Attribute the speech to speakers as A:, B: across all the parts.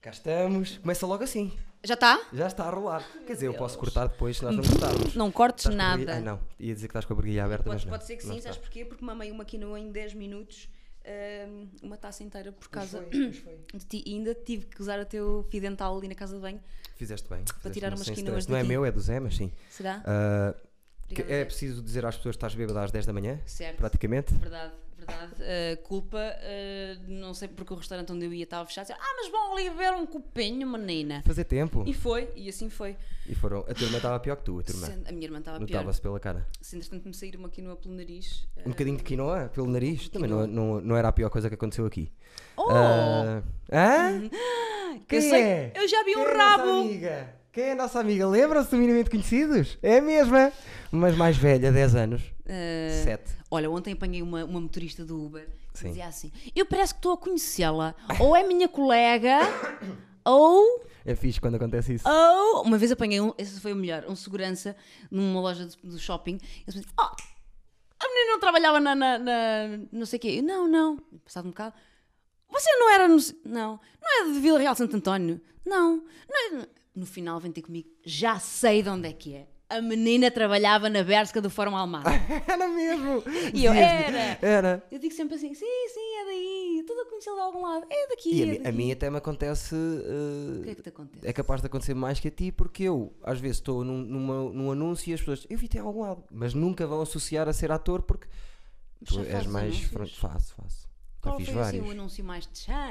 A: Cá estamos. Começa logo assim.
B: Já
C: tá?
B: está?
A: Já está a rolar. Quer dizer, eu posso cortar depois se nós não cortarmos.
B: Não cortes
A: Estás com a
B: nada.
A: barriga- Ah, não. Ia dizer que estás com a barriguinha aberta,
C: Pode,
A: mas não.
C: pode ser que
A: Não tá.
C: sim,
A: está.
C: sabes porquê? Porque mamei uma quinoa em 10 minutos, hum, uma taça inteira por causa
A: Pois foi, pois foi.
C: de ti. E ainda tive que usar o teu fio dental ali na casa de banho.
A: Fizeste bem. fizeste
C: tirar
A: bem,
C: umas
A: sem
C: quinoas
A: stress.
C: de
A: Não é
C: ti.
A: meu, é do Zé, mas sim.
C: Será?
A: Ah, que
C: Obrigada,
A: é
C: Zé.
A: preciso dizer às pessoas que estás bêbada às 10 da manhã,
C: Certo.
A: praticamente.
C: Verdade, verdade. Uh, culpa, uh, não sei porque o restaurante onde eu ia estava fechado. Ah, mas vão ali beber um copinho, menina.
A: Fazer tempo.
C: E foi, e assim foi.
A: E foram. A turma estava pior que tu, a turma.
C: Se- a minha irmã estava pior.
A: Notava-se pela cara.
C: Se entretanto me sair uma quinoa pelo nariz. uh,
A: Um bocadinho de quinoa pelo nariz também não, não, não era a pior coisa que aconteceu aqui.
C: Oh! Uhum.
A: Ah, hã?
C: que eu,
A: Quem
C: sei-
A: é?
C: eu já vi
A: Quem
C: um
A: é a nossa
C: rabo.
A: amiga? Quem é a nossa amiga? Lembram-se do Minimamente Conhecidos? É a mesma, mas mais velha, 10 anos.
C: Uh,
A: 7.
C: Olha, ontem apanhei uma, uma motorista do Uber que
A: Sim.
C: dizia assim: Eu parece que estou a conhecê-la, ou é minha colega, ou.
A: É fixe quando acontece isso.
C: ou. Uma vez apanhei um, esse foi o melhor, um segurança numa loja do, do shopping. Eles me dizem: Oh, a menina não trabalhava na. na, na- não sei o quê. Eu, não, não. Passado um bocado. Você não era. no- não. Não é de Vila Real de Santo António. Não. não é- no final, vem ter comigo: Já sei de onde é que é. A menina trabalhava na Berska do Fórum Almada.
A: Era mesmo!
C: Oh. E eu,
A: Dizias-me,
C: era.
A: Era!
C: Eu digo sempre assim, sim, sim, é daí, tudo a conhecê-lo de algum lado, é daqui,
A: E a
C: é
A: mi-
C: daqui.
A: a, mim até me acontece.
C: O que
A: eh,
C: é que te acontece?
A: é capaz de acontecer mais que a ti, porque eu, às vezes, estou num, numa- num anúncio e as pessoas. Eu vi-te em algum lado, mas nunca vão associar a ser ator porque
C: Mas
A: tu
C: já
A: és
C: fazes
A: mais.
C: anúncios?
A: fron- Faço, faço. Já
C: Qual
A: fiz
C: foi assim
A: vários.
C: o anúncio mais de chã?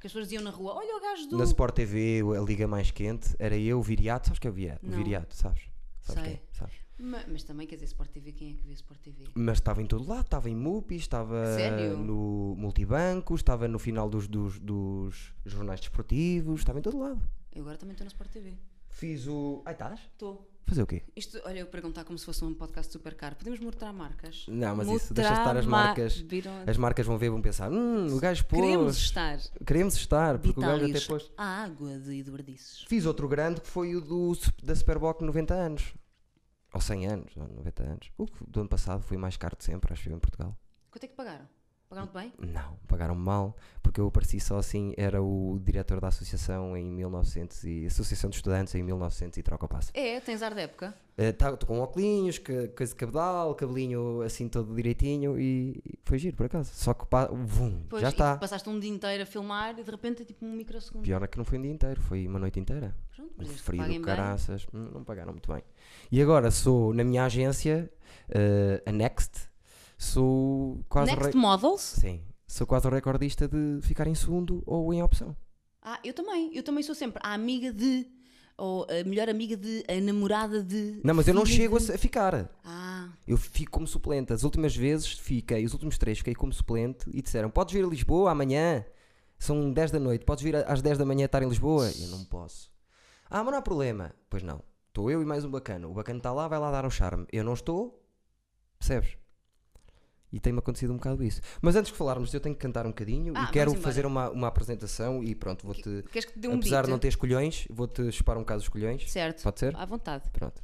C: Que as pessoas diziam na rua, olha o gajo do...
A: Na Sport TV, a Liga Mais Quente, era eu, o Viriato, sabes que é o Viriato? O
C: Não.
A: Viriato, sabes? Sabes
C: Sei.
A: quem? é? Sabes?
C: Ma- Mas, também, quer dizer, Sport TV, quem é que vê Sport TV?
A: Mas estava em todo lado, estava em Mupis, estava
C: Sério?
A: no multibanco, estava no final dos, dos, dos jornais desportivos, estava em todo lado.
C: Eu agora também estou na Sport TV.
A: Fiz o. Ai, estás?
C: Estou.
A: Fazer o quê?
C: Isto, olha, eu perguntar como se fosse um podcast super caro. Podemos mostrar marcas?
A: Não, mas isso,
C: Mostrar
A: deixa estar as
C: ma-
A: marcas.
C: Viram?
A: As marcas vão ver e vão pensar: hum, o gajo pôs.
C: Queremos estar.
A: Queremos estar, porque o gajo até
C: Vitálios,
A: pôs.
C: a água de Eduardices.
A: Fiz outro grande que foi o do, da Superboc 90 anos. Ou 100 anos, ou 90 anos. O que do ano passado foi mais caro de sempre, acho que em Portugal.
C: Quanto é que pagaram? Pagaram-te bem?
A: Não, pagaram-me mal, porque eu apareci só assim, era o diretor da associação em 1900 e Associação de Estudantes em 1900 e troca o passo.
C: É, tens ar de época.
A: Estou com óculinhos, ca- coisa de cabedal, cabelinho assim todo direitinho e, e foi giro por acaso. Só que pá, vum,
C: Pois,
A: já
C: e
A: está.
C: passaste um dia inteiro a filmar e de repente é tipo um microsegundo.
A: Pior é que não foi um dia inteiro, foi uma noite inteira.
C: Pronto,
A: Um
C: mas desde que
A: frio
C: paguem
A: do
C: bem.
A: caraças, hum, não pagaram muito bem. E agora sou, na minha agência, eh, a Next, sou quase,
C: Next
A: re...
C: Models?
A: Sim, sou quase recordista de ficar em segundo ou em opção.
C: Ah, eu também. Eu também sou sempre a amiga de. Ou a melhor amiga de. A namorada de.
A: Não, mas eu não
C: filha
A: chego a
C: de-
A: se- a ficar.
C: Ah,
A: Eu fico como suplente. As últimas vezes fiquei, os últimos três fiquei como suplente e disseram: Podes vir a Lisboa amanhã? São 10 da noite, podes vir a- às 10 da manhã estar em Lisboa? Eu não posso. Ah, mas não há problema. Pois não. Estou eu e mais um bacana. O bacana está lá, vai lá dar o charme. Eu não estou, percebes? E tem-me acontecido um bocado isso. Mas antes que falarmos, eu tenho que cantar um bocadinho e
C: Ah,
A: quero
C: vamos embora.
A: fazer uma, uma apresentação e pronto, vou-te.
C: queres que te dê um
A: Apesar
C: beat?
A: de não ter escolhões, vou-te chupar um bocado os colhões.
C: Certo.
A: Pode ser?
C: À vontade.
A: Pronto.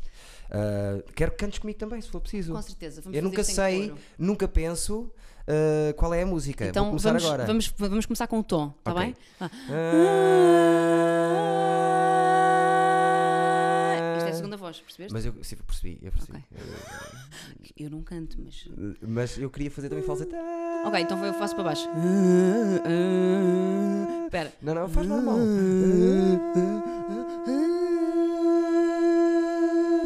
A: Ah, quero que cantes comigo também, se for preciso.
C: Com certeza. Vamos
A: Eu
C: fazer
A: nunca
C: sem
A: sei,
C: coro.
A: nunca penso ah, qual é a música.
C: Então
A: Vou começar
C: vamos,
A: agora.
C: Vamos, vamos começar com o tom, está
A: Ok.
C: bem? Ah,
A: Ah,
C: Isto é a segunda voz, percebeste?
A: Mas eu sim, percebi, eu percebi.
C: Ok. Eu não canto, mas.
A: Eh, Mas eu queria fazer também tá. falsete.
C: Ok, então eu faço para baixo.
A: Ah,
C: Espera.
A: Não, não, faz normal.
C: Ah.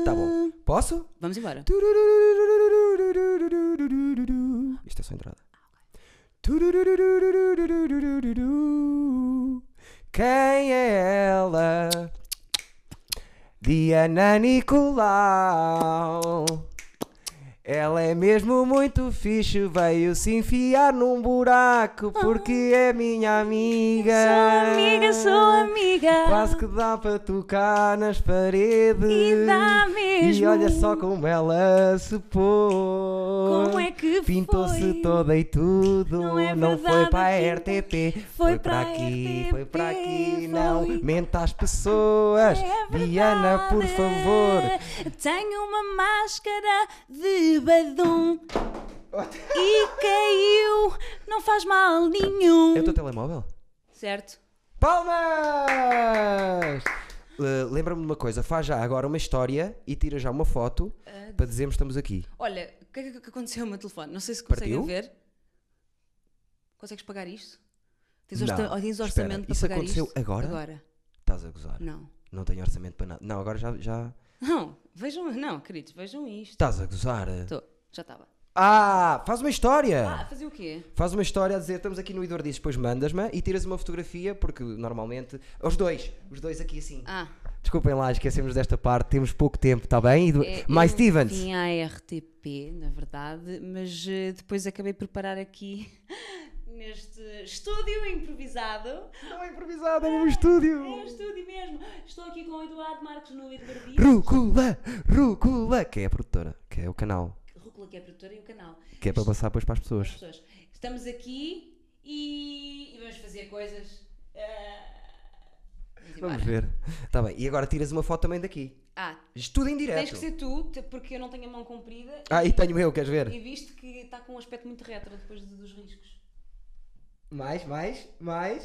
A: Tá bom. Posso?
C: Vamos embora.
A: Isto é só a entrada. Quem é ela? Diana Nicolau. Ela é mesmo muito fixe, veio se enfiar num buraco porque é minha amiga.
B: Sou amiga, sou amiga.
A: Quase que dá para tocar nas paredes.
B: E dá mesmo.
A: E olha só como ela se pôs.
B: Como é que
A: Pintou-se
B: foi?
A: toda e tudo.
B: Não é
A: foi
B: verdade,
A: para a
B: pintou-
A: RTP.
B: foi para
A: para
B: a
A: aqui,
B: RTP,
A: foi para aqui. Não
B: foi. É
A: menta às pessoas. Diana, por favor.
B: Tenho uma máscara de badum e caiu, não faz mal nenhum.
A: É o teu telemóvel?
C: Certo.
A: Palmas! Eh, Lembra-me de uma coisa, faz já agora uma história e tira já uma foto
B: Ah,
A: para dizermos que estamos aqui.
C: Olha, o que é que aconteceu ao meu telefone? Não sei se conseguem
A: Partiu?
C: ver. Consegues pagar isto? Tens,
A: Não.
C: orça- oh, tens
A: Espera,
C: orçamento para
A: isso
C: pagar
A: aconteceu
C: isto?
A: agora?
C: Agora.
A: Estás a gozar?
C: Não.
A: Não tenho orçamento para nada. Não, agora já. já...
C: Não, vejam, não, queridos, vejam isto.
A: Estás a gozar?
C: Tô, já estava.
A: Ah, faz uma história!
C: Ah, fazer o quê?
A: Faz uma história a dizer, estamos aqui no Idor Dizes, depois mandas-me e tiras uma fotografia, porque normalmente. Os dois, os dois aqui assim.
C: Ah,
A: Desculpem lá, esquecemos desta parte, temos pouco tempo, está bem? E do-
C: é,
A: Mais
C: eu
A: Stevens!
C: Vim à RTP, na verdade, mas eh, depois acabei por parar aqui neste estúdio improvisado.
A: Não é improvisado, é um estúdio!
C: É um estúdio mesmo. Estou aqui com o Eduardo Marques no Eduardo Dias.
A: Rúcula, Rúcula, que é a produtora, que é o canal,
C: Rúcula, que é a produtora e o canal.
A: que é para passar depois para as pessoas.
C: Pessoas, estamos aqui e, e vamos fazer coisas. Ah, vamos embora.
A: Vamos ver. Está bem, e agora tiras uma foto também daqui.
C: Ah,
A: Isto tudo em
C: tens
A: direto.
C: que ser tu, te- porque eu não tenho a mão comprida.
A: Ah, e tenho eu, queres ver?
C: E visto que está com um aspecto muito retro depois de- dos riscos.
A: Mais, mais, mais.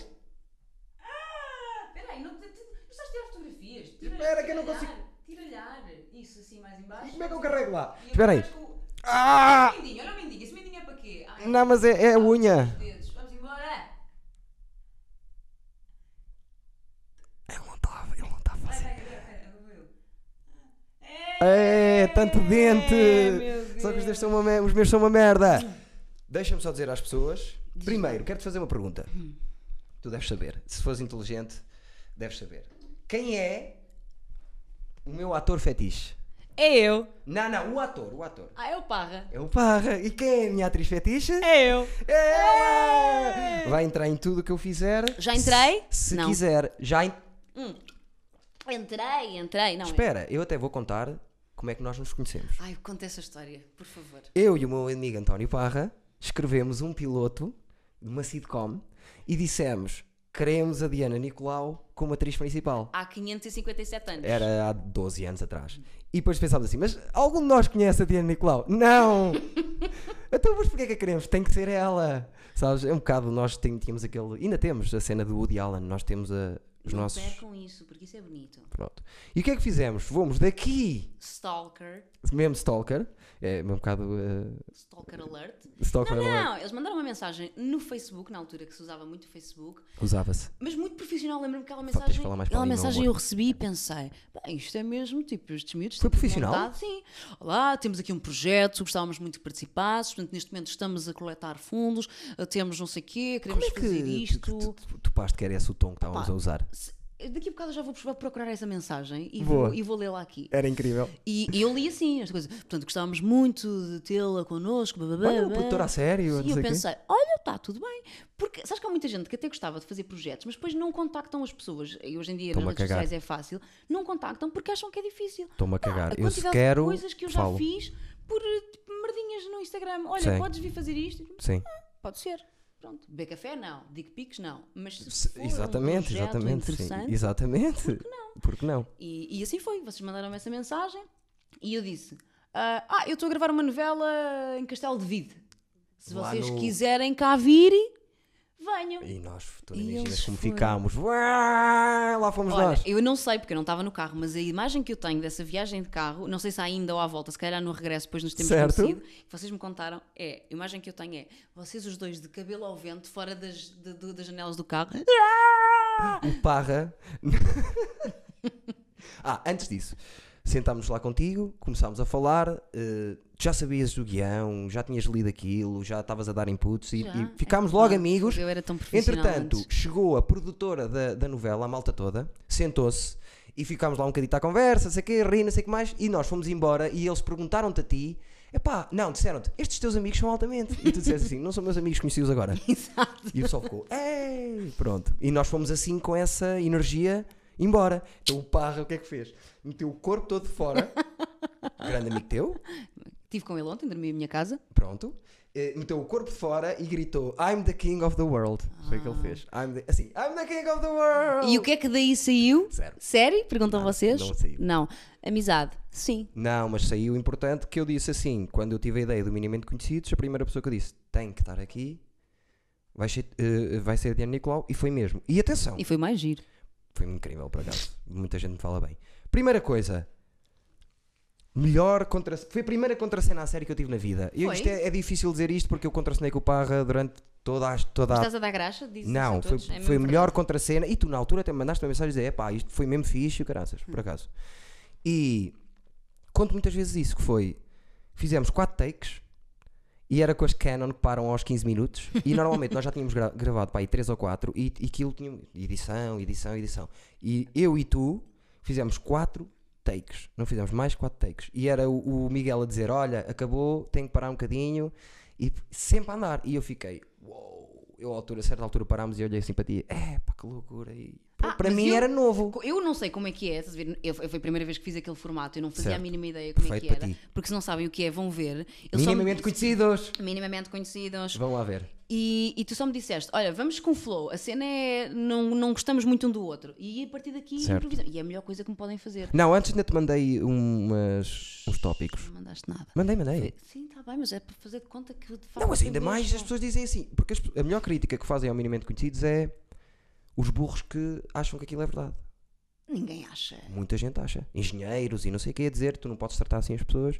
C: Espera aí, não, te- te- não estás a tirar fotografias? Tira,
A: Espera que eu
C: tira
A: não consigo-
C: olhar, Tira olhar. Isso assim mais embaixo.
A: E como é que eu carrego lá?
C: E
A: Espera aí.
C: agora com o-
A: Ah!
C: Mindinho, olha o mindinho. Esse mindinho é para quê? Ah, é
A: Não, mas é, é a unha.
C: os dedos. Vamos embora.
A: Ele não está ele não tá a
C: Vai,
A: fazer.
C: vai, agora, espera, agora vou eu.
A: É, tanto
C: É,
A: dente!
C: meu
A: Só que os
C: Deus.
A: meus são uma, me- os meus são uma merda. Deixa-me só dizer às pessoas. Primeiro, quero-te fazer uma pergunta. Tu deves saber. Se fores inteligente, deves saber. Quem é o meu ator fetiche?
C: É eu.
A: Não, não, o ator, o ator.
C: Ah, é o Parra.
A: É o Parra. E quem é a minha atriz fetiche?
C: É eu.
A: É ela! Vai entrar em tudo o que eu fizer.
C: Já entrei?
A: Se, se
C: Não.
A: quiser. Já en-
C: Entrei, entrei. Não, é-
A: Espera, eu até vou contar como é que nós nos conhecemos.
C: Ai, conta essa história, por favor.
A: eu e o meu amigo António Parra escrevemos um piloto de uma sitcom e dissemos queremos a Diana Nicolau como atriz principal.
C: Há 557 anos.
A: Era há 12 anos atrás. E depois pensámos assim, mas algum de nós conhece a Diana Nicolau? Não! então, mas porquê é que a queremos? Tem que ser ela! Sabes, é um bocado, nós ten- tínhamos aquele... Ainda temos a cena do Woody Allen, nós temos a- os
C: Não
A: nossos...
C: percam isso, porque isso é bonito.
A: Pronto. E o que é que fizemos? Fomos daqui,
C: Stalker,
A: mesmo Stalker, é mesmo um bocado eh,
C: Stalker Alert.
A: Stalker
C: Não,
A: alert.
C: Ah, não, eles mandaram uma mensagem no Facebook, na altura que se usava muito o Facebook,
A: usava-se.
C: mas muito profissional. Lembro-me que aquela
A: tens de
C: mensagem,
A: falar mais para
C: aquela
A: ali, meu
C: mensagem
A: amor.
C: eu recebi e pensei: bem, isto é mesmo, tipo, estes miúdos.
A: Foi
C: têm tudo
A: profissional?
C: montado." Sim. Olá, temos aqui um projeto, gostávamos muito que participasses, portanto, neste momento estamos a coletar fundos, eh, temos não sei o quê,
A: Como
C: queremos
A: é que
C: fazer
A: tu- tu-
C: isto.
A: tu- topaste que era esse o tom que estávamos
C: Opa.
A: a usar?
C: Se- Daqui a bocado eu já vou procurar essa mensagem e
A: Boa.
C: vou, e vou lê-la aqui.
A: Era incrível.
C: E, e eu li assim esta coisa. Portanto, gostávamos muito de tê-la connosco. blá, blá, blá,
A: Olha, um
C: blá.
A: produtor a sério,
C: Sim,
A: não
C: eu
A: sei o quê.
C: pensei, olha, está tudo bem. Porque sabes que há muita gente que até gostava de fazer projetos, mas depois não contactam as pessoas. E hoje em dia
A: Estão-me
C: nas
A: a
C: redes
A: cagar.
C: sociais é fácil. Não contactam porque acham que é difícil.
A: Estou-me a
C: Pá,
A: cagar. eu se
C: quantidade de
A: quero.
C: coisas que eu já
A: falo.
C: fiz por eh, tipo, merdinhas no Instagram. Olha,
A: Sim.
C: podes vir fazer isto?
A: Sim.
C: Pode ser. Pronto. Beber café, não. Dick pics, não. Mas se
A: Se-
C: for
A: exatamente,
C: um projeto
A: exatamente. sim,
C: interessante,
A: Exatamente. Porque não?
C: e, e assim foi, vocês mandaram-me essa mensagem e eu disse: Ah, ah, eu estou a gravar uma novela em Castelo de Vide. Se
A: Lá
C: vocês
A: no-
C: quiserem cá virem, venham.
A: E nós, tu
C: E
A: não imaginas
C: eles
A: como
C: foram.
A: ficámos. Uau, lá fomos
C: Olha,
A: nós.
C: eu não sei porque eu não estava no carro, mas a imagem que eu tenho dessa viagem de carro, não sei se há ainda ou à volta, se calhar no regresso depois nos temos
A: Certo.
C: conhecido, que vocês me contaram, é, a imagem que eu tenho é vocês os dois de cabelo ao vento, fora das, de- de- das janelas do carro.
A: O um Parra. ah, antes disso, sentámos lá contigo, começámos a falar. eh, tu já sabias o guião, já tinhas lido aquilo, já estavas a dar inputs e,
C: Já.
A: e ficámos logo
C: Ah,
A: amigos.
C: Eu era tão profissional
A: Entretanto,
C: antes.
A: chegou a produtora da, da novela, a malta toda, sentou-se e ficámos lá um bocadinho à conversa, sei o quê, ri, não sei o que mais, e nós fomos embora e eles perguntaram-te a ti, epá, não, disseram-te, estes teus amigos são altamente. E tu disseste assim, não são meus amigos, conheci-os agora.
C: Exato.
A: E o pessoal ficou, ei, pronto. E nós fomos assim com essa energia embora. Então o Parra, o que é que fez? Meteu o corpo todo fora, grande amigo teu,
C: Estive com ele ontem, dormi em minha casa.
A: Pronto. Eh, meteu o corpo de fora e gritou I'm the king of the world. Foi o que ele fez. I'm the, assim, I'm the king of the world.
C: Ah. E o que é que daí saiu?
A: Zero.
C: Sério? Perguntam vocês?
A: não saiu.
C: Não. Amizade? Sim.
A: Não, mas saiu importante que eu disse assim, quando eu tive a ideia do Minimamente Conhecidos, a primeira pessoa que eu disse tem que estar aqui Vai ser, eh, vai ser a Diana Nicolau. E foi mesmo. E atenção,
C: E foi mais giro.
A: foi incrível por acaso. Muita gente me fala bem. Primeira coisa. Melhor contra... Foi a primeira contracena a série que eu tive na vida. E
C: Foi?
A: isto é, é difícil dizer isto porque eu contracenei com o Parra durante toda a, toda a
C: Estás a dar graxa? Dizes
A: Ah. não,
C: isso
A: foi,
C: a todos? É mesmo
A: foi a
C: verdade.
A: melhor contracena. E tu, na altura, até me mandaste uma mensagem a dizer: epá, isto foi mesmo fixe, e caraças, por acaso. E conto muitas vezes isso: que foi, fizemos 4 takes e era com as Canon que param aos 15 minutos. E normalmente nós já tínhamos gra- gravado para aí 3 ou 4 e, e aquilo tinha edição, edição, edição. E eu e tu fizemos 4 takes, não fizemos mais 4 takes. E era o, o Miguel a dizer: olha, acabou, tenho que parar um bocadinho. E sempre a andar. E eu fiquei, uou. Eu, à altura, a certa altura, parámos e olhei assim para ti. É, pá, que loucura. E,
C: Ah,
A: para
C: mas
A: mim
C: eu-
A: era novo.
C: Co- Eu não sei como é que é, estás a ver? Eu, foi a primeira vez que fiz aquele formato, eu não fazia a
A: Certo.
C: mínima ideia como é
A: Perfeito
C: que
A: para
C: era.
A: ti.
C: Porque se não sabem o que é, vão ver. Eu só me-
A: Minimamente conhecidos.
C: minimamente conhecidos.
A: Vão lá ver.
C: E, e tu só me disseste: olha, vamos com flow, a cena é. Não, não gostamos muito um do outro. E a partir daqui,
A: Certo.
C: improvisamos. E é a melhor coisa que me podem fazer.
A: Não, antes ainda te mandei um, umas, uns tópicos.
C: Não mandaste nada.
A: Mandei, mandei.
C: Sim, está bem, mas é para fazer de conta que de facto.
A: Não, mas ainda
C: sabemos,
A: mais as
C: não.
A: pessoas dizem assim. Porque as- a melhor crítica que fazem ao minimamente conhecidos é os burros que acham que aquilo é verdade.
C: Ninguém acha.
A: Muita gente acha. Engenheiros e não sei o que é dizer. Tu não podes tratar assim as pessoas.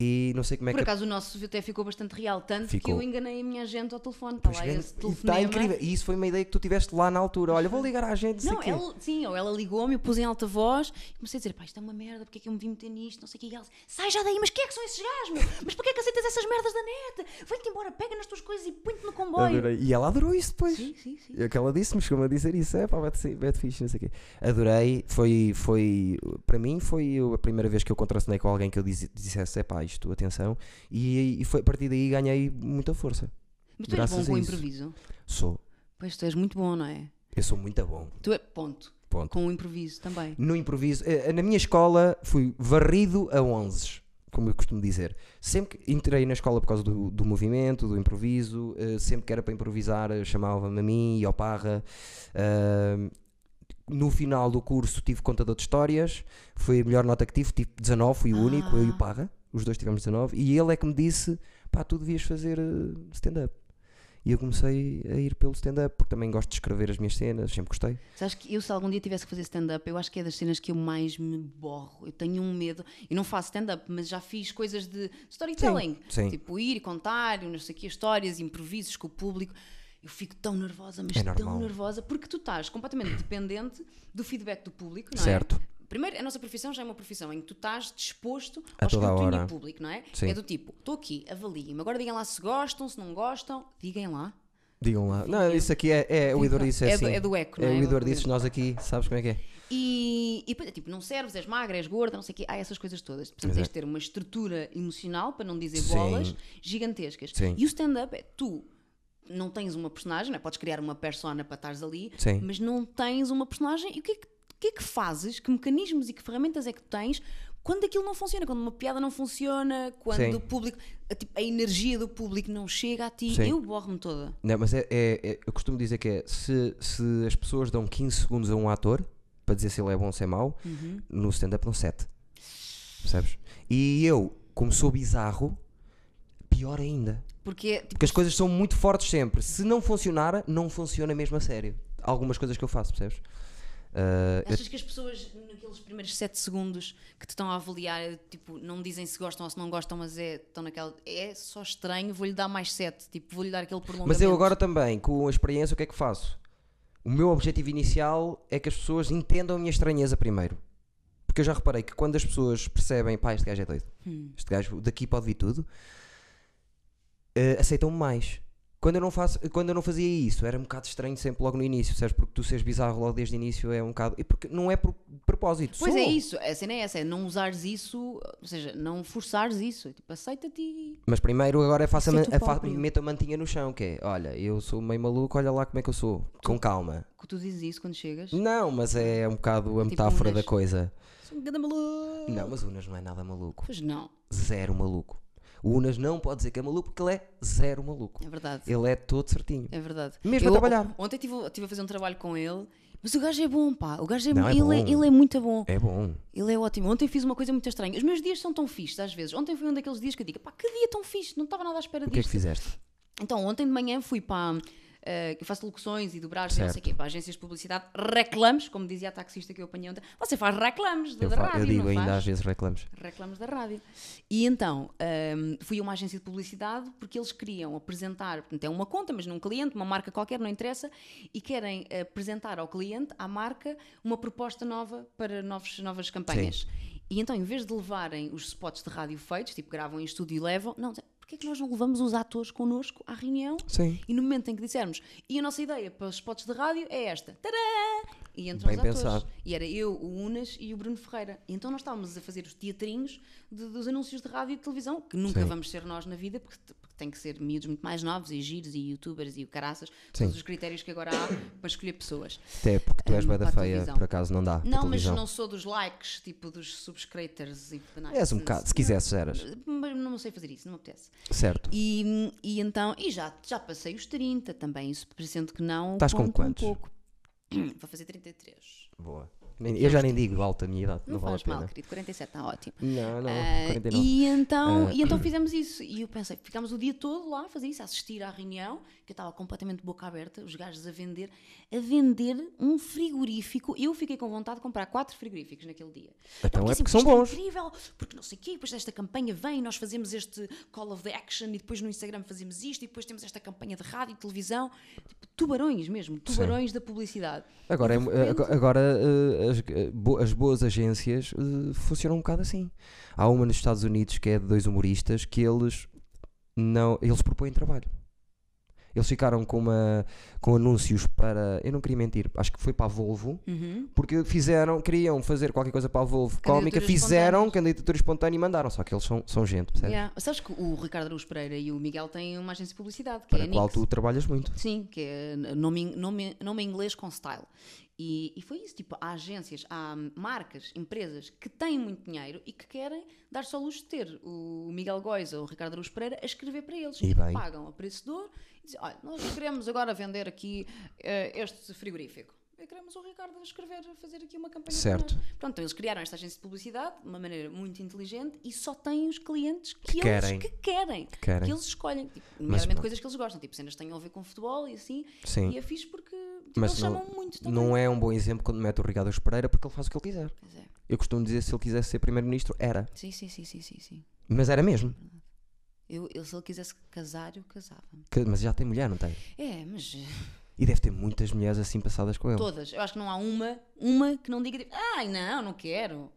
A: E não sei como é
C: Por
A: que.
C: acaso o nosso até ficou bastante real, tanto que
A: Ficou.
C: eu enganei a minha gente ao telefone. Está
A: Pois
C: lá
A: bem,
C: esse
A: e está
C: telefonema.
A: incrível. E isso foi uma ideia que tu tiveste lá na altura. Olha, vou ligar à gente. sei
C: Não, é
A: quê.
C: ela, sim, ou ela ligou-me, eu pus em alta voz e comecei a dizer: pá, isto é uma merda, porque é que eu me vim meter nisto, não sei o que. E ela sai já daí, mas quem é que são esses gajos, meu? Mas porquê é que aceitas essas merdas da net? Vem-te embora, pega nas tuas coisas e põe-te no comboio.
A: Adorei. E ela adorou isso depois.
C: Sim, sim, sim.
A: É o que ela disse-me, chegou-me a dizer isso. É pá, vai-te ser- vai-te fixe, não sei o quê. Adorei. Foi, foi, para mim, foi eu- a primeira vez que eu contracenei com alguém que eu disse- dissesse, é pá, isto, atenção. E, e foi a partir daí ganhei muita força.
C: Mas tu és
A: Graças
C: bom
A: a
C: com o
A: isso.
C: improviso.
A: Sou.
C: Pois tu és muito bom, não é?
A: Eu sou muito bom.
C: Tu é ponto.
A: Ponto.
C: Com o improviso também.
A: No improviso, eh, na minha escola fui varrido a 11, como eu costumo dizer. Sempre que entrei na escola por causa do, do movimento, do improviso, eh, sempre que era para improvisar eh, chamavam-me a mim e ao Parra. Ahm, no final do curso tive contador de histórias, foi a melhor nota que tive, tive 19, fui o único, eu e o Parra, os dois tivemos 19, e ele é que me disse: pá, tu devias fazer eh, stand-up. E eu comecei a ir pelo stand-up, porque também gosto de escrever as minhas cenas, sempre gostei.
C: Sabes que eu, se algum dia tivesse que fazer stand-up, eu acho que é das cenas que eu mais me borro. Eu tenho um medo. Eu não faço stand-up, mas já fiz coisas de storytelling.
A: sim.
C: Tipo, ir e contar, e não sei o quê, histórias, improvisos com o público. Eu fico tão nervosa, mas
A: É
C: tão
A: normal.
C: nervosa, porque tu estás completamente dependente do feedback do público, não é?
A: Certo.
C: Primeiro, a nossa profissão já é uma profissão em que tu estás disposto
A: A
C: ao
A: toda a
C: escrutínio
A: hora.
C: público, não é?
A: Sim.
C: É do tipo, estou aqui, avaliem-me. Agora digam lá se gostam, se não gostam, digam lá.
A: Digam lá. Não, isso aqui é, é o Idor disse é
C: É do-
A: assim.
C: é do eco, não é?
A: o Idor
C: É do-
A: disse nós aqui, sabes como é que é?
C: E, e depois é tipo, não serves, és magra, és gorda, não sei o quê, há essas coisas todas. Portanto, tens de ter uma estrutura emocional, para não dizer
A: Sim.
C: bolas, gigantescas.
A: Sim.
C: E o stand-up é tu não tens uma personagem, não é? podes criar uma persona para estares ali,
A: Sim.
C: mas não tens uma personagem. E o que é que, o que é que fazes? Que mecanismos e que ferramentas é que tu tens quando aquilo não funciona? Quando uma piada não funciona, quando
A: Sim.
C: o público, a, tipo, a energia do público não chega a ti,
A: Sim.
C: eu borro-me toda.
A: Não, mas é, é- é- eu costumo dizer que é se, se as pessoas dão 15 segundos a um ator para dizer se ele é bom ou se é mau,
C: Uhum.
A: no stand-up dão 7. Percebes? E eu, como sou bizarro, pior ainda.
C: Porque tipo,
A: Porque as coisas são muito fortes sempre. Se não funcionar, não funciona mesmo a sério. Algumas coisas que eu faço, percebes? Ah,
C: Achas que as pessoas, naqueles primeiros 7 segundos que te estão a avaliar, é, tipo, não dizem se gostam ou se não gostam, mas é, estão naquela. É só estranho, vou-lhe dar mais 7. Tipo, vou-lhe dar aquele prolongamento.
A: Mas eu agora também, com a experiência, o que é que faço? O meu objetivo inicial é que as pessoas entendam a minha estranheza primeiro. Porque eu já reparei que quando as pessoas percebem, pá, este gajo é doido,
C: Hum.
A: este gajo daqui pode vir tudo, eh, aceitam-me mais. Quando eu, não faço, quando eu não fazia isso, era um bocado estranho sempre logo no início, percebes? Porque tu seres bizarro logo desde o início é um bocado. E porque não é por propósito.
C: Pois
A: sou.
C: é isso, a cena é essa, é não usares isso, ou seja, não forçares isso. Tipo, aceita-te e.
A: Mas primeiro agora faço a, man-
C: Sei tu
A: a fa-
C: próprio.
A: meto a mantinha no chão, que é, olha, eu sou meio maluco, olha lá como é que eu sou. Com calma.
C: que Tu dizes isso quando chegas.
A: Não, mas é um bocado a metáfora da
C: Tipo unas.
A: coisa.
C: Sou um grande maluco.
A: Não, mas o Unas não é nada maluco.
C: Pois não,
A: Zero maluco. O Unas não pode dizer que é maluco porque ele é zero maluco.
C: é verdade.
A: Ele é todo certinho.
C: É verdade.
A: Mesmo a trabalhar.
C: Ontem estive tive a fazer um trabalho com ele, mas o gajo é bom, pá. O gajo é,
A: Não, é
C: ele,
A: bom.
C: É, ele é muito bom.
A: É bom.
C: Ele é ótimo. Ontem fiz uma coisa muito estranha. Os meus dias são tão fixes, às vezes. Ontem foi um daqueles dias que eu digo, pá, que dia tão fixe, não estava nada à espera
A: O que é que
C: disto.
A: fizeste?
C: Então, ontem de manhã fui para. eh, eu faço locuções e dobragens, e não sei o
A: Certo.
C: quê, para agências de publicidade, reclames, como dizia a taxista que eu apanhei ontem. Você faz reclames da
A: Eu,
C: da
A: fa- eu
C: é rádio,
A: digo
C: não
A: ainda
C: faz?
A: às vezes reclamos.
C: Reclames da rádio. E então, hum, fui a uma agência de publicidade porque eles queriam apresentar, portanto, é uma conta, mas num cliente, uma marca qualquer, não interessa, e querem eh, apresentar ao cliente, à marca, uma proposta nova para novos, novas campanhas. E então, em vez de levarem os spots de rádio feitos, tipo gravam em estúdio e levam, não, dizem, porque é que nós não levamos os atores connosco à reunião?
A: Sim.
C: E no momento em que dissermos, e a nossa ideia para os spots de rádio é esta. Tadã! E entram
A: Bem
C: os atores.
A: pensado.
C: E era eu, o Unas e o Bruno Ferreira. E então nós estávamos a fazer os teatrinhos de- dos anúncios de rádio e de televisão, que nunca
A: Sim.
C: vamos ser nós na vida, porque, t- porque tem que ser miúdos muito mais novos, e giros, e youtubers, e o caraças,
A: Sim.
C: todos os critérios que agora há para escolher pessoas.
A: Até porque tu és
C: Hum,
A: bué da
C: para a
A: feia,
C: televisão.
A: por acaso não dá. para
C: Não, mas
A: televisão.
C: não sou dos likes, tipo dos subscraters e
A: És um bocado, se quisesse eras.
C: Mas não sei fazer isso, não me apetece.
A: Certo.
C: E, e então, e já, já passei os 30 também, isso parecendo que não.
A: Estás com
C: conta
A: quantos?
C: Um pouco. Vou fazer 33.
A: Boa. Nem- Eu já nem digo alta a minha idade,
C: Não,
A: não, vale a
C: faz
A: pena.
C: mal, querido, 47 está tá ótimo.
A: Não, não,
C: Ah,
A: 49.
C: e, então,
A: Ah.
C: e então fizemos isso. E eu pensei, ficámos o dia todo lá a fazer isso, a assistir à reunião, que eu estava completamente de boca aberta, os gajos a vender, a vender um frigorífico. Eu fiquei com vontade de comprar quatro frigoríficos naquele dia.
A: Então é
C: assim,
A: porque são
C: isto é
A: bons.
C: incrível, porque não sei o quê, depois desta campanha vem, nós fazemos este call of the action e depois no Instagram fazemos isto e depois temos esta campanha de rádio e televisão. Tipo, tubarões mesmo, tubarões da publicidade.
A: Agora, é mu- eh, ago- agora eh, as, eh, bo- as boas agências eh, funcionam um bocado assim. Há uma nos Estados Unidos que é de dois humoristas que eles não eles propõem trabalho. Eles ficaram com, uma, com anúncios para. Eu não queria mentir, acho que foi para a Volvo,
C: Uhum.
A: porque fizeram, queriam fazer qualquer coisa para a Volvo cómica,
C: Candidaturas
A: fizeram
C: espontâneas.
A: candidatura espontânea e mandaram. Só que eles são, são gente, percebes?
C: Yeah. Sabes que o Ricardo Araújo Pereira e o Miguel têm uma agência de publicidade, que
A: Para
C: é a
A: a qual
C: Nix.
A: tu trabalhas muito.
C: Sim, que é nome, em- nome, nome em inglês com style. E, e foi isso, tipo, há agências, há marcas, empresas que têm muito dinheiro e que querem dar só luz de ter o Miguel Góis ou o Ricardo Araújo Pereira a escrever para eles.
A: E
C: que
A: bem.
C: pagam a preço de ouro e dizem, olha, nós queremos agora vender aqui eh, este frigorífico. E queremos o Ricardo a escrever, a fazer aqui uma campanha.
A: Certo.
C: para nós." Pronto, então eles criaram esta agência de publicidade de uma maneira muito inteligente e só têm os clientes que, eles
A: querem.
C: que querem.
A: querem.
C: Que eles escolhem. Tipo, nomeadamente
A: pronto.
C: coisas que eles gostam, tipo cenas que tenham a ver com futebol e assim.
A: Sim.
C: E é fixe porque tipo,
A: Mas
C: eles
A: não-
C: chamam muito também.
A: Não é um bom exemplo quando mete o Ricardo Araújo Pereira porque ele faz o que ele quiser.
C: Pois é.
A: Eu costumo dizer se ele quisesse ser primeiro-ministro, era.
C: Sim, sim, sim, sim, sim, sim.
A: Mas era mesmo.
C: Eu, eu, se ele quisesse casar, eu casava.
A: Que- mas já tem mulher, não tem?
C: É, mas eh,
A: E deve ter muitas mulheres assim passadas com ele.
C: todas. Eu acho que não há uma, uma que não diga tipo, ai não, não quero.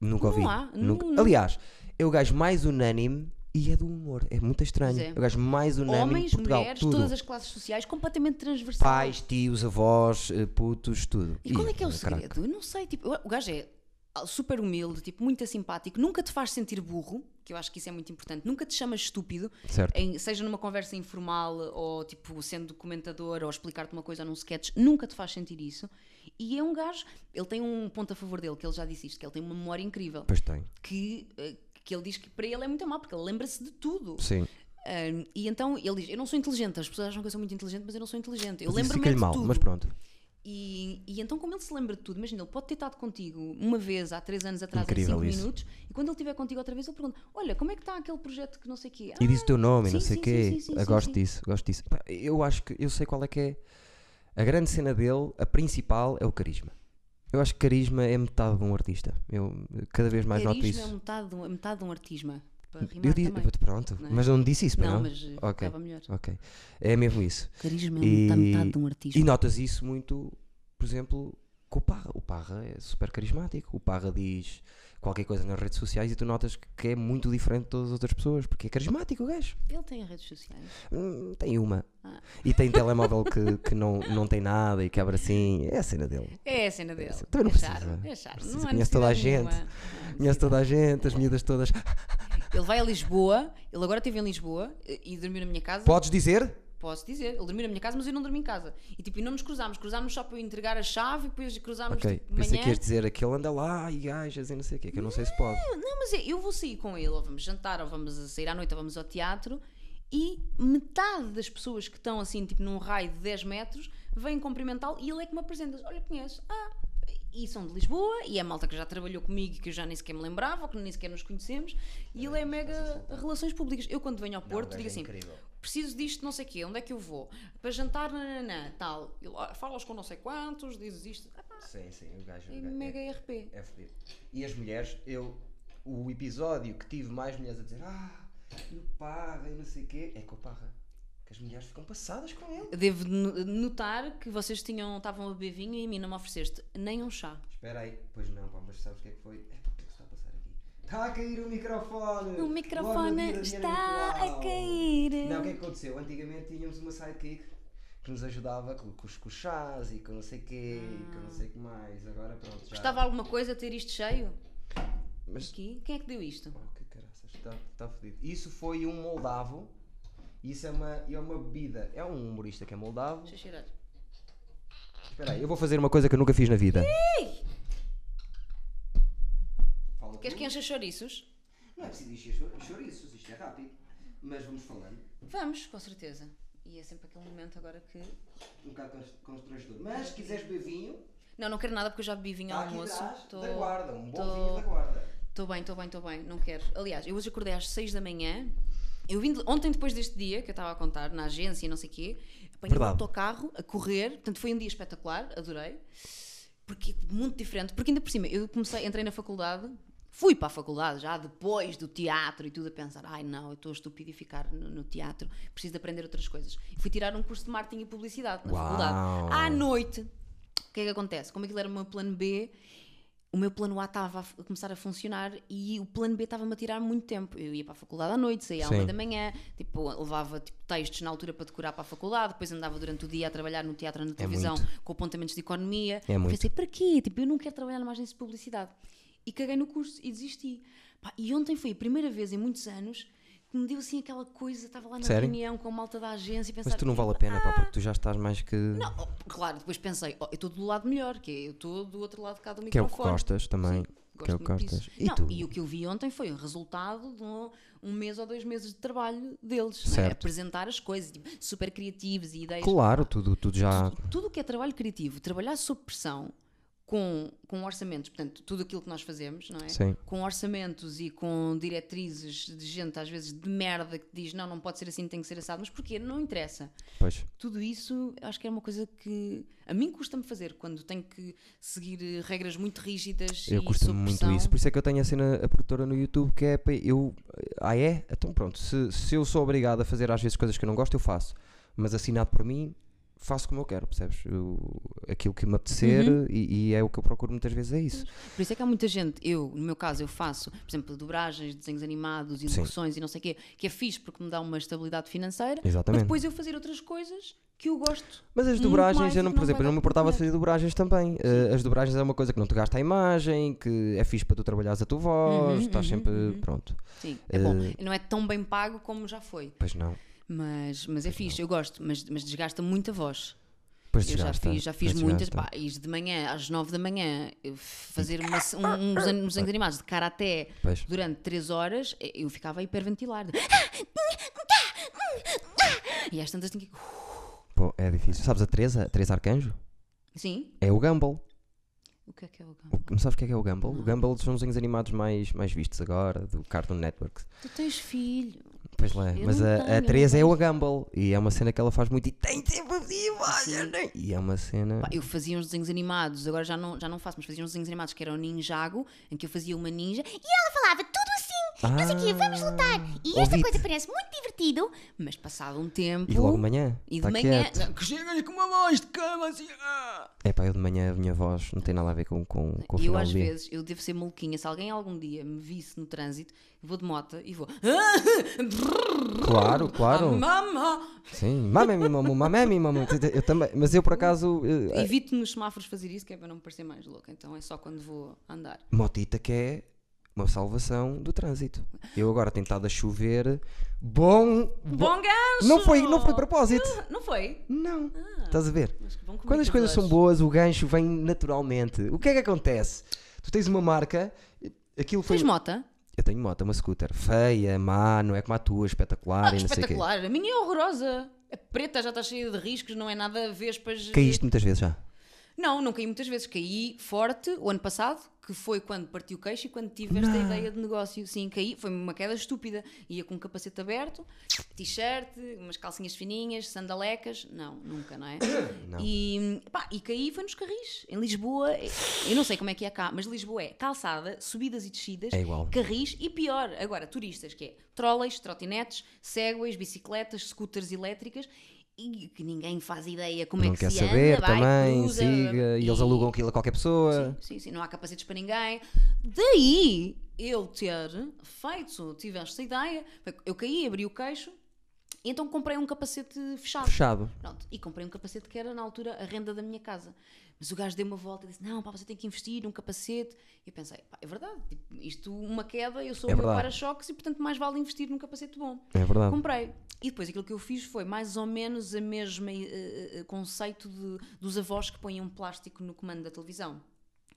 A: Nunca
C: não
A: ouvi.
C: há,
A: Nunca-
C: não- não.
A: Aliás, é o gajo mais unânime e é do humor. É muito estranho.
C: Pois é.
A: é. o gajo mais unânime
C: Homens,
A: de Portugal.
C: mulheres,
A: tudo.
C: todas as classes sociais, completamente transversal.
A: Pais, tios, avós, eh, putos, tudo.
C: E qual é que é o
A: eh, caraca.
C: segredo? Eu não sei, tipo, eu- o gajo é super humilde, tipo, muito simpático, nunca te faz sentir burro, que eu acho que isso é muito importante, nunca te chama estúpido,
A: Certo.
C: em- seja numa conversa informal ou tipo sendo documentador ou explicar-te uma coisa num sketch, nunca te faz sentir isso. E é um gajo, ele tem um ponto a favor dele, que ele já disse isto, que ele tem uma memória incrível,
A: Pois tem.
C: que, eh, que ele diz que para ele é muito má, porque ele lembra-se de tudo.
A: Sim.
C: Ahm, e então ele diz: Eu não sou inteligente, as pessoas acham que eu sou muito inteligente, mas eu não sou inteligente.
A: Mas
C: Eu
A: isso
C: lembro-me é
A: fica-lhe
C: de
A: mal,
C: tudo.
A: mas pronto.
C: E, e então, como ele se lembra de tudo, imagina, ele pode ter estado contigo uma vez há três anos atrás,
A: Incrível
C: em cinco
A: isso.
C: minutos, e quando ele estiver contigo outra vez, ele pergunta: Olha, como é que está aquele projeto que não sei o quê?
A: E diz o teu nome, e não
C: sim,
A: sei o
C: sim,
A: quê.
C: sim, sim, sim,
A: eu gosto
C: sim.
A: disso, gosto disso. Pá, Eu acho que eu sei qual é que é. A grande cena dele, a principal, é o carisma. Eu acho que carisma é metade de um artista. Eu eh, cada vez mais noto
C: Carisma
A: isso.
C: é metade, de um- é metade de um artisma. Para rimar
A: Eu disse,
C: também.
A: pronto,
C: não é?
A: mas eu não disse isso, pois
C: Não,
A: não?
C: mas eh,
A: Ok.
C: ficava melhor.
A: Ok. É mesmo isso.
C: Carisma é
A: E-
C: metade de um artisma.
A: E notas isso muito, por exemplo, com o Parra. O Parra é super carismático. O Parra diz qualquer coisa nas redes sociais e tu notas que é muito diferente de todas as outras pessoas, porque é carismático o gajo.
C: Ele tem redes sociais.
A: Hum, tem uma.
C: Ah.
A: E tem telemóvel que, que não, não tem nada e que abre assim. É a cena dele.
C: É a cena dele.
A: Sim, também não
C: é charme,
A: precisa.
C: é charme.
A: Precisa,
C: Não há
A: conhece toda a
C: necessidade
A: gente.
C: nenhuma. Não há
A: Conhece
C: necessidade.
A: toda a gente, as miúdas todas.
C: Ele vai a Lisboa, ele agora esteve em Lisboa eh, e e dormiu na minha casa.
A: Podes dizer?
C: Posso dizer, ele dormiu na minha casa, mas eu não dormi em casa. E tipo, e não nos cruzámos, cruzámos só para eu entregar a chave e depois cruzámos
A: Ok,
C: tipo, de
A: pensei
C: manhã.
A: que ias dizer aquele anda lá e gajas e não sei o quê, que eu não sei se pode.
C: Não, mas é, eu vou sair com ele, ou vamos jantar, ou vamos a sair à noite, ou vamos ao teatro, e metade das pessoas que estão assim, tipo, num raio de 10 metros, vêm cumprimentá-lo e ele é que me apresenta. Olha, conheces? Ah, e são de Lisboa, e é a malta que já trabalhou comigo e que eu já nem sequer me lembrava, ou que nem sequer nos conhecemos, e ele é mega relações públicas. Eu quando venho ao Porto, digo assim, preciso disto, não sei o quê, onde é que eu vou? Para jantar, nananã, tal. E lá, falas com não sei quantos, dizes isto. Ah,
A: Sim, sim, o gajo. o
C: e
A: gajo-
C: mega
A: é,
C: RP.
A: é fodido. E as mulheres, eu. O episódio que tive mais mulheres a dizer Ah, e o Parra e não sei o quê, é com o Parra. Que as mulheres ficam passadas com ele.
C: Devo no- notar que vocês tinham, estavam a beber vinho e a mim não me ofereceste nem um chá.
A: Espera aí, pois não, pá, mas sabes o que é que foi? É pá, o que é que está a passar aqui? Está a cair o microfone!
B: O
A: Bom
B: microfone
A: dia, Diana
B: está
A: Nicolau.
B: a cair.
A: Não, o que é que aconteceu? Antigamente tínhamos uma sidekick que nos ajudava com, com os com os chás e com não sei o quê e com não sei o que mais. Agora pronto, já.
C: Custava alguma coisa ter isto cheio?
A: Mas-
C: Aqui? Quem é que deu isto?
A: Oh, que caraças, está tá fodido. Isso foi um moldavo. Isso é uma, é uma bebida. É um humorista que é moldavo.
C: Deixa eu cheirar.
A: Espera aí, eu vou fazer uma coisa que eu nunca fiz na vida. Fala
C: Queres
A: tu.
C: que encha chouriços?
A: Não é preciso encher chor- chouriços, isto é rápido. Mas vamos falando.
C: Vamos, com certeza. E é sempre aquele momento agora que.
A: Um bocado cons- constrangedor. Mas se quiseres beber vinho,
C: Não, não quero nada porque eu já bebi vinho
A: está
C: ao
A: Tá aqui
C: almoço.
A: atrás
C: Tô-
A: da guarda. Um bom
C: tô-
A: vinho da guarda.
C: Estou bem, estou bem, estou bem, não quero. Aliás, eu hoje acordei às 6 da manhã. Eu vim de- ontem, depois deste dia que eu estava a contar, na agência e não sei o quê, apanhei o
A: Verdade.
C: autocarro a correr. Portanto, foi um dia espetacular, adorei. Porque muito diferente. Porque ainda por cima, eu comecei, entrei na faculdade, fui para a faculdade já depois do teatro e tudo, a pensar: ai não, eu estou a estupidificar no, no teatro, preciso de aprender outras coisas. E fui tirar um curso de marketing e publicidade na
A: Uau.
C: faculdade. Ah, À noite, o que é que acontece? Como aquilo era o meu plano B, o meu plano A estava a f- a começar a funcionar e o plano B estava-me a tirar muito tempo. Eu ia para a faculdade à noite, saía à
A: Sim.
C: uma da manhã, tipo, levava tipo, textos na altura para decorar para a faculdade, depois andava durante o dia a trabalhar no teatro, na televisão, com apontamentos de economia.
A: É muito.
C: Pensei, para quê? Tipo, eu não quero trabalhar numa agência de publicidade. E caguei no curso e desisti. Pá, e ontem foi a primeira vez em muitos anos que me deu assim aquela coisa, estava lá na
A: Sério?
C: reunião com a malta da agência e pensar,
A: Mas tu não vale a pena, pá, porque tu já estás mais que.
C: não, oh, claro, depois pensei, oh, eu estou do lado melhor, que é, eu estou do outro lado cá do microfone.
A: Que é o que gostas também.
C: Sim, gosto
A: que é o que
C: muito
A: gostas.
C: disso.
A: E
C: Não,
A: tu?
C: E o que eu vi ontem foi o resultado de um, um mês ou dois meses de trabalho deles, não é?
A: Certo.
C: apresentar as coisas, tipo, super criativos e ideias.
A: Claro, tudo, tudo já.
C: Tudo o que é trabalho criativo, trabalhar sob pressão com, com orçamentos, portanto, tudo aquilo que nós fazemos, não é?
A: Sim.
C: Com orçamentos e com diretrizes de gente, às vezes, de merda, que diz não, não pode ser assim, tem que ser assado, mas porquê? Não interessa
A: Pois.
C: tudo isso acho que é uma coisa que a mim custa-me fazer quando tenho que seguir eh, regras muito rígidas
A: Eu
C: e
A: custa-me
C: sob
A: muito
C: pressão.
A: isso. Por isso é que eu tenho a cena, a produtora no YouTube, que é para eu. Ah, é? Então pronto. Se, se eu sou obrigado a fazer às vezes coisas que eu não gosto, eu faço. Mas assinado por mim, faço como eu quero, percebes? Eu- aquilo que me apetecer
C: Uhum.
A: e, e é o que eu procuro muitas vezes, é isso.
C: Por isso é que há muita gente, eu, no meu caso, eu faço, por exemplo, dobragens, desenhos animados, ilustrações e não sei o quê, que é fixe porque me dá uma estabilidade financeira, mas
A: Exatamente.
C: depois eu fazer outras coisas que eu gosto.
A: Mas as
C: muito
A: dobragens,
C: mais
A: eu
C: e
A: não,
C: que
A: por exemplo, eu
C: vai
A: não me
C: dar
A: importava de
C: dinheiro.
A: fazer dobragens também. Eh, as dobragens é uma coisa que não te gasta a imagem, que é fixe para tu trabalhares a tua voz,
C: Uhum.
A: estás sempre. Pronto.
C: Sim, é
A: Eh,
C: bom. Não é tão bem pago como já foi,
A: Pois não.
C: mas, mas é fixe, eu gosto, mas, mas desgasta muito a voz.
A: Pois
C: Eu já
A: desgasta,
C: fiz, já
A: pois
C: fiz muitas,
A: desgasta.
C: pá, e de manhã, às 9 da manhã, eu fazer uma, se- um, um- uns, an- uns desenhos animados de karaté
A: Pois.
C: durante 3 horas, eh, eu ficava a hiperventilar. de- E às tantas tinha que.
A: Pô, é difícil. Sabes a Teresa? A Teresa Arcanjo?
C: Sim?
A: É o Gumball.
C: O que é que é o gão?
A: O- Não sabes o que é, que é o Gumball?
C: Hum.
A: O Gumball são os desenhos animados mais, mais vistos agora, do Cartoon Network.
C: Tu tens filho.
A: Pois lá,
C: Eu
A: mas
C: não
A: a,
C: tenho,
A: a
C: eu
A: Teresa
C: não
A: é o Gumball e é uma cena que ela faz muito e tem sempre assim, olha, né? E é uma cena.
C: Pá, Eu fazia uns desenhos animados, agora já não, já não faço, mas fazia uns desenhos animados que era o Ninjago, em que eu fazia uma ninja,
D: E ela falava tudo assim,
A: Ah.
D: não sei o quê, vamos lutar. E esta
A: ouvi-te.
D: coisa parece muito divertido.
C: mas passado um tempo.
A: E logo de manhã.
C: e de
A: tá
C: manhã.
A: Quieto.
C: Que chega-lhe com uma voz de cama assim. ah!
A: É pá, eu de manhã a minha voz não tem nada a ver com, com, com o
C: eu
A: final
C: às
A: do dia.
C: vezes, eu devo ser maluquinha, se alguém algum dia me visse no trânsito, eu vou de moto e vou.
A: Claro,
C: Ah,
A: claro.
C: Mama!
A: Sim, mamãe, mamu, mamãe, mamu. Eu também, mas eu por acaso. eh,
C: Evito nos semáforos fazer isso, que é para não me parecer mais louca. Então é só quando vou andar.
A: Motita que é uma salvação do trânsito. Eu agora tentado a chover. Bom. bo-
C: Bom gancho!
A: Não foi, não foi propósito.
C: Não foi?
A: Não.
C: Ah.
A: Estás a ver?
C: Mas que bom
A: Quando as coisas são
C: comunicador.
A: boas, o gancho vem naturalmente. O que é que acontece? Tu tens uma marca, aquilo foi.
C: Tens mota?
A: Eu tenho moto, é uma scooter. Feia, má, não é como a tua, espetacular
C: Ah,
A: e não sei o quê.
C: espetacular! A minha é horrorosa! É preta, já está cheia de riscos, não é nada vespas.
A: Caíste muitas vezes já.
C: Não, não caí muitas vezes. Caí forte o ano passado, que foi quando parti o queixo e quando tive esta ideia de negócio. Sim, caí. Foi uma queda estúpida. Ia com o capacete aberto, t-shirt, umas calcinhas fininhas, sandalecas. Não, nunca, não é?
A: Não.
C: E, pá, e caí foi nos carris. Em Lisboa, eu não sei como é que é cá, mas Lisboa é calçada, subidas e descidas,
A: É igual.
C: carris e pior, agora, turistas, que é trolleys, trotinetes, segways, bicicletas, scooters elétricas e que ninguém faz ideia como é
A: não
C: que
A: quer
C: se
A: saber
C: anda, vai,
A: também,
C: cruza,
A: siga. E eles alugam aquilo a qualquer pessoa.
C: Sim, sim, não há capacetes para ninguém. Daí eu ter feito, tive esta ideia, eu caí, abri o queixo, e então comprei um capacete fechado.
A: Fechado.
C: Pronto, e comprei um capacete que era na altura a renda da minha casa. Mas o gajo deu uma volta e disse: Não, pá, você tem que investir num capacete. E eu pensei: pá, é verdade, tipo, isto uma queda, eu sou
A: É
C: o meu
A: verdade.
C: para-choques e portanto mais vale investir num capacete bom.
A: É verdade.
C: Comprei. E depois aquilo que eu fiz foi mais ou menos a mesma eh, eh, conceito de- dos avós que põem um plástico no comando da televisão.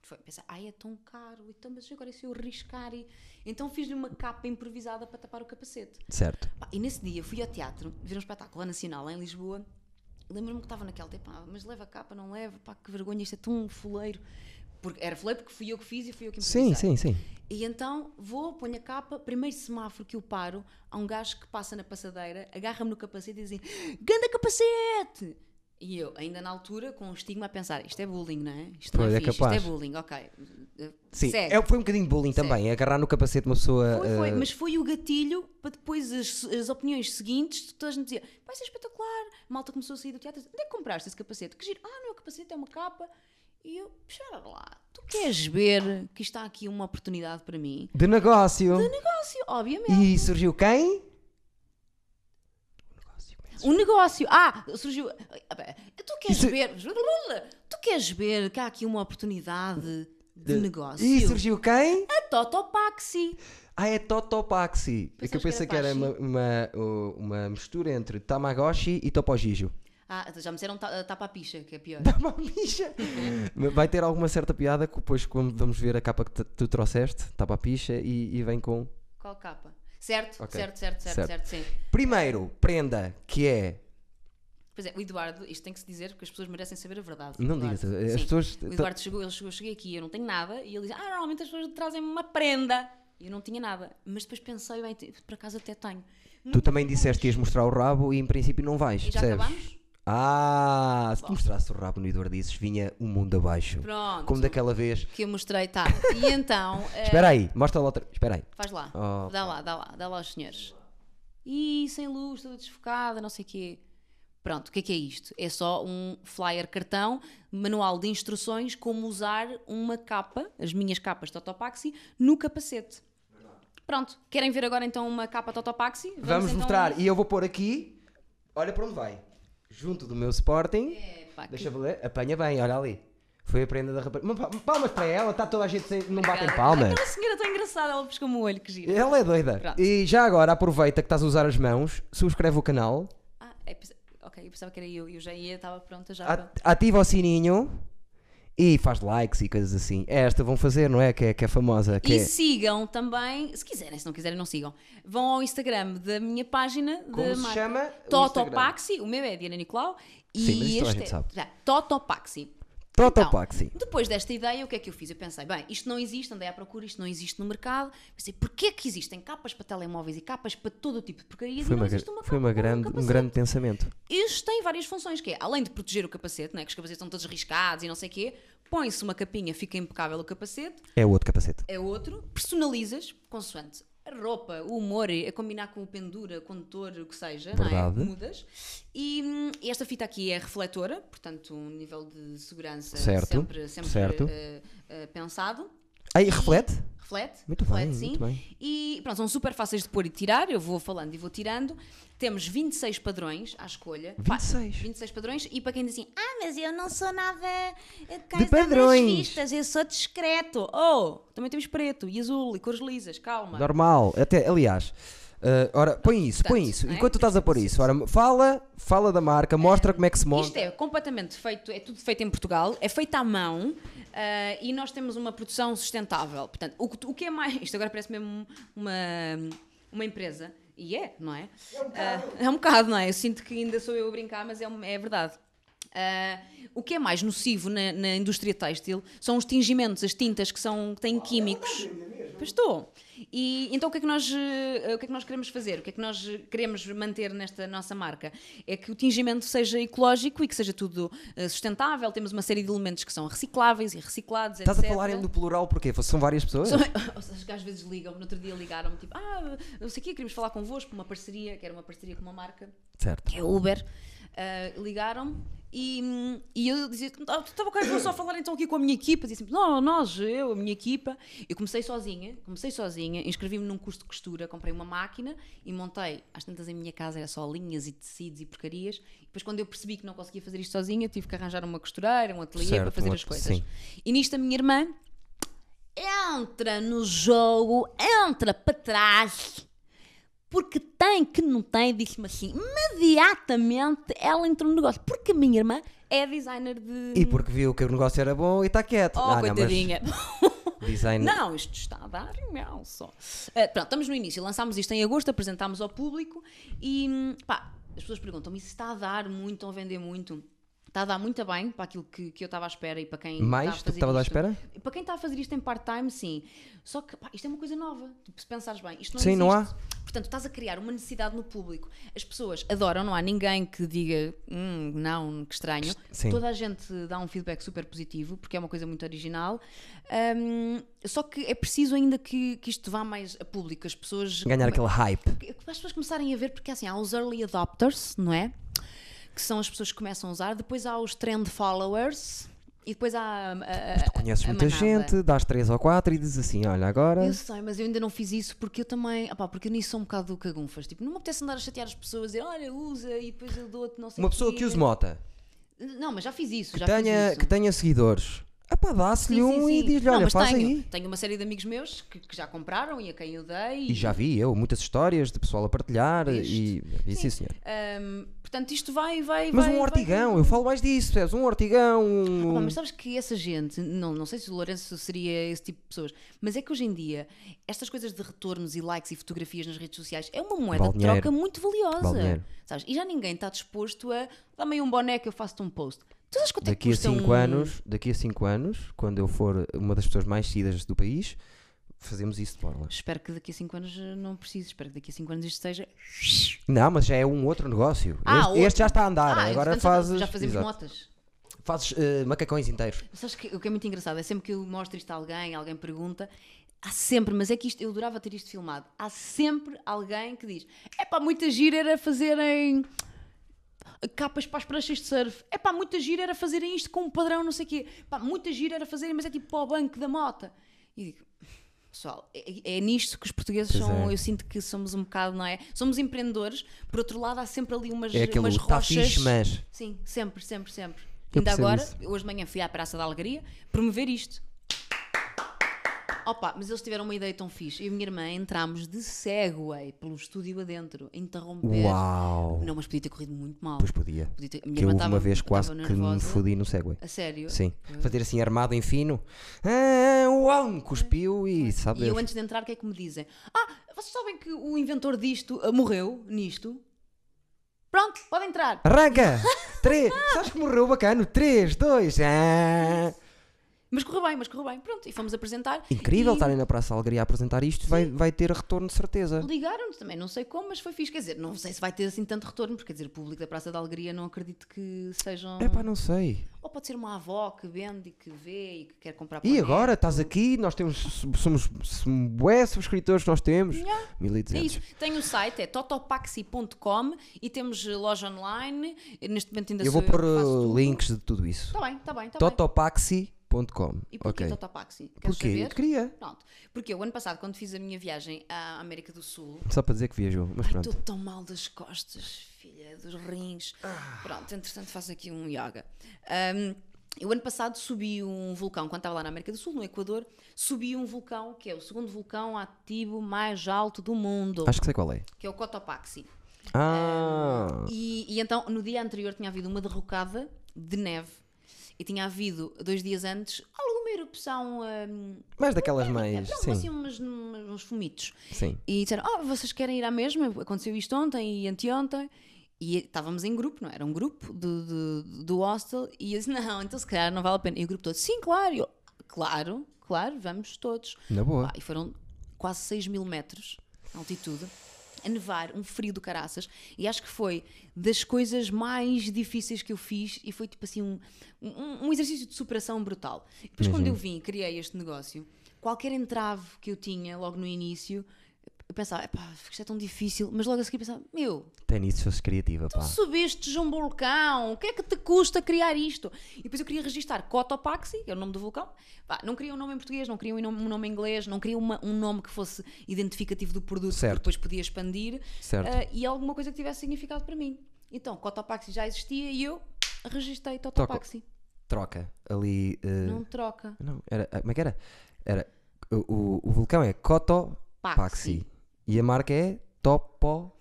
C: Foi pensar, ai é tão caro, então, mas agora e se eu riscar e... Então fiz-lhe uma capa improvisada para tapar o capacete.
A: Certo.
C: Pá, e nesse dia fui ao teatro ver um espetáculo nacional em Lisboa. Lembro-me que estava naquela tempo, pá, mas leva a capa, não leva, pá, que vergonha, isto é tão fuleiro. Porque era fuleiro porque fui eu que fiz e fui eu que
A: Sim,
C: improvisei.
A: sim, sim.
C: E então vou, ponho a capa, primeiro semáforo que eu paro, há um gajo que passa na passadeira, agarra-me no capacete e diz assim, ganda capacete! E eu, ainda na altura, com um estigma a pensar, isto é bullying, não é? Isto não
A: Pois,
C: é,
A: é
C: fixe,
A: capaz.
C: isto é bullying, ok.
A: Sim,
C: Segue.
A: é, foi um bocadinho de bullying também. é Agarrar no capacete uma pessoa.
C: Foi, foi,
A: eh,
C: mas foi o gatilho para depois as, as opiniões seguintes, toda a gente dizia, vai ser espetacular, a malta começou a sair do teatro, onde é que compraste esse capacete? Que giro, ah, não é um capacete, é uma capa. E eu, espera lá, tu queres ver que está aqui uma oportunidade para mim?
A: De negócio.
C: Negócio, obviamente.
A: E surgiu quem?
C: Um negócio. Ah, surgiu. Ah, pá, Tu queres
A: Isso- é-
C: ver. Tu queres ver que há aqui uma oportunidade de negócio?
A: E surgiu quem?
C: A Totopaxi.
A: Ah, é Totopaxi. É que eu
C: Pensavas
A: pensei
C: que
A: que
C: era
A: era uma, uma, uh, uma mistura entre Tamagotchi e Topogijo.
C: Ah, já me disseram ta- tapa a picha, que é pior.
A: Dá uma picha. Vai ter alguma certa piada que depois como vamos ver a capa que tu- tu trouxeste, tapa a picha e, e vem com.
C: Qual capa? Certo,
A: Ok.
C: certo, certo, certo,
A: Certo.
C: certo, sim.
A: Primeiro, prenda, que é.
C: Pois é, o Eduardo, isto tem que se dizer porque as pessoas merecem saber a verdade.
A: Não
C: Eduardo,
A: digas, as
C: sim.
A: pessoas-
C: O Eduardo chegou, ele chegou, eu cheguei aqui, eu não tenho nada, e ele diz: Ah, normalmente as pessoas trazem-me uma prenda. E eu não tinha nada. Mas depois pensei, bem, te- por acaso até tenho.
A: Tu também disseste que ias mostrar o rabo e em princípio não vais.
C: E já
A: percebes?
C: acabámos?
A: Ah, se tu mostrasse o rabo no Eduardo dizes, vinha o mundo abaixo.
C: Pronto.
A: Como daquela vez.
C: Que eu mostrei, tá. E então. eh,
A: Espera aí, mostra lá outra. Espera aí.
C: Faz lá.
A: Oh,
C: dá lá, dá lá, dá lá aos senhores. E sem luz, toda desfocada, não sei o quê. Pronto, o que é que é isto? É só um flyer cartão, manual de instruções como usar uma capa, as minhas capas Totopaxi, no capacete. Pronto, querem ver agora então uma capa Totopaxi?
A: Vamos,
C: então-
A: mostrar. E eu vou pôr aqui. Olha para onde vai. Junto do meu Sporting.
C: Epá, que-
A: Deixa-me ler. Apanha bem, olha ali. Foi a prenda da rapaz. Uma pa- Palmas para ela, está toda a gente sem. Não batem
C: Obrigada.
A: palmas.
C: Aquela senhora tão engraçada, ela pescou-me o olho, que giro.
A: Ela é doida.
C: Pronto.
A: E já agora aproveita que estás a usar as mãos, subscreve o canal,
C: Ah, é, pens- ok, eu pensava que era eu, eu já ia, estava pronta já.
A: at- ativa o sininho e faz likes e coisas assim. Esta vão fazer, não é? Que é, que é famosa. Que
C: E
A: é-
C: sigam também, se quiserem, se não quiserem, não sigam. Vão ao Instagram da minha página da
A: Como se
C: marca.
A: chama o
C: Totopaxi, o meu é Diana Nicolau. E
A: Sim, mas isso toda a
C: este
A: gente
C: é-
A: sabe.
C: Já, Totopaxi.
A: Totopaxi.
C: Então, depois desta ideia, o que é que eu fiz? Eu pensei, bem, isto não existe, andei à procura, isto não existe no mercado. Pensei, porquê que existem capas para telemóveis e capas para todo o tipo de porcarias
A: Foi
C: e não
A: uma,
C: existe uma
A: foi
C: capa
A: uma
C: com
A: grande, um
C: capacete?
A: grande pensamento.
C: Isto tem várias funções, que é, além de proteger o capacete, né, que os capacetes estão todos riscados e não sei o quê, põe-se uma capinha, fica impecável o capacete,
A: É o outro capacete.
C: é outro, personalizas consoante a roupa, o humor, a combinar com o pendura, condutor, o que seja,
A: Verdade.
C: não é? Mudas. E, hum, esta fita aqui é refletora, portanto, um nível de segurança
A: Certo,
C: sempre, sempre
A: certo.
C: eh, eh, pensado.
A: Aí, reflete?
C: Reflete,
A: Muito
C: reflete
A: bem,
C: sim.
A: muito bem.
C: E pronto, são super fáceis de pôr e tirar, eu vou falando e vou tirando. Temos 26 padrões à escolha. Pá,
A: 26?
C: 26 padrões, e para quem diz assim,
D: Ah, mas eu não sou nada.
C: eh,
A: De padrões.
D: vistas, eu sou discreto.
C: oh, também temos preto e azul e cores lisas, calma.
A: Normal, até, aliás. ah, ora, põe isso, põe
C: Portanto,
A: isso.
C: não é? Eh,
A: Enquanto tu estás a pôr isso, ora, fala, fala da marca, mostra como é que se
C: Isto
A: mostra.
C: é completamente feito, é tudo feito em Portugal, é feito à mão ah, e nós temos uma produção sustentável. Portanto, o, que- o que é mais. Isto agora parece mesmo uma, uma empresa. Eh, E é, não é? Ah, É um bocado, não é? Eu sinto que ainda sou eu a brincar, mas é, um- é verdade. Ah, o que é mais nocivo na, na indústria têxtil são os tingimentos, as tintas que, são, que têm químicos. Pois estou. E então o que, é que nós, eh, o que é que nós queremos fazer? O que é que nós eh, queremos manter nesta nossa marca? É que o tingimento seja ecológico e que seja tudo eh, sustentável. Temos uma série de elementos que são recicláveis e reciclados,
A: Estás a
C: etc.
A: falar em do plural porquê? São várias pessoas?
C: Só- Ou seja, que às vezes ligam-me, no outro dia ligaram-me, tipo, ah, não sei o quê, queríamos falar convosco, uma parceria, que era uma parceria com uma marca,
A: Certo.
C: que é Uber. Ah, ligaram-me e, e eu dizia, "Ah, tu estava quase só a falar então aqui com a minha equipa, dizia sempre, não, nós, eu, a minha equipa. Eu comecei sozinha, comecei sozinha, inscrevi-me num curso de costura, comprei uma máquina e montei, às tantas em minha casa era só linhas e tecidos e porcarias. E depois quando eu percebi que não conseguia fazer isto sozinha, tive que arranjar uma costureira, um ateliê
A: Certo,
C: para fazer
A: um
C: as
A: at-
C: coisas.
A: sim.
C: E nisto a minha irmã entra no jogo, entra para trás, porque tem que não tem, disse-me assim, imediatamente ela entrou no negócio, porque a minha irmã é designer de...
A: E porque viu que o negócio era bom e está quieto.
C: Oh,
A: Ah, não, mas
C: coitadinha.
A: Design.
C: Não, isto está a dar um imenso. Ah, pronto, estamos no início. Lançámos isto em agosto, apresentámos ao público e hum, pá, as pessoas perguntam-me: isso está a dar muito, estão a vender muito? Está a dar muito bem para aquilo que, que eu estava à espera e para quem.
A: Mais
C: está
A: do
C: a
A: que
C: fazer
A: estavas à
C: isto.
A: espera?
C: Para quem está a fazer isto em part-time, sim. Só que pá, isto é uma coisa nova. Tipo, se pensares bem, isto não
A: Sim, não
C: existe. Portanto, estás a criar uma necessidade no público. As pessoas adoram, não há ninguém que diga hum, não, que estranho.
A: Sim.
C: Toda a gente dá um feedback super positivo, porque é uma coisa muito original. Hum, só que é preciso ainda que, que isto vá mais a público, as pessoas.
A: Ganhar aquele hype.
C: Que- que as pessoas começarem a ver, porque assim, há os early adopters, não é? Que são as pessoas que começam a usar, depois há os trend followers e depois há. a- a-
A: Tu conheces
C: a
A: muita
C: manada.
A: gente, dás três ou quatro e dizes assim: olha, agora.
C: É Eu sei, mas eu ainda não fiz isso porque eu também. opá, porque eu nisso sou um bocado cagunfas. Tipo, não me apetece andar a chatear as pessoas, dizer olha, usa e depois eu dou-te, não sei
A: Uma
C: o
A: pessoa
C: quê.
A: que use mota,
C: Não, mas já fiz isso.
A: que
C: já
A: tenha,
C: fiz isso.
A: que tenha seguidores. Ah pá,
C: Sim,
A: dá-se-lhe
C: sim,
A: um e
C: sim.
A: diz-lhe:
C: Não,
A: olha,
C: mas
A: faz
C: tenho,
A: aí.
C: Tenho uma série de amigos meus que, que já compraram e a quem eu dei.
A: E já vi eu, muitas histórias de pessoal a partilhar e. e sim, senhor.
C: Ahm, portanto, isto vai, vai,
A: Mas
C: vai.
A: um
C: vai.
A: ortigão, eu falo mais disso, percebes? Um ortigão, um.
C: Opa, mas sabes que essa gente, não, não sei se o Lourenço seria esse tipo de pessoas, mas é que hoje em dia estas coisas de retornos e likes e fotografias nas redes sociais é uma moeda
A: Vale
C: de
A: dinheiro.
C: troca muito
A: Vale
C: valiosa.
A: dinheiro.
C: sabes? E já ninguém está disposto a dá-me aí um boné que eu faço-te um post. Tu sabes quanto é que
A: daqui a
C: custa
A: 5
C: um...
A: anos, daqui a 5 anos, quando eu for uma das pessoas mais seguidas do país, fazemos isso de borla.
C: Espero que daqui a 5 anos eh, não precise, espero que daqui a 5 anos isto seja.
A: Não, mas já é um outro negócio.
C: Ah,
A: este, este
C: outro.
A: já está a andar.
C: Ah,
A: agora
C: entretanto,
A: fazes.
C: Já fazemos um
A: exato.
C: motas.
A: Fazes eh, macacões inteiros.
C: Sabes que o que é muito engraçado é sempre que eu mostro isto a alguém, alguém pergunta, há sempre, mas é que isto, eu adorava ter isto filmado, há sempre alguém que diz: é pá, muita gira era fazerem capas para as pranchas de surf, é pá, muita gira era fazerem isto com um padrão, não sei o quê, pá, muita gira era fazerem, mas é tipo para o banco da mota. E digo. Pessoal, é, é nisto que os portugueses
A: Pois
C: são.
A: é.
C: Eu sinto que somos um bocado, não é? Somos empreendedores, por outro lado, há sempre ali umas,
A: É aquele
C: umas
A: está
C: rochas.
A: fixe, mas.
C: Sim, sempre, sempre, sempre.
A: Eu
C: Ainda
A: percebo
C: agora,
A: isso.
C: hoje de manhã fui à Praça da Alegria promover isto. Opa, mas eles tiveram uma ideia tão fixe. Eu e a minha irmã entrámos de Segway pelo estúdio adentro, a interromper.
A: Uau!
C: Não, mas podia ter corrido muito mal.
A: Pois podia.
C: Podia ter- a minha
A: Que eu
C: irmã
A: uma
C: estava-
A: vez quase
C: estava
A: que me
C: nervosa. Ah,
A: fodi no Segway.
C: A sério?
A: Sim. Fazer assim armado em fino. Ah, uau! Cuspiu e sabe.
C: Ah, E eu
A: Deus.
C: antes de entrar, o que é que me dizem? Ah, vocês sabem que o inventor disto ah, morreu nisto? Pronto, podem entrar.
A: Arranca! 3! Sabes que morreu bacana? 3, 2, ah!
C: Mas correu bem, mas correu bem. Pronto, e fomos apresentar.
A: Incrível
C: E-
A: estarem na Praça Alegria a apresentar isto, vai, vai ter retorno de certeza.
C: Ligaram-nos também, não sei como, mas foi fixe. Quer dizer, não sei se vai ter assim tanto retorno, porque quer dizer, o público da Praça da Alegria não acredito que sejam.
A: É pá, não sei.
C: Ou pode ser uma avó que vende e que vê e que quer comprar
A: E
C: para o
A: agora
C: neto.
A: estás aqui, nós temos, somos sum- bué subscritores, nós temos
C: Yeah. É
A: 1200.
C: isso. Tem o site, é totopaxi.com e temos eh, loja online. Eu, neste momento ainda
A: Eu
C: sou
A: vou pôr
C: que faço
A: uh,
C: tudo.
A: links de tudo isso.
C: Está bem, está bem, está bem.
A: Totopaxi.com.
C: E porquê
A: Ok.
C: Totopaxi? Queres
A: Porquê?
C: saber?
A: Queria.
C: Pronto. Porque eu, ano passado, quando fiz a minha viagem à América do Sul,
A: Só para dizer que viajou, mas
C: Ai, estou
A: pronto.
C: tão mal das costas, filha, dos rins. Pronto, entretanto faço aqui um yoga. Ahm, eu ano passado subi um vulcão, quando estava lá na América do Sul, no Equador, subi um vulcão que é o segundo vulcão ativo mais alto do mundo,
A: Acho que sei qual é.
C: que é o Cotopaxi.
A: Ah!
C: E, e então, no dia anterior tinha havido uma derrocada de neve e tinha havido, dois dias antes, alguma erupção, ahm,
A: Mais daquelas mais.
C: eram assim um
A: Sim.
C: umas- uns fumitos.
A: Sim.
C: E disseram, oh, vocês querem ir à mesma? Aconteceu isto ontem e anteontem. E estávamos em grupo, não é? Era um grupo do, do, do hostel e eu disse, não, então se calhar não vale a pena. E o grupo todo, sim, claro, E eu, claro, claro, vamos todos.
A: Na boa.
C: Pá, e foram quase 6 mil metros de altitude, a nevar, um frio do caraças. E acho que foi das coisas mais difíceis que eu fiz e foi tipo assim um, um, um exercício de superação brutal. E depois, quando eu vim e criei este negócio, qualquer entrave que eu tinha logo no início, eu pensava, "Epá, isto é tão difícil, mas logo a seguir pensava, meu,
A: Tem isso, fosse criativa,
C: Então
A: pá.
C: subiste um vulcão, o que é que te custa criar isto? E depois eu queria registar Cotopaxi, que é o nome do vulcão. Pá, não queria um nome em português, não queria um nome, um nome em inglês, não queria uma- um nome que fosse identificativo do produto,
A: Certo.
C: que depois podia expandir.
A: Certo.
C: ah, e alguma coisa que tivesse significado para mim. Então, Cotopaxi já existia e eu registrei Totopaxi.
A: Troca. Ali. eh,
C: Não troca.
A: Não, era. ah, Como é que era? Era. O, o, o vulcão é Cotopaxi.
C: Paxi.
A: E a marca é Topo.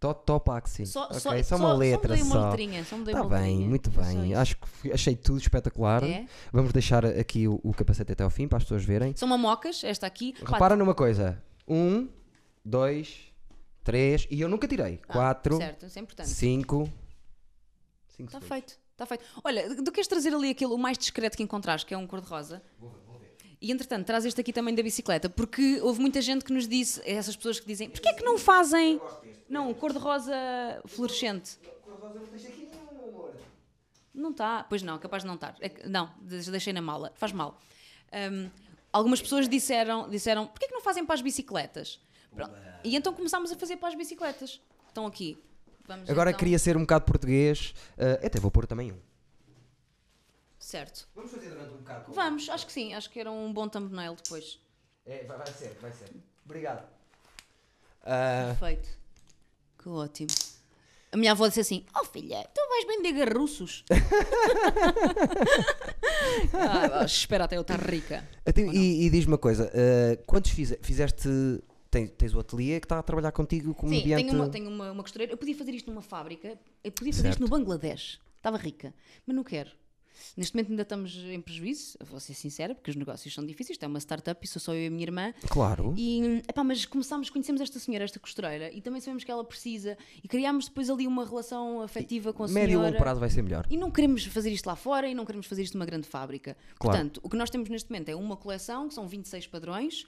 A: Totopaxi.
C: Só,
A: Ok,
C: só,
A: só uma letra
C: Só me dei uma
A: só.
C: letrinha. Só me dei
A: Está
C: uma
A: bem,
C: letrinha.
A: muito
C: Foi só
A: bem.
C: isso.
A: Acho que achei tudo espetacular.
C: É?
A: Vamos deixar aqui o, o capacete até ao fim para as pessoas verem.
C: São mamocas, esta aqui. Pá,
A: Repara numa coisa: um, dois, três, e eu nunca tirei. quatro,
C: Certo, Então isso é importante.
A: cinco. Cinco
C: Está
A: segundos.
C: feito, está feito. Olha, tu queres trazer ali aquele o mais discreto que encontraste, que é um cor-de-rosa? E entretanto, traz este aqui também da bicicleta, porque houve muita gente que nos disse, essas pessoas que dizem, porquê é que não fazem? Não, um cor-de-rosa fluorescente. Não está, pois não, capaz de não estar. É que- não, de- deixei na mala, faz mal. Hum, algumas pessoas disseram, disseram porquê é que não fazem para as bicicletas? Pronto. E então começámos a fazer para as bicicletas. Estão aqui. Vamos
A: Agora
C: então-
A: queria ser um bocado português. ah, até vou pôr também um.
C: Certo.
A: Vamos fazer durante um bocado.
C: Vamos, acho que sim, acho que era um bom thumbnail depois.
A: É, vai, vai ser, vai ser. Obrigado. Ah.
C: Perfeito. Que ótimo. A minha avó disse assim: Oh filha, tu vais vender garruços. ah, espera até eu estar rica.
A: Até- e e diz-me uma coisa: ah, quantos fize- fizeste. Tens, tens o ateliê que está a trabalhar contigo como
C: Sim,
A: Um ambiente.
C: tenho, uma, tenho uma, uma costureira. Eu podia fazer isto numa fábrica, eu podia fazer isto no Bangladesh. Estava rica, mas não quero. Neste momento ainda estamos em prejuízo, vou ser sincera, porque os negócios são difíceis. Isto é uma startup e sou só eu e a minha irmã.
A: Claro.
C: E, epá, mas começámos, conhecemos esta senhora, esta costureira, e também sabemos que ela precisa, e criámos depois ali uma relação afetiva com a
A: Médio e
C: senhora.
A: longo prazo vai ser melhor.
C: E não queremos fazer isto lá fora e não queremos fazer isto numa grande fábrica.
A: Claro.
C: Portanto, o que nós temos neste momento é uma coleção, que são 26 padrões,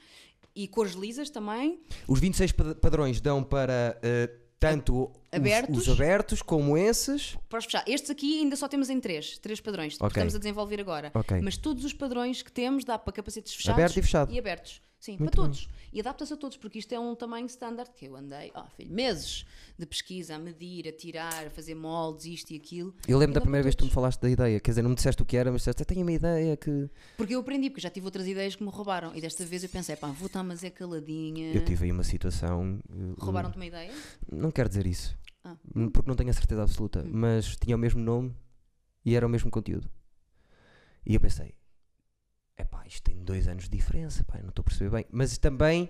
C: e cores lisas também,
A: Os 26 pa- padrões dão para eh, tanto os-
C: Abertos.
A: Os, abertos como esses.
C: para os fechar. Estes aqui ainda só temos em três, três padrões, que
A: Ok.
C: estamos a desenvolver agora.
A: Ok.
C: Mas todos os padrões que temos dá para capacetes fechados
A: Aberto e fechado.
C: abertos. Sim,
A: Muito
C: para
A: bem.
C: todos. E adapta-se a todos, porque isto é um tamanho standard que eu andei, ó filho, meses de pesquisa, a medir, a tirar, a fazer moldes, isto e aquilo.
A: Eu lembro
C: E
A: da
C: dá para
A: primeira vez que tu me
C: todos.
A: falaste da ideia, quer dizer, não me disseste o que era, mas disseste, "Eu tenho uma ideia que.
C: Porque eu aprendi, porque já tive outras ideias que me roubaram. E desta vez eu pensei, pá, vou estar, mas é caladinha.
A: Eu tive aí uma situação. eh,
C: Roubaram-te uma ideia?
A: Não quero dizer isso,
C: Ah.
A: hum, porque não tenho a certeza absoluta, mas tinha o mesmo nome e era o mesmo conteúdo. E eu pensei, epá, isto tem dois anos de diferença, pá, eu não estou a perceber bem. Mas também,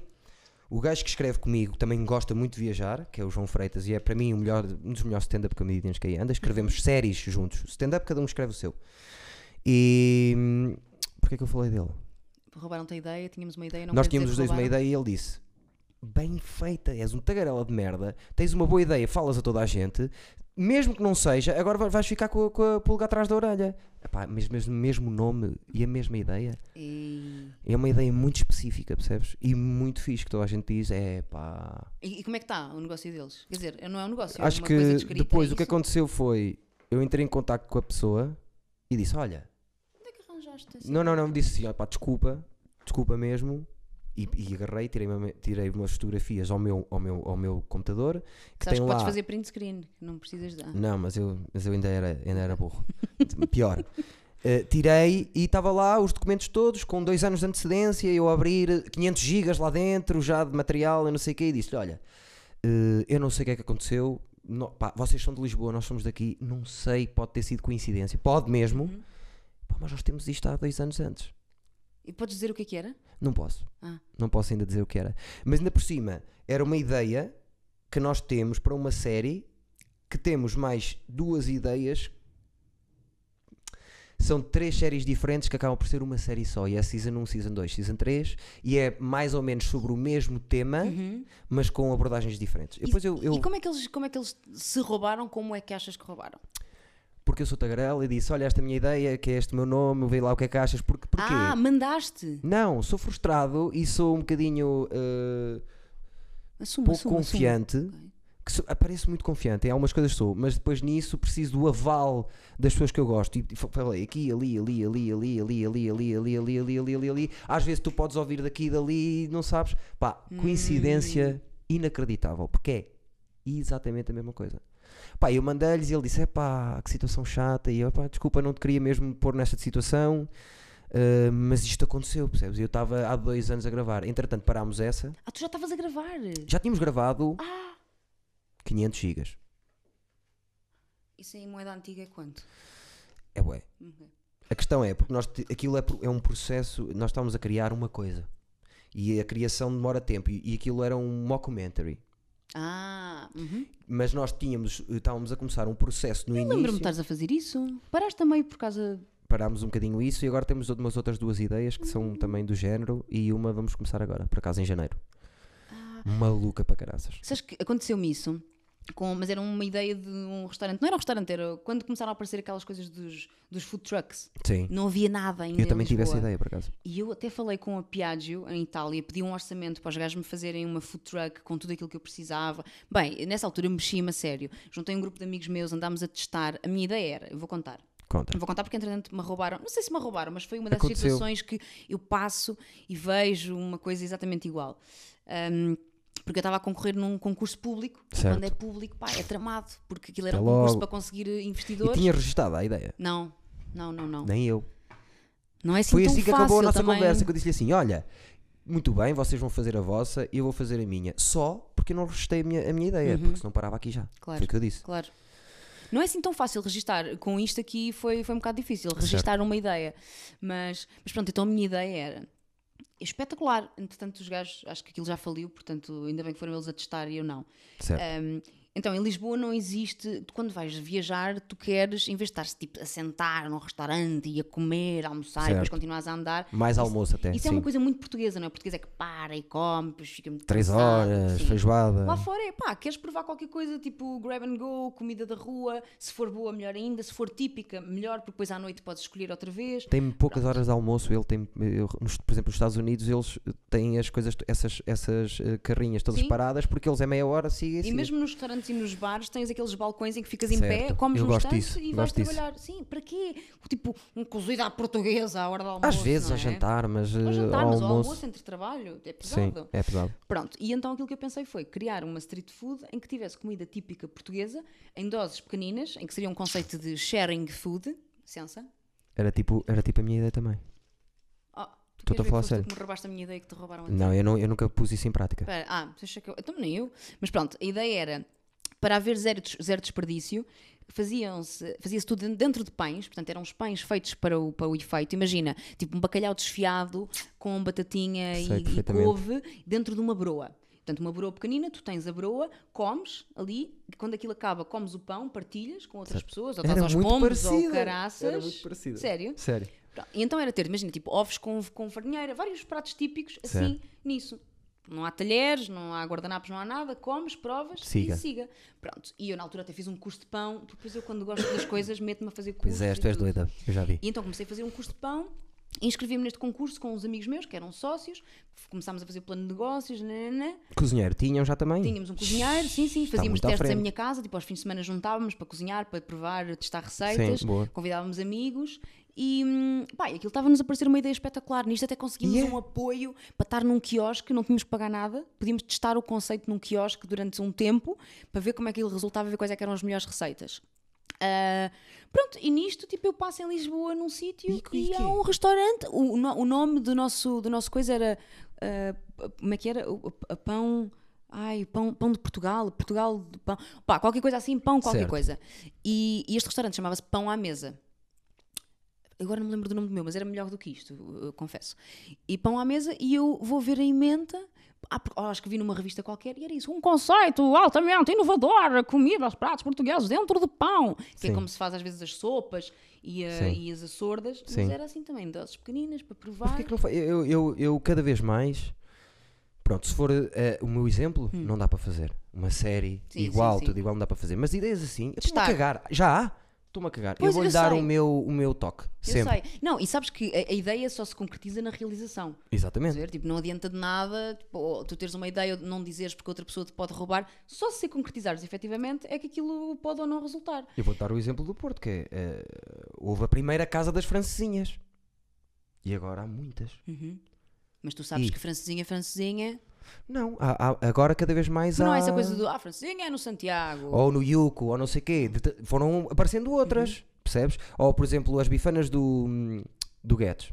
A: o gajo que escreve comigo também gosta muito de viajar, que é o João Freitas, e é para mim o melhor, um dos melhores stand-up comedians que aí anda. Escrevemos séries juntos, stand-up cada um escreve o seu. E. hum, Porquê é que eu falei dele?
C: Roubaram-te a ideia, tínhamos uma ideia, não
A: Nós
C: quer dizer
A: tínhamos os
C: que
A: dois uma
C: roubaram.
A: ideia e ele disse: Bem feita, és um tagarela de merda, tens uma boa ideia, falas a toda a gente, mesmo que não seja, agora vai- vais ficar com a, com a pulga atrás da orelha. Epá, mas mesmo, mesmo nome e a mesma ideia.
C: E...
A: É uma ideia muito específica, percebes? E muito fixe que toda a gente diz: é pá.
C: e- e como é que está o negócio deles? Quer dizer, não é um negócio, é
A: Acho
C: uma coisa
A: que
C: descrita,
A: depois
C: é
A: o que
C: isso?
A: aconteceu foi: eu entrei em contato com a pessoa e disse: Olha,
C: Onde é que arranjaste essa
A: Não, não, não, disse assim, ó pá, desculpa, desculpa mesmo. E, e agarrei, tirei, uma- tirei umas fotografias ao meu, ao meu, ao meu computador. Que
C: Sabes
A: tem
C: que
A: lá.
C: podes fazer print screen, que não precisas de. Ah,
A: Não, mas eu, mas eu ainda, era, ainda era burro. Pior. Eh, tirei e estava lá os documentos todos com dois anos de antecedência. Eu a abrir 500 gigas lá dentro já de material e não sei o quê. E disse-lhe: Olha, eh, eu não sei o que é que aconteceu. no- pá, vocês são de Lisboa, nós somos daqui. Não sei, pode ter sido coincidência. Pode mesmo.
C: Uhum.
A: Pá, mas nós temos isto há dois anos antes.
C: E podes dizer o que é que era?
A: Não posso.
C: Ah.
A: Não posso ainda dizer o que era. Mas ainda por cima, era uma ideia que nós temos para uma série que temos mais duas ideias. São três séries diferentes que acabam por ser uma série só. E é Season 1, Season 2, Season 3. E é mais ou menos sobre o mesmo tema, mas com abordagens diferentes. E, depois eu, eu-
C: Uhum. E como é, que eles, como é que eles se roubaram? Como é que achas que roubaram?
A: Porque eu sou tagarela e disse: Olha, esta é a minha ideia, que é este o meu nome, vê lá o que é que achas. Porque, porquê?
C: Ah, mandaste.
A: Não, sou frustrado e sou um bocadinho eh,
C: Assuma,
A: pouco
C: assuma, assuma.
A: confiante. Que sou- apareço muito confiante, em algumas coisas sou, mas depois nisso preciso do aval das pessoas que eu gosto. E fa- falei aqui, ali, ali, ali, ali, ali, ali, ali, ali, ali, ali, ali, ali, ali. Às vezes tu podes ouvir daqui e dali e não sabes. Pá, coincidência inacreditável, porque é exatamente a mesma coisa. Pá, eu mandei-lhes e ele disse: pá, que situação chata. E eu, pá, desculpa, não te queria mesmo pôr nesta situação, ah, mas isto aconteceu, percebes? Eu estava há dois anos a gravar. Entretanto, parámos essa.
C: Ah, tu já estavas a gravar.
A: Já tínhamos gravado
C: Ah.
A: 500 gigas.
C: Isso em moeda antiga é quanto?
A: É bué.
C: Uhum.
A: A questão é, porque nós, te- aquilo é, pro- é um processo, nós estávamos a criar uma coisa. E a criação demora tempo. E, e aquilo era um mockumentary.
C: Ah, uhum.
A: Mas nós tínhamos, estávamos a começar um processo no
C: lembro-me de
A: início.
C: estares a fazer isso. Paraste também por causa.
A: Parámos um bocadinho isso e agora temos out- umas outras duas ideias que
C: Uhum.
A: são também do género. E uma vamos começar agora, por acaso em janeiro.
C: Ah.
A: Maluca para caraças.
C: Sabes que aconteceu-me isso? Com, mas era uma ideia de um restaurante. Não era um restaurante, era quando começaram a aparecer aquelas coisas dos, dos food trucks.
A: Sim.
C: Não havia nada ainda.
A: Eu também
C: em
A: tive essa
C: Lisboa.
A: ideia, por acaso.
C: E eu até falei com a Piaggio em Itália, pedi um orçamento para os gajos me fazerem uma food truck com tudo aquilo que eu precisava. Bem, nessa altura eu mexia-me a sério. Juntei um grupo de amigos meus, andámos a testar. A minha ideia era, eu vou contar.
A: Conta.
C: Eu Vou contar porque entretanto me roubaram. Não sei se me roubaram, mas foi uma das
A: Aconteceu.
C: situações que eu passo e vejo uma coisa exatamente igual. Ahm, porque eu estava a concorrer num concurso público. e
A: Certo.
C: Quando é público, pá, é tramado. Porque aquilo era
A: É
C: um concurso
A: logo.
C: para conseguir
A: E
C: investidores.
A: tinha registada a ideia.
C: Não, não, não, não.
A: Nem eu.
C: Não é assim
A: Foi
C: tão
A: assim que
C: fácil
A: acabou a nossa
C: também.
A: conversa, que eu disse-lhe assim, olha, muito bem, vocês vão fazer a vossa, eu vou fazer a minha, só porque eu não registrei a minha, a minha ideia, porque senão parava aqui já.
C: Uhum. Claro.
A: Foi o que eu disse.
C: Claro. Não é assim tão fácil registar. Com isto aqui foi, foi um bocado difícil registar uma ideia. Mas, mas pronto, então a minha ideia era espetacular. Entretanto, os gajos, acho que aquilo já faliu, portanto, ainda bem que foram eles a testar e eu não.
A: Certo.
C: Um, então, em Lisboa não existe. Tu, quando vais viajar, tu queres, em vez de estar tipo, a sentar num restaurante e a comer, a almoçar e depois
A: Certo.
C: continuas a andar.
A: Mais
C: isso-
A: almoço até,
C: Isso é
A: sim.
C: uma coisa muito portuguesa, não é? Português é que para e come, depois fica muito
A: Três
C: cansado,
A: horas,
C: sim.
A: feijoada.
C: Lá fora é pá, queres provar qualquer coisa tipo grab and go, comida da rua, se for boa, melhor ainda, se for típica, melhor, porque depois à noite podes escolher outra vez.
A: Tem poucas horas de almoço, ele tem, eu- nos- por exemplo, nos Estados Unidos eles têm as coisas, essas, essas eh, carrinhas todas
C: Sim.
A: paradas, porque eles é meia hora, siga
C: E
A: siga.
C: mesmo nos restaurantes e nos bares tens aqueles balcões em que ficas em pé,
A: Certo.
C: comes
A: Eu
C: num
A: gosto
C: instante
A: disso,
C: e vais
A: gosto disso.
C: trabalhar. Sim, para quê? Tipo, um cozido à portuguesa à hora do almoço.
A: Às vezes
C: não
A: a
C: é?
A: jantar, mas eh,
C: Ao jantar,
A: ao
C: mas
A: almoço.
C: ao almoço entre trabalho, é
A: sim,
C: pesado.
A: é pesado.
C: Pronto, e então aquilo que eu pensei foi criar uma street food em que tivesse comida típica portuguesa em doses pequeninas, em que seria um conceito de sharing food. Licença.
A: Era tipo, era tipo a minha ideia também.
C: Oh, tu
A: Estou-te
C: queres
A: a
C: ver
A: falar
C: que foste tu
A: sério.
C: que me roubaste a minha ideia que te roubaram a ti?
A: Não eu, não, eu nunca pus isso em prática.
C: Espera, ah, tu achas que eu. Então nem eu. Mas pronto, a ideia era para haver zero, des- zero desperdício, faziam-se- fazia-se tudo den- dentro de pães, portanto eram os pães feitos para o, para o efeito. Imagina, tipo um bacalhau desfiado com batatinha e,
A: Sei
C: e
A: perfeitamente.
C: couve dentro de uma broa. Portanto, uma broa pequenina, tu tens a broa, comes ali, e quando aquilo acaba, comes o pão, partilhas com outras pessoas, ou estás
A: Era
C: aos
A: muito
C: pombos, ou
A: parecida.
C: caraças.
A: Era muito parecida.
C: Sério?
A: Sério.
C: Pronto, E então era ter, imagina, tipo ovos com, com farinheira, vários pratos típicos assim nisso. Não há talheres, não há guardanapos, não há nada, comes, provas
A: Siga.
C: e siga. Pronto, e eu na altura até fiz um curso de pão, depois eu quando gosto das coisas meto-me a fazer cursos.
A: Pois és,
C: e
A: tu és
C: tudo.
A: doida, eu já vi.
C: E então comecei a fazer um curso de pão, inscrevi-me neste concurso com uns amigos meus que eram sócios, começámos a fazer plano de negócios, nananã.
A: Cozinheiro, tinham já também?
C: Tínhamos um cozinheiro, sim, sim,
A: Está
C: fazíamos
A: muito à
C: testes em
A: frente.
C: minha casa, tipo aos fins de semana juntávamos para cozinhar, para provar, testar receitas,
A: Sim, boa.
C: convidávamos amigos e hum, pá, e aquilo estava-nos a parecer uma ideia espetacular. Nisto até conseguimos
A: E é.
C: um apoio para estar num quiosque, não tínhamos que pagar nada, podíamos testar o conceito num quiosque durante um tempo para ver como é que ele resultava e ver quais é que eram as melhores receitas. Ah, pronto, e nisto, tipo, eu passo em Lisboa num sítio
A: E-
C: e,
A: e
C: há
A: quê?
C: um restaurante. O, o no- o nome do nosso, do nosso coisa era. ah, como é que era? O, o- a pão. Ai, pão, pão de Portugal, Portugal de pão. Pá, qualquer coisa assim, pão, qualquer
A: Certo.
C: coisa. E, e este restaurante chamava-se Pão à Mesa. agora não me lembro do nome do meu, mas era melhor do que isto, eu- eu confesso. E pão à mesa e eu vou ver a emenda. Ah, porque- oh, acho que vi numa revista qualquer e era isso. Um conceito altamente inovador, comida aos pratos portugueses dentro do pão. Que é
A: Sim.
C: como se faz às vezes as sopas e, a-
A: Sim.
C: e as açordas. Mas
A: Sim.
C: era assim também, doses pequeninas para
A: Mas
C: provar.
A: porquê que não fa- eu, eu, eu cada vez mais. Pronto, se for eh, o meu exemplo, não dá para fazer. Uma série
C: Hum. Sim,
A: igual,
C: sim, sim.
A: tudo igual, não dá para fazer. Mas ideias assim, eu estou-me a
C: Testar.
A: cagar. Já há? Estou-me a cagar.
C: Pois,
A: eu vou-lhe
C: eu
A: dar
C: sei.
A: o meu, o meu toque.
C: Eu
A: sempre.
C: sei. Não, e sabes que a, a ideia só se concretiza na realização. Estás
A: Exatamente.
C: a ver? Tipo, não adianta de nada tipo, ou tu teres uma ideia ou não dizeres porque outra pessoa te pode roubar. Só se concretizares efetivamente é que aquilo pode ou não resultar.
A: Eu vou dar o exemplo do Porto, que é, eh, houve a primeira casa das francesinhas. E agora há muitas.
C: Mas tu sabes
A: E?
C: que francesinha é francesinha.
A: Não, há- há- Ah, agora cada vez mais há.
C: Não é essa coisa do ah, francesinha é no Santiago.
A: Ou no Yuco, ou não sei quê. de- de- foram um, aparecendo outras,
C: Uhum.
A: percebes? Ou, por exemplo, as bifanas do, do Guedes.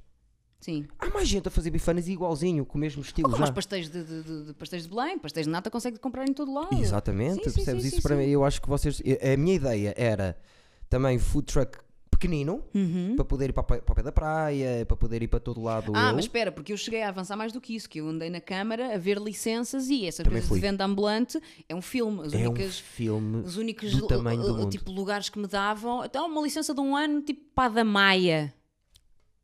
C: Sim.
A: Há mais gente a fazer bifanas igualzinho, com o mesmo estilo
C: Ou como
A: já.
C: os pastéis de, de- de- de- pastéis de Belém, pastéis de nata consegue comprar em todo lado.
A: Exatamente,
C: Sim, sim,
A: percebes?
C: sim,
A: Isso
C: sim,
A: para
C: sim.
A: mim, eu acho que vocês. A minha ideia era também food truck pequenino, para poder ir para, a pa- para o pé da praia, para poder ir para todo lado.
C: Uhum. Ah,
A: eu.
C: mas espera, porque eu cheguei a avançar mais do que isso, que eu andei na Câmara a ver licenças e essa
A: Também
C: coisa
A: fui.
C: de venda ambulante é um filme. As
A: é um
C: únicas,
A: filme
C: os únicos
A: do tamanho do
C: uh, uh,
A: mundo.
C: tipo, lugares que me davam. Então, uma licença de um ano, tipo, para da Maia.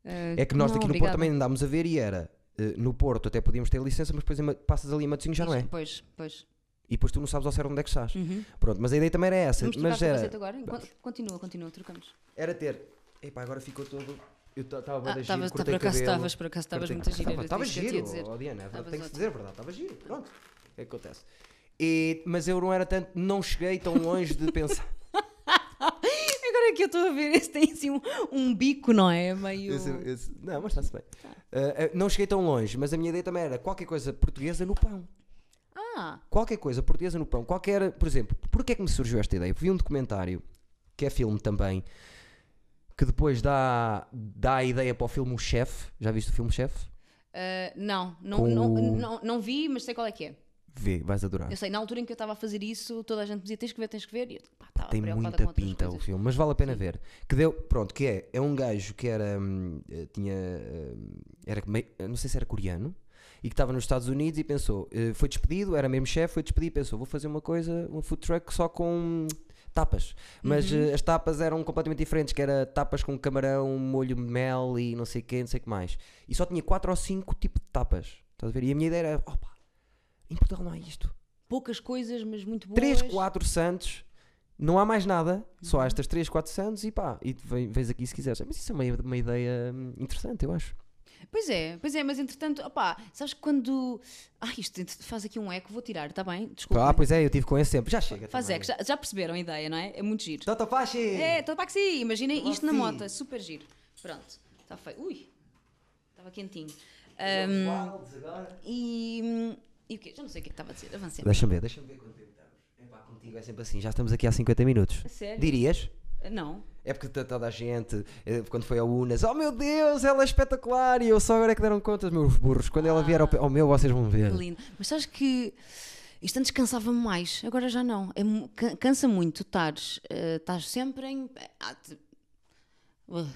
A: É que nós
C: eh,
A: daqui no
C: Não,
A: Porto
C: obrigada.
A: também andámos a ver e era. eh, No Porto até podíamos ter licença, mas depois em Ma- passas ali a Matosinhos já não é.
C: Pois, pois.
A: E depois tu não sabes ao certo onde é que estás. Pronto, mas a ideia também era essa.
C: Vamos trocar
A: mas
C: o conceito
A: era,
C: agora? Enquanto- Continua, continua, trocamos.
A: era ter. Epá, agora ficou todo. Eu estava
C: Ah,
A: a
C: estavas- tu por acaso estavas, por acaso estavas muito giro. era
A: Estava
C: isso que eu te ia
A: giro,
C: dizer.
A: ó, Diana, é verdade,
C: Estavas
A: tem que se
C: ótimo.
A: dizer a verdade, estava giro, pronto. É que acontece. E- mas eu não era tanto, não cheguei tão longe de pensar.
C: Agora é que eu estou a ver, esse tem assim um, um bico, não é? Meio.
A: Esse- esse- não, mas está-se bem.
C: Tá.
A: Eh, eh, não cheguei tão longe, mas a minha ideia também era qualquer coisa portuguesa no pão.
C: Ah,
A: qualquer coisa portuguesa no pão, qualquer, por exemplo, porque é que me surgiu esta ideia? Vi um documentário, que é filme também, que depois dá, dá a ideia para o filme O Chefe, já viste o filme Chefe?
C: ah, não, não,
A: Com
C: não,
A: o-
C: não, não vi, mas sei qual é que é.
A: Vê, vais adorar.
C: Eu sei, na altura em que eu estava a fazer isso, toda a gente me dizia: tens que ver, tens que ver. E eu pá, estava
A: Tem
C: preocupada
A: muita
C: com outras
A: pinta o
C: coisas.
A: filme, mas vale a pena ver. Que deu, pronto, que é, é um gajo que era, hum, eh, tinha, hum, era, meio- eu não sei se era coreano, e que estava nos Estados Unidos e pensou, eh, foi despedido, era mesmo chefe, foi despedido e pensou, vou fazer uma coisa, um food truck só com tapas. Mas
C: Uhum.
A: eh, as tapas eram completamente diferentes, que era tapas com camarão, molho de mel e não sei o quê, não sei o que mais. E só tinha quatro ou cinco tipos de tapas. Estás a ver? E a minha ideia era, opa, em Portugal não há isto
C: Poucas coisas, mas muito boas.
A: 3, 4 Santos, não há mais nada, só
C: Uhum.
A: há estas 3, 4 Santos e pá, e vem- vens aqui se quiseres. Mas isso é uma, uma ideia hum, interessante, eu acho.
C: Pois é, pois é, mas entretanto, opá, sabes que quando. Ah, isto entre- faz aqui um eco, vou tirar, está bem? Desculpa.
A: Ah, pois é, eu tive com esse sempre. Já chega.
C: faz
A: também.
C: eco, já, já perceberam a ideia, não é? É muito giro.
A: Toto Pachi!
C: É, Totopaxi, imaginem isto na
A: Totopaxi.
C: moto, é super giro. Pronto, está feio. Ui, estava quentinho. Ahm, e. E o quê? Já não sei o que é que estava a dizer, avancemos.
A: Deixa-me ver, deixa-me ver quanto tempo estamos. Epá, contigo é sempre assim, já estamos aqui há 50 minutos.
C: A sério?
A: Dirias?
C: Não.
A: É porque tá toda a gente, eh, quando foi ao Unas, oh meu Deus, ela é espetacular! E eu só agora é que deram conta, meus burros. Quando ela vier ao, pe- ao meu, vocês vão ver.
C: Que Ah. lindo. Mas sabes que isto antes cansava-me mais, agora já não. É mu- ca- cansa muito, tu estares eh, estás sempre em. Ah, te- Uh,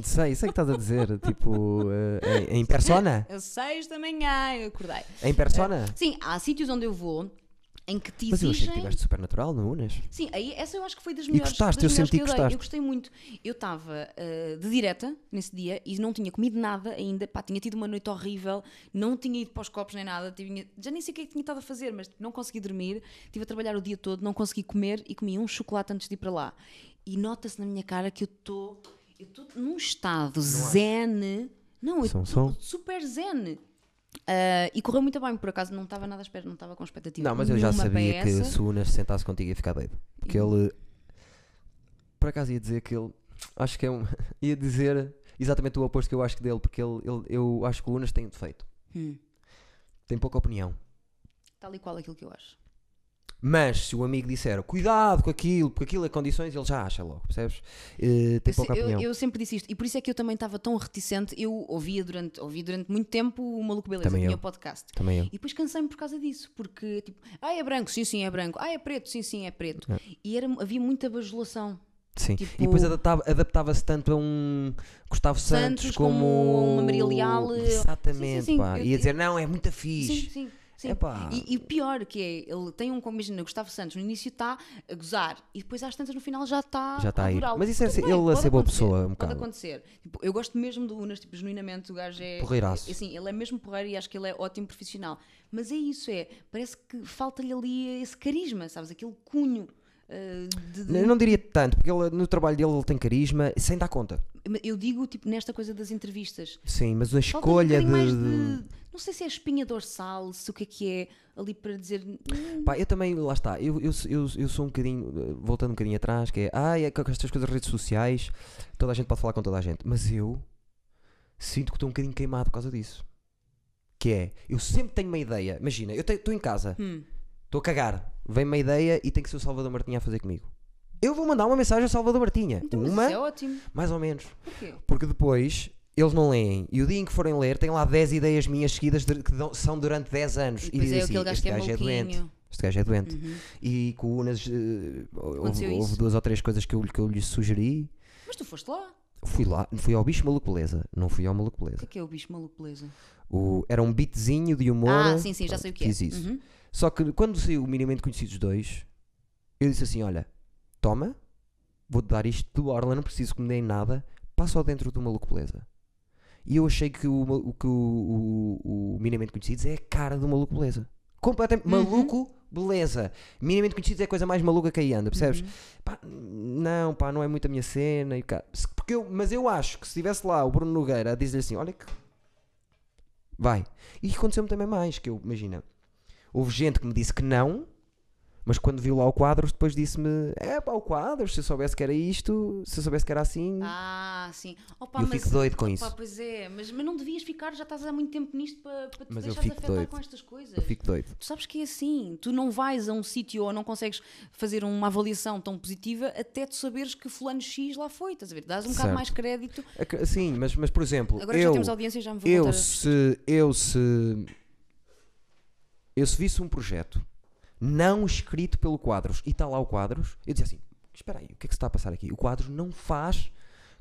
A: Sei, sei o que estás a dizer. tipo, eh, em, em persona?
C: Eu seis da manhã, eu acordei.
A: Em persona?
C: Sim, há sítios onde eu vou em que te
A: Mas eu achei que
C: É, exigem. Tipo,
A: estiveste super natural no Unas.
C: Sim, aí essa eu acho que foi das melhores.
A: gostaste,
C: das
A: eu
C: melhores
A: senti
C: que eu
A: que
C: dei.
A: gostaste.
C: Eu gostei muito. Eu estava eh, de direta nesse dia e não tinha comido nada ainda. Pá, tinha tido uma noite horrível, não tinha ido para os copos nem nada. Tinha, já nem sei o que é que tinha estado a fazer, mas não consegui dormir. Estive a trabalhar o dia todo, não consegui comer e comi um chocolate antes de ir para lá. E nota-se na minha cara que eu estou. Eu estou num estado zen. Não, eu
A: Som,
C: estou
A: som.
C: super zen. Ah, e correu muito bem, por acaso não estava nada à espera, não estava com expectativa.
A: Não, mas eu já
C: nenhuma para
A: sabia que
C: essa.
A: se o Unas sentasse contigo ia ficar doido. Porque ele. Por acaso ia dizer que ele. Acho que é um. ia dizer exatamente o oposto que eu acho que dele, porque ele, ele- eu acho que o Unas tem um defeito.
C: Hum.
A: Tem pouca opinião.
C: Tal e qual aquilo que eu acho.
A: Mas se o amigo disser cuidado com aquilo, porque aquilo é condições, ele já acha logo, percebes? Eh, tem
C: Eu se-
A: pouca
C: eu,
A: opinião.
C: eu sempre disse isto, e por isso é que eu também estava tão reticente. Eu ouvia durante, ouvia durante muito tempo o Maluco Beleza,
A: Também
C: tinha
A: eu.
C: o podcast.
A: Também eu.
C: E depois cansei-me por causa disso, porque
A: É.
C: tipo, ah, é branco, sim, sim, é branco, ah, é preto, sim, sim, é preto. E era, havia muita bajulação.
A: Sim.
C: Tipo-
A: E depois adaptava- adaptava-se tanto a um Gustavo Santos,
C: Santos,
A: como.
C: como um uma Maria Leal, eh,
A: Exatamente,
C: sim, sim, sim,
A: pá.
C: eu-
A: Ia dizer, não, é muito fixe.
C: Sim, sim. sim.
A: Epá.
C: E, e pior que é, ele tem um, como imagina, Gustavo Santos, no início está a gozar e depois às tantas no final já está
A: Já está
C: a
A: a ir.
C: adorá-lo.
A: Mas isso é
C: Tudo
A: ser-
C: bem,
A: ele a
C: pode
A: ser boa
C: acontecer,
A: pessoa, um
C: Pode
A: bocado.
C: acontecer. Tipo, eu gosto mesmo do Unas, tipo, genuinamente o gajo é...
A: Porreiraço.
C: é- Assim, ele é mesmo porreiro e acho que ele é ótimo profissional. Mas é isso, é, parece que falta-lhe ali esse carisma, sabes, aquele cunho ah, de... de-
A: Eu não diria tanto, porque ele, no trabalho dele ele tem carisma, sem dar conta.
C: Eu digo, tipo, nesta coisa das entrevistas,
A: Sim, mas a
C: Falta um
A: escolha
C: bocadinho
A: de.
C: mais de. Não sei se é a espinha dorsal, se o que é que é ali para dizer. "Hum,
A: Pá, eu também, lá está, eu, eu, eu, eu sou um bocadinho, eh, voltando um bocadinho atrás, que é, ai, é com estas coisas das redes sociais, toda a gente pode falar com toda a gente, mas eu sinto que estou um bocadinho queimado por causa disso. Que é, eu sempre tenho uma ideia, imagina, eu te- estou em casa,
C: Hum.
A: estou a cagar, vem uma ideia e tem que ser o Salvador Martinha a fazer comigo. Eu vou mandar uma mensagem ao Salvador Martinha,
C: Então, mas
A: uma,
C: isso é ótimo.
A: mais ou menos,
C: Porquê?
A: porque depois... Eles não leem. E o dia em que forem ler, tem lá 10 ideias minhas seguidas de- que dão- são durante 10 anos.
C: E
A: E,
C: depois
A: dizem
C: é aquele
A: assim,
C: gajo
A: este
C: que é
A: gajo é doente.
C: maluquinho. Uhum.
A: Este gajo é doente. E com o Unas eh, houve,
C: Aconteceu
A: houve
C: isso?
A: duas ou três coisas que eu, lhe- que eu lhe sugeri.
C: Mas tu foste lá.
A: Fui lá, fui ao bicho maluco beleza. Não fui ao maluco
C: O que
A: beleza.
C: é que é o bicho maluco, beleza?
A: O, era um beatzinho de humor.
C: Ah, sim, sim, já sei o que é.
A: Fiz isso. Uhum. Só que quando saiu o minimamente conhecidos dois, eu disse assim: olha, toma, vou-te dar isto de borla, não preciso que me deem nada, passa ao dentro do maluco beleza. E eu achei que o, ma- o que o, o, o minimamente conhecidos é a cara do maluco beleza. Completamente maluco beleza. Minimamente conhecidos é a coisa mais maluca que aí anda, percebes? Pá, não, pá, não é muito a minha cena. E o cara- se- porque eu, mas eu acho que se estivesse lá o Bruno Nogueira a dizer assim: olha que. Vai. E aconteceu-me também mais, que eu, imagina, houve gente que me disse que não, mas quando viu lá o Quadros, depois disse-me: é pá, o Quadros, se eu soubesse que era isto, se eu soubesse que era assim.
C: Ah, sim. Opa,
A: eu
C: mas-
A: fico doido com
C: opa,
A: isso.
C: Pois é, mas, mas não devias ficar, já estás há muito tempo nisto para, para te
A: Mas eu
C: deixares
A: fico
C: afetar
A: doido.
C: com estas coisas.
A: Eu fico doido.
C: Tu sabes que é assim, tu não vais a um sítio ou não consegues fazer uma avaliação tão positiva até tu saberes que fulano X lá foi, estás a ver? Dás um bocado
A: Certo.
C: mais crédito.
A: É que- Sim, mas, mas por exemplo,
C: Agora
A: eu,
C: já temos audiência, já me vou
A: eu
C: voltar a-
A: se eu se eu se visse um projeto não escrito pelo Quadros e está lá o Quadros, eu dizia assim: espera aí, o que é que se está a passar aqui? O Quadros não faz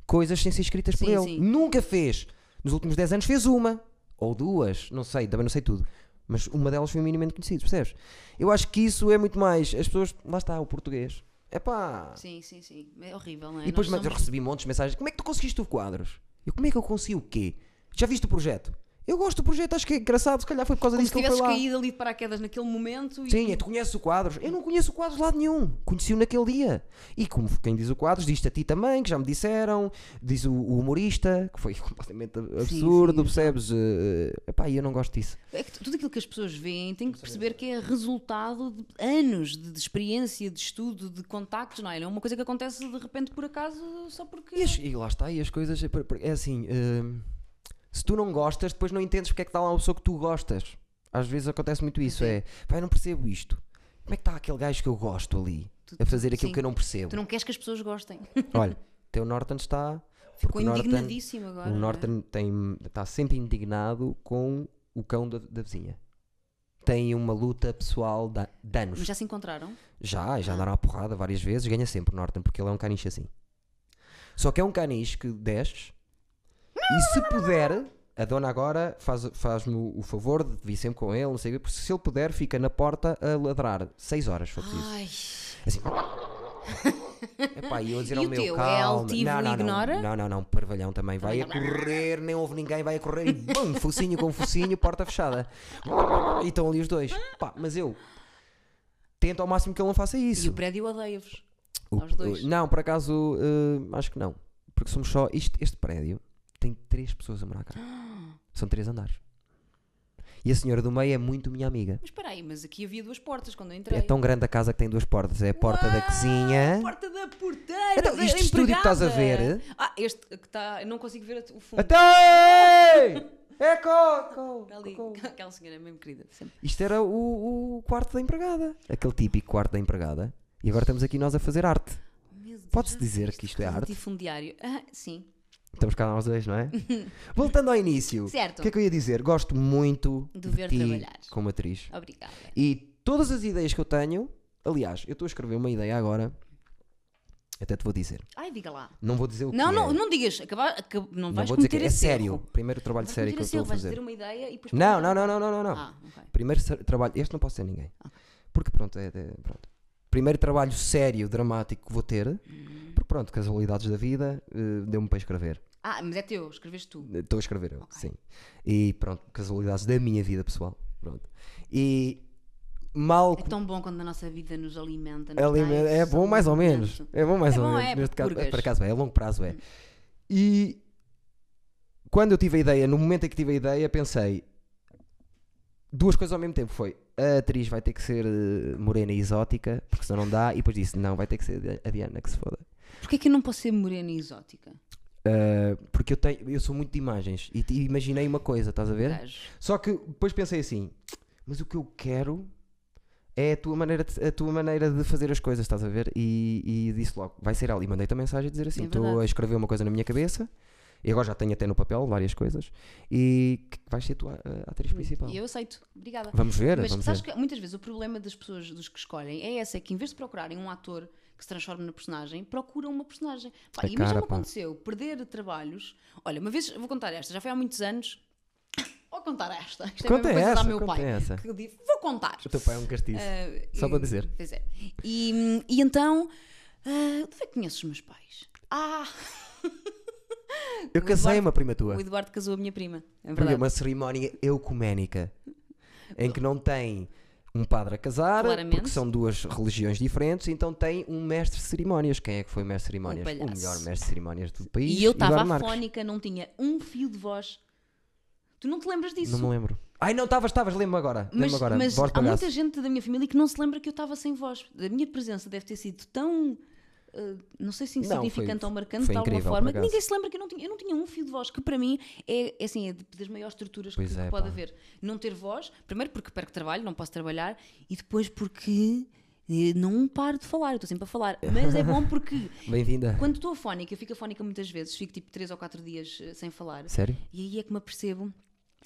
A: coisas sem ser escritas por
C: Sim,
A: ele.
C: sim.
A: Nunca fez. Nos últimos 10 anos fez uma ou duas, não sei, também não sei tudo. Mas uma delas foi minimamente conhecida, percebes? Eu acho que isso é muito mais. As pessoas. Lá está, o português. É pá.
C: Sim, sim, sim. É horrível, não é?
A: E depois
C: Nós
A: mas eu
C: somos-
A: recebi montes de mensagens: como é que tu conseguiste o quadros? Eu, como é que eu consegui o quê? Já viste o projeto? Eu gosto do projeto, acho que é engraçado, se calhar foi por causa
C: Como se
A: disso que ele foi
C: tivesses
A: lá.
C: caído ali de paraquedas naquele momento e
A: Sim, é, tu conheces o quadros? Eu não conheço o quadros de lado nenhum. Conheci-o naquele dia. E como quem diz o quadros, diz-te a ti também, que já me disseram, diz o, o humorista, que foi completamente absurdo, percebes? Eh, epá, eu não gosto disso.
C: É que tudo aquilo que as pessoas veem tem que perceber que é resultado de anos de, de experiência, de estudo, de contactos, não é? Não é uma coisa que acontece de repente por acaso só porque.
A: E, as- e lá está, e as coisas. é por- por- É assim. eh, se tu não gostas, depois não entendes porque é que está lá uma pessoa que tu gostas. Às vezes acontece muito isso.
C: é.
A: É, pá, eu não percebo isto. Como é que está aquele gajo que eu gosto ali a fazer aquilo
C: sim.
A: que eu não percebo?
C: Tu não queres que as pessoas gostem.
A: Olha, teu Norton está.
C: Ficou
A: porque o Norton-
C: indignadíssimo agora.
A: O
C: não é?
A: Norton tem, está sempre indignado com o cão da, da vizinha. Tem uma luta pessoal da danos.
C: Mas já se encontraram?
A: Já, já andaram à porrada várias vezes, ganha sempre o Norton, porque ele é um caniche assim. Só que é um caniche que desce e se puder, a dona agora faz- faz-me o favor de vir sempre com ele, não sei o quê, porque se ele puder, fica na porta a ladrar 6 horas, se for preciso.
C: Ai.
A: Assim. Epá, e eu a dizer
C: E
A: ao
C: o
A: meu
C: teu? É
A: calma.
C: altivo
A: não,
C: e
A: não,
C: ignora?
A: Não, não, não, não, parvalhão também. Vai a correr, nem houve ninguém, vai a correr e bum, focinho com focinho, porta fechada. E estão ali os dois. Pá, mas eu tento ao máximo que ele não faça
C: E
A: isso.
C: o prédio odeia-vos.
A: O-
C: aos dois?
A: o- não, por acaso, eh, acho que não. Porque somos só. Isto, este prédio tem três pessoas a morar cá. São três andares. E a senhora do meio é muito minha amiga.
C: Mas espera aí, mas aqui havia duas portas quando eu entrei.
A: É tão grande a casa que tem duas portas. É a porta da cozinha.
C: Porta da porteira!
A: Então,
C: da
A: isto estúdio que estás a
C: empregada.
A: ver?
C: Ah, este que está. Eu não consigo ver o fundo.
A: Até! Eco!
C: Tá Ali. Aquela senhora é mesmo querida. Sempre.
A: Isto era o, o quarto da empregada. Aquele típico quarto da empregada. E agora estamos aqui nós a fazer arte.
C: Meu Deus,
A: Pode-se
C: já
A: dizer
C: viste
A: que isto é arte?
C: Latifundiário. Ah, sim.
A: Estamos cá nós dois, não é? Voltando ao início.
C: Certo.
A: O que é que eu ia dizer? Gosto muito
C: De
A: de,
C: ver
A: ti
C: trabalhar.
A: como atriz.
C: Obrigada.
A: E todas as ideias que eu tenho... Aliás, eu estou a escrever uma ideia agora Até te vou dizer.
C: Ai, diga lá.
A: Não vou dizer o
C: Não,
A: que
C: não,
A: é.
C: não digas. Acaba, acab- não
A: Não
C: vais
A: vou dizer que
C: cometer
A: é
C: esse
A: sério.
C: erro.
A: Primeiro trabalho
C: Vais
A: sério
C: cometer
A: que eu estou
C: esse
A: a
C: erro, vais
A: fazer.
C: ter uma ideia e depois.
A: Não, não, não, não, não, não, não.
C: Ah, ok.
A: Primeiro tra- trabalho. Este não posso ter ninguém. Porque pronto, é, é- pronto. Primeiro trabalho sério, dramático que vou ter. Porque pronto, casualidades da vida, eh, deu-me para escrever.
C: Ah, mas é teu, escreveste tu.
A: Estou a escrever eu, sim. E pronto, casualidades da minha vida pessoal. Pronto. E mal.
C: É tão bom quando a nossa vida nos alimenta. não
A: Ali,
C: tem?
A: é bom mais ou menos. É bom mais
C: É
A: ou
C: bom,
A: menos.
C: é, Hum.
A: neste caso,
C: purgas.
A: por acaso é, a longo prazo é. E quando eu tive a ideia, no momento em que tive a ideia, pensei duas coisas ao mesmo tempo. Foi a atriz vai ter que ser eh, morena e exótica, porque senão não dá, e depois disse, não, vai ter que ser a Diana que se foda.
C: Porquê é que eu não posso ser morena e exótica?
A: Eh, porque eu tenho, eu sou muito de imagens e, e imaginei uma coisa, estás a ver?
C: Gajo.
A: Só que depois pensei assim, mas o que eu quero é a tua maneira de, a tua maneira de fazer as coisas, estás a ver? E, e disse logo, vai ser ali. Mandei-te a mensagem a dizer assim,
C: É
A: estou
C: verdade.
A: a escrever uma coisa na minha cabeça, e agora já tenho até no papel várias coisas, e que vais ser tu a, a atriz principal.
C: E Hum. eu aceito. Obrigada.
A: Vamos ver,
C: Mas
A: vamos
C: sabes
A: ver.
C: que muitas vezes o problema das pessoas, dos que escolhem, é esse: é que em vez de procurarem um ator que se transforme na personagem, procuram uma personagem. Pá,
A: A
C: e a mim já
A: cara,
C: me
A: pá.
C: aconteceu perder trabalhos. Olha, uma vez, vou contar esta, já foi há muitos anos. Vou contar esta. Isto é a
A: Conta
C: mesma coisa
A: essa,
C: dar meu
A: conta
C: pai.
A: essa.
C: Que eu digo, vou contar.
A: O teu pai é um castiço.
C: Ah,
A: Só
C: e-
A: para dizer.
C: Pois é. E, e então, ah, onde é que conheces os meus pais? Ah,
A: eu casei uma prima tua.
C: o Eduardo casou a minha prima. É
A: Porque
C: verdade.
A: é uma cerimónia ecuménica em que não tem um padre a casar,
C: Claramente.
A: porque são duas religiões diferentes, então tem um mestre de cerimónias. Quem é que foi o mestre de cerimónias?
C: Um
A: o
C: palhaço.
A: melhor mestre de cerimónias do país.
C: E eu
A: Eduardo
C: estava
A: Marques.
C: afónica, não tinha um fio de voz. Tu não te lembras disso?
A: Não me lembro. Ai, não, estavas, estavas, lembro-me agora.
C: Mas,
A: Lembro-me agora.
C: mas
A: Voz de
C: há
A: palhaço.
C: muita gente da minha família que não se lembra que eu estava sem voz. A minha presença deve ter sido tão. eh, não sei se
A: Não, foi-
C: insignificante ou marcante
A: foi
C: de alguma
A: incrível,
C: forma
A: por
C: que
A: acaso.
C: ninguém se lembra que eu não tinha, eu não tinha um fio de voz, que para mim é, é assim, é de- das maiores torturas que,
A: Pois
C: que
A: é,
C: pode
A: pá.
C: haver. Não ter voz, primeiro porque perco trabalho, não posso trabalhar, e depois porque eh, não paro de falar, eu estou sempre a falar. Mas é bom porque
A: Bem-vinda.
C: quando estou afónica, eu fico afónica muitas vezes, fico tipo 3 ou 4 dias eh, sem falar.
A: Sério?
C: E aí é que me apercebo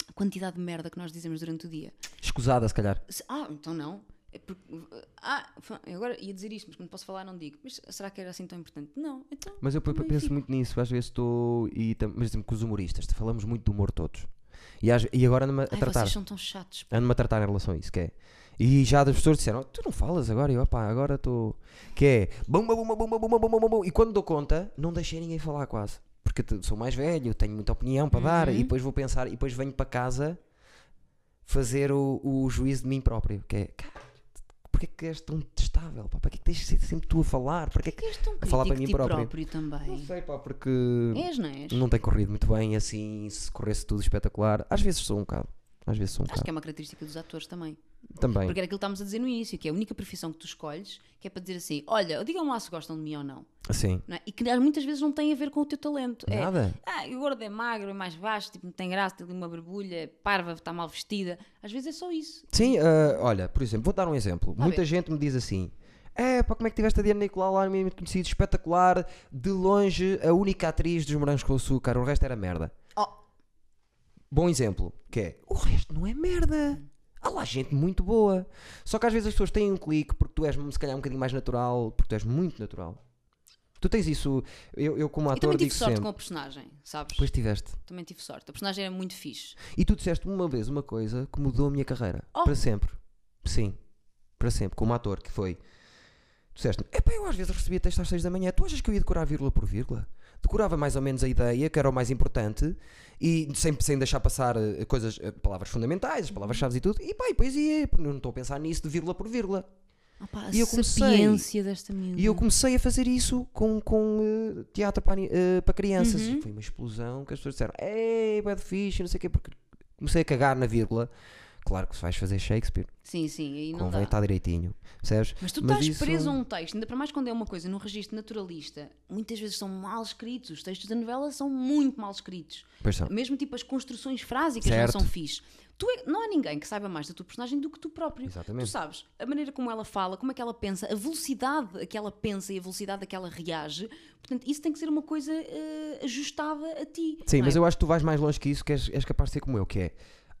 C: a quantidade de merda que nós dizemos durante o dia.
A: Escusada, se calhar.
C: Se- ah, então não. É porque, eh, ah, fa- eu agora ia dizer isto, mas quando posso falar não digo. Mas será que era assim tão importante? Não, então.
A: Mas eu p-
C: também
A: penso
C: fico.
A: muito nisso, às vezes estou. E, tam- mas também com os humoristas, falamos muito de humor todos. E, às- e agora ando-me a
C: Ai,
A: tratar.
C: vocês são tão chatos.
A: Ando-me a tratar em relação a isso, que é. E já as pessoas disseram, "Oh, tu não falas agora, e eu, opá, agora estou. Que é. Bumba, bumba, bumba, bumba, bumba, bumba, bumba. E quando dou conta, não deixei ninguém falar quase. Porque te- sou mais velho, tenho muita opinião para dar,
C: Uhum.
A: e depois vou pensar, e depois venho para casa fazer o, o juízo de mim próprio. Que é. "Cara, Porquê que és tão detestável? Pá? Para que é que tens de ser sempre tu a falar? Porquê que.
C: Que és tão
A: A falar para
C: crítico de
A: mim
C: ti
A: próprio.
C: próprio, É. também.
A: sei, pá, porque.
C: És, não és?
A: Não tem corrido muito bem, assim, se corresse tudo espetacular. Às vezes sou um bocado. Às vezes sou um
C: Acho
A: bocado.
C: que é uma característica dos atores também.
A: Também.
C: Porque era aquilo que estávamos a dizer no início, que é a única profissão que tu escolhes, que é para dizer assim: olha, digam lá se gostam de mim ou não.
A: Sim.
C: não é? E que aliás, muitas vezes não tem a ver com o teu talento. É,
A: Nada.
C: ah, o gordo é magro, é mais baixo, tipo, não tem graça, tem ali uma barbulha, é parva, está mal vestida. Às vezes é só isso.
A: Sim, ah, olha, por exemplo, vou dar um exemplo. Muita
C: ver.
A: gente me diz assim: é, pá, como é que tiveste a Diana Nicolau lá no Minimamente Conhecido? Espetacular, de longe, a única atriz dos Morangos com Açúcar, o resto era merda.
C: Oh.
A: Bom exemplo, que é: o resto não é merda. Há lá gente muito boa. Só que às vezes as pessoas têm um clique porque tu és, se calhar, um bocadinho mais natural, porque tu és muito natural. Tu tens isso, eu, eu como
C: Eu
A: ator
C: também tive
A: digo
C: sorte
A: sempre.
C: com a personagem, sabes?
A: Depois tiveste.
C: Também tive sorte. A personagem era muito fixe.
A: E tu disseste uma vez uma coisa que mudou a minha carreira.
C: Oh.
A: Para sempre. Sim. Para sempre. Como ator, que foi. Tu disseste-me, epá, eu às vezes recebia texto às 6 da manhã. Tu achas que eu ia decorar vírgula por vírgula? Decorava mais ou menos a ideia, que era o mais importante, e sem, sem deixar passar eh, coisas, eh, palavras fundamentais, as palavras-chave e tudo. E pá, e depois ia, não estou a pensar nisso de vírgula por vírgula.
C: Opa, a
A: E eu comecei-
C: sapiência desta miúda.
A: E eu comecei a fazer isso com, com eh, teatro para, ani- eh, para crianças.
C: Uhum.
A: E foi uma explosão que as pessoas disseram: Ei, bad fish, não sei o quê, porque comecei a cagar na vírgula. Claro que se vais fazer Shakespeare,
C: Sim, sim, aí não
A: convém
C: dá.
A: estar direitinho. Percebes?
C: Mas tu estás
A: isso-
C: preso a um texto, ainda para mais quando é uma coisa num registro naturalista, muitas vezes são mal escritos. Os textos da novela são muito mal escritos.
A: Pois são.
C: Mesmo tipo as construções frásicas
A: Certo.
C: não são fixe. Tu é- não há ninguém que saiba mais da tua personagem do que tu próprio.
A: Exatamente.
C: Tu sabes a maneira como ela fala, como é que ela pensa, a velocidade a que ela pensa e a velocidade a que ela reage. Portanto, isso tem que ser uma coisa eh, ajustada a ti.
A: Sim,
C: não é?
A: mas eu acho que tu vais mais longe que isso, que és, és capaz de ser como eu, que é.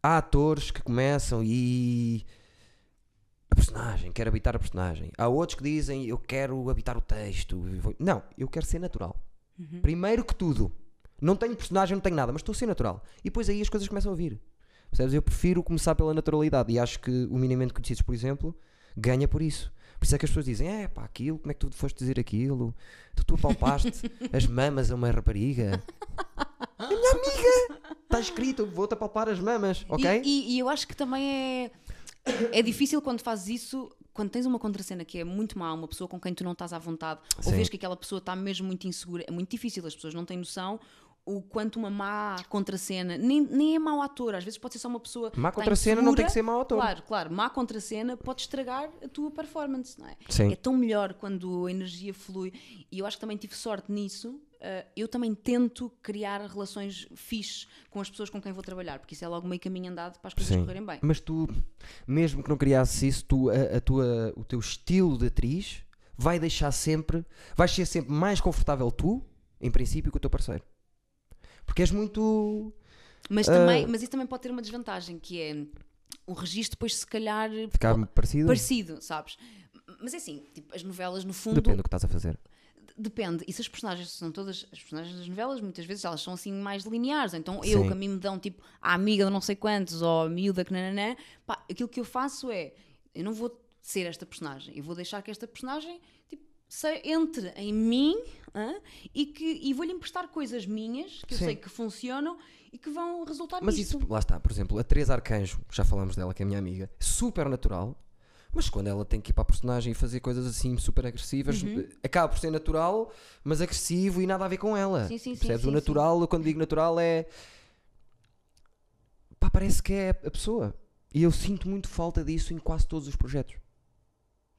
A: Há atores que começam e. a personagem, quero habitar a personagem. Há outros que dizem eu quero habitar o texto. Não, eu quero ser natural. Primeiro que tudo. Não tenho personagem, não tenho nada, mas estou a ser natural. E depois aí as coisas começam a vir. Percebes? Eu prefiro começar pela naturalidade e acho que o Minimamente Conhecidos, por exemplo, ganha por isso. Por isso é que as pessoas dizem: é pá, aquilo, como é que tu foste dizer aquilo? Tu, tu apalpaste as mamas a uma rapariga. É minha amiga! Está escrito, vou-te apalpar as mamas, ok?
C: E, e- e eu acho que também é, é difícil quando fazes isso, quando tens uma contracena que é muito má, uma pessoa com quem tu não estás à vontade, ou
A: Sim.
C: vês que aquela pessoa está mesmo muito insegura, é muito difícil, as pessoas não têm noção o quanto uma má contracena, nem, nem é mau ator, às vezes pode ser só uma pessoa. que
A: Má
C: está
A: contracena não tem
C: insegura.
A: que ser mau ator.
C: Claro, claro, má contracena pode estragar a tua performance, não é?
A: Sim.
C: É tão melhor quando a energia flui e eu acho que também tive sorte nisso. Ah, eu também tento criar relações fixe com as pessoas com quem vou trabalhar, porque isso é logo meio caminho andado para as coisas correrem bem.
A: Mas tu, mesmo que não criasses isso, tu, a, a tua, o teu estilo de atriz vai deixar sempre, vais ser sempre mais confortável tu, em princípio, que o teu parceiro. Porque és muito.
C: Mas,
A: Ah.
C: também, mas isso também pode ter uma desvantagem, que é o registro depois se calhar
A: Ficar parecido?
C: parecido, sabes? Mas é assim, tipo, as novelas no fundo
A: Depende do que estás a fazer.
C: Depende. E se as personagens são todas. As personagens das novelas, muitas vezes elas são assim mais lineares. Então eu,
A: Sim.
C: que a mim me dão tipo a amiga de não sei quantos ou a miúda que nananã, pá, aquilo que eu faço é. Eu não vou ser esta personagem. Eu vou deixar que esta personagem tipo, se- entre em mim hã? e, que- e vou-lhe emprestar coisas minhas que
A: Sim.
C: eu sei que funcionam e que vão resultar
A: Mas
C: nisto.
A: isso, lá está, por exemplo, a Teresa Arcanjo, já falámos dela, que é minha amiga, super natural, mas quando ela tem que ir para a personagem e fazer coisas assim super agressivas,
C: Uhum.
A: acaba por ser natural, mas agressivo e nada a ver com ela.
C: Sim, sim, sim,
A: Percebes?
C: sim,
A: o
C: sim.
A: natural, eu quando digo natural, é. Pá, parece que é a pessoa. E eu sinto muito falta disso em quase todos os projetos.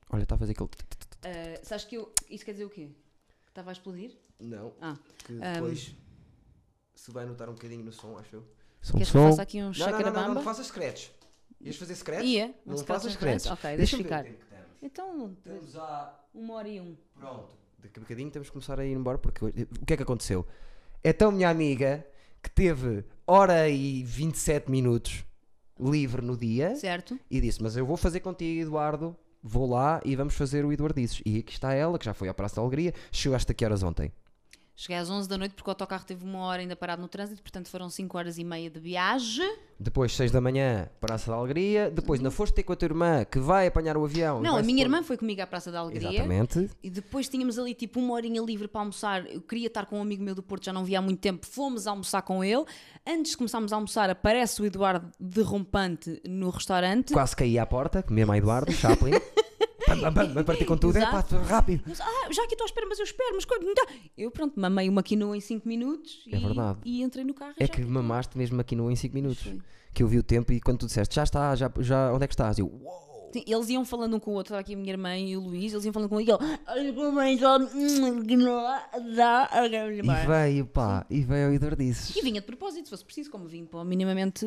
A: Olha, está a fazer aquele. t- t- t-
C: Ah, sabes que eu. Isso quer dizer o quê? Que estava a explodir?
A: Não,
C: Ah,
A: que depois se vai notar um bocadinho no som, acho eu.
C: queres que eu faça aqui
A: Não, não,
C: um
A: não, não, não,
C: chacarabamba?
A: te faças secretos. Ias fazer secretos?
C: Ia, um
A: não
C: secreto
A: faças
C: sem
A: secretos.
C: secretos. Ok,
A: Deixa-me
C: deixa
A: ver o tempo que temos.
C: Então,
A: Estamos a.
C: uma hora e um.
A: Pronto. Daqui a bocadinho temos que começar a ir embora porque hoje- o que é que aconteceu? Então, minha amiga que teve hora e 27 minutos livre no dia
C: Certo?
A: e disse: Mas eu vou fazer contigo, Eduardo. Vou lá e vamos fazer o Eduardo Dizes. E aqui está ela, que já foi à Praça da Alegria. Chegaste a que horas ontem?
C: Cheguei às 11 da noite porque o autocarro teve uma hora ainda parado no trânsito, portanto foram 5 horas e meia de viagem.
A: Depois, 6 da manhã, Praça da Alegria. Depois, ainda foste ter com a tua irmã, que vai apanhar o avião. e
C: Não, a
A: vai-se
C: minha
A: pôr-
C: irmã foi comigo à Praça da Alegria.
A: Exatamente.
C: E depois tínhamos ali tipo uma horinha livre para almoçar. Eu queria estar com um amigo meu do Porto, já não via há muito tempo. Fomos almoçar com ele. Antes de começarmos a almoçar, aparece o Eduardo derrompante no restaurante.
A: Quase caí à porta, que mesmo a Eduardo, Chaplin. Pam, pam, pam, vai partir com tudo. É pá,
C: Exato.
A: rápido.
C: Eu disse, ah, já aqui estou à espera, mas eu espero, mas quando. Eu pronto, mamei uma quinoa em 5 minutos
A: É
C: e,
A: verdade.
C: e entrei no carro e
A: É
C: já
A: que mamaste mesmo aqui no em 5 minutos.
C: Foi.
A: Que eu vi o tempo e quando tu disseste já está, já, já onde é que estás? Eu, uou!
C: Sim, eles iam falando um com o outro, estava aqui a minha irmã e o Luís, eles iam falando com ele, e ele, "Ai, como é que eu- que não dá a
A: E
C: gravar?"
A: veio, pá, e veio o Idor
C: e vinha de propósito, se fosse preciso, como vim para o minimamente.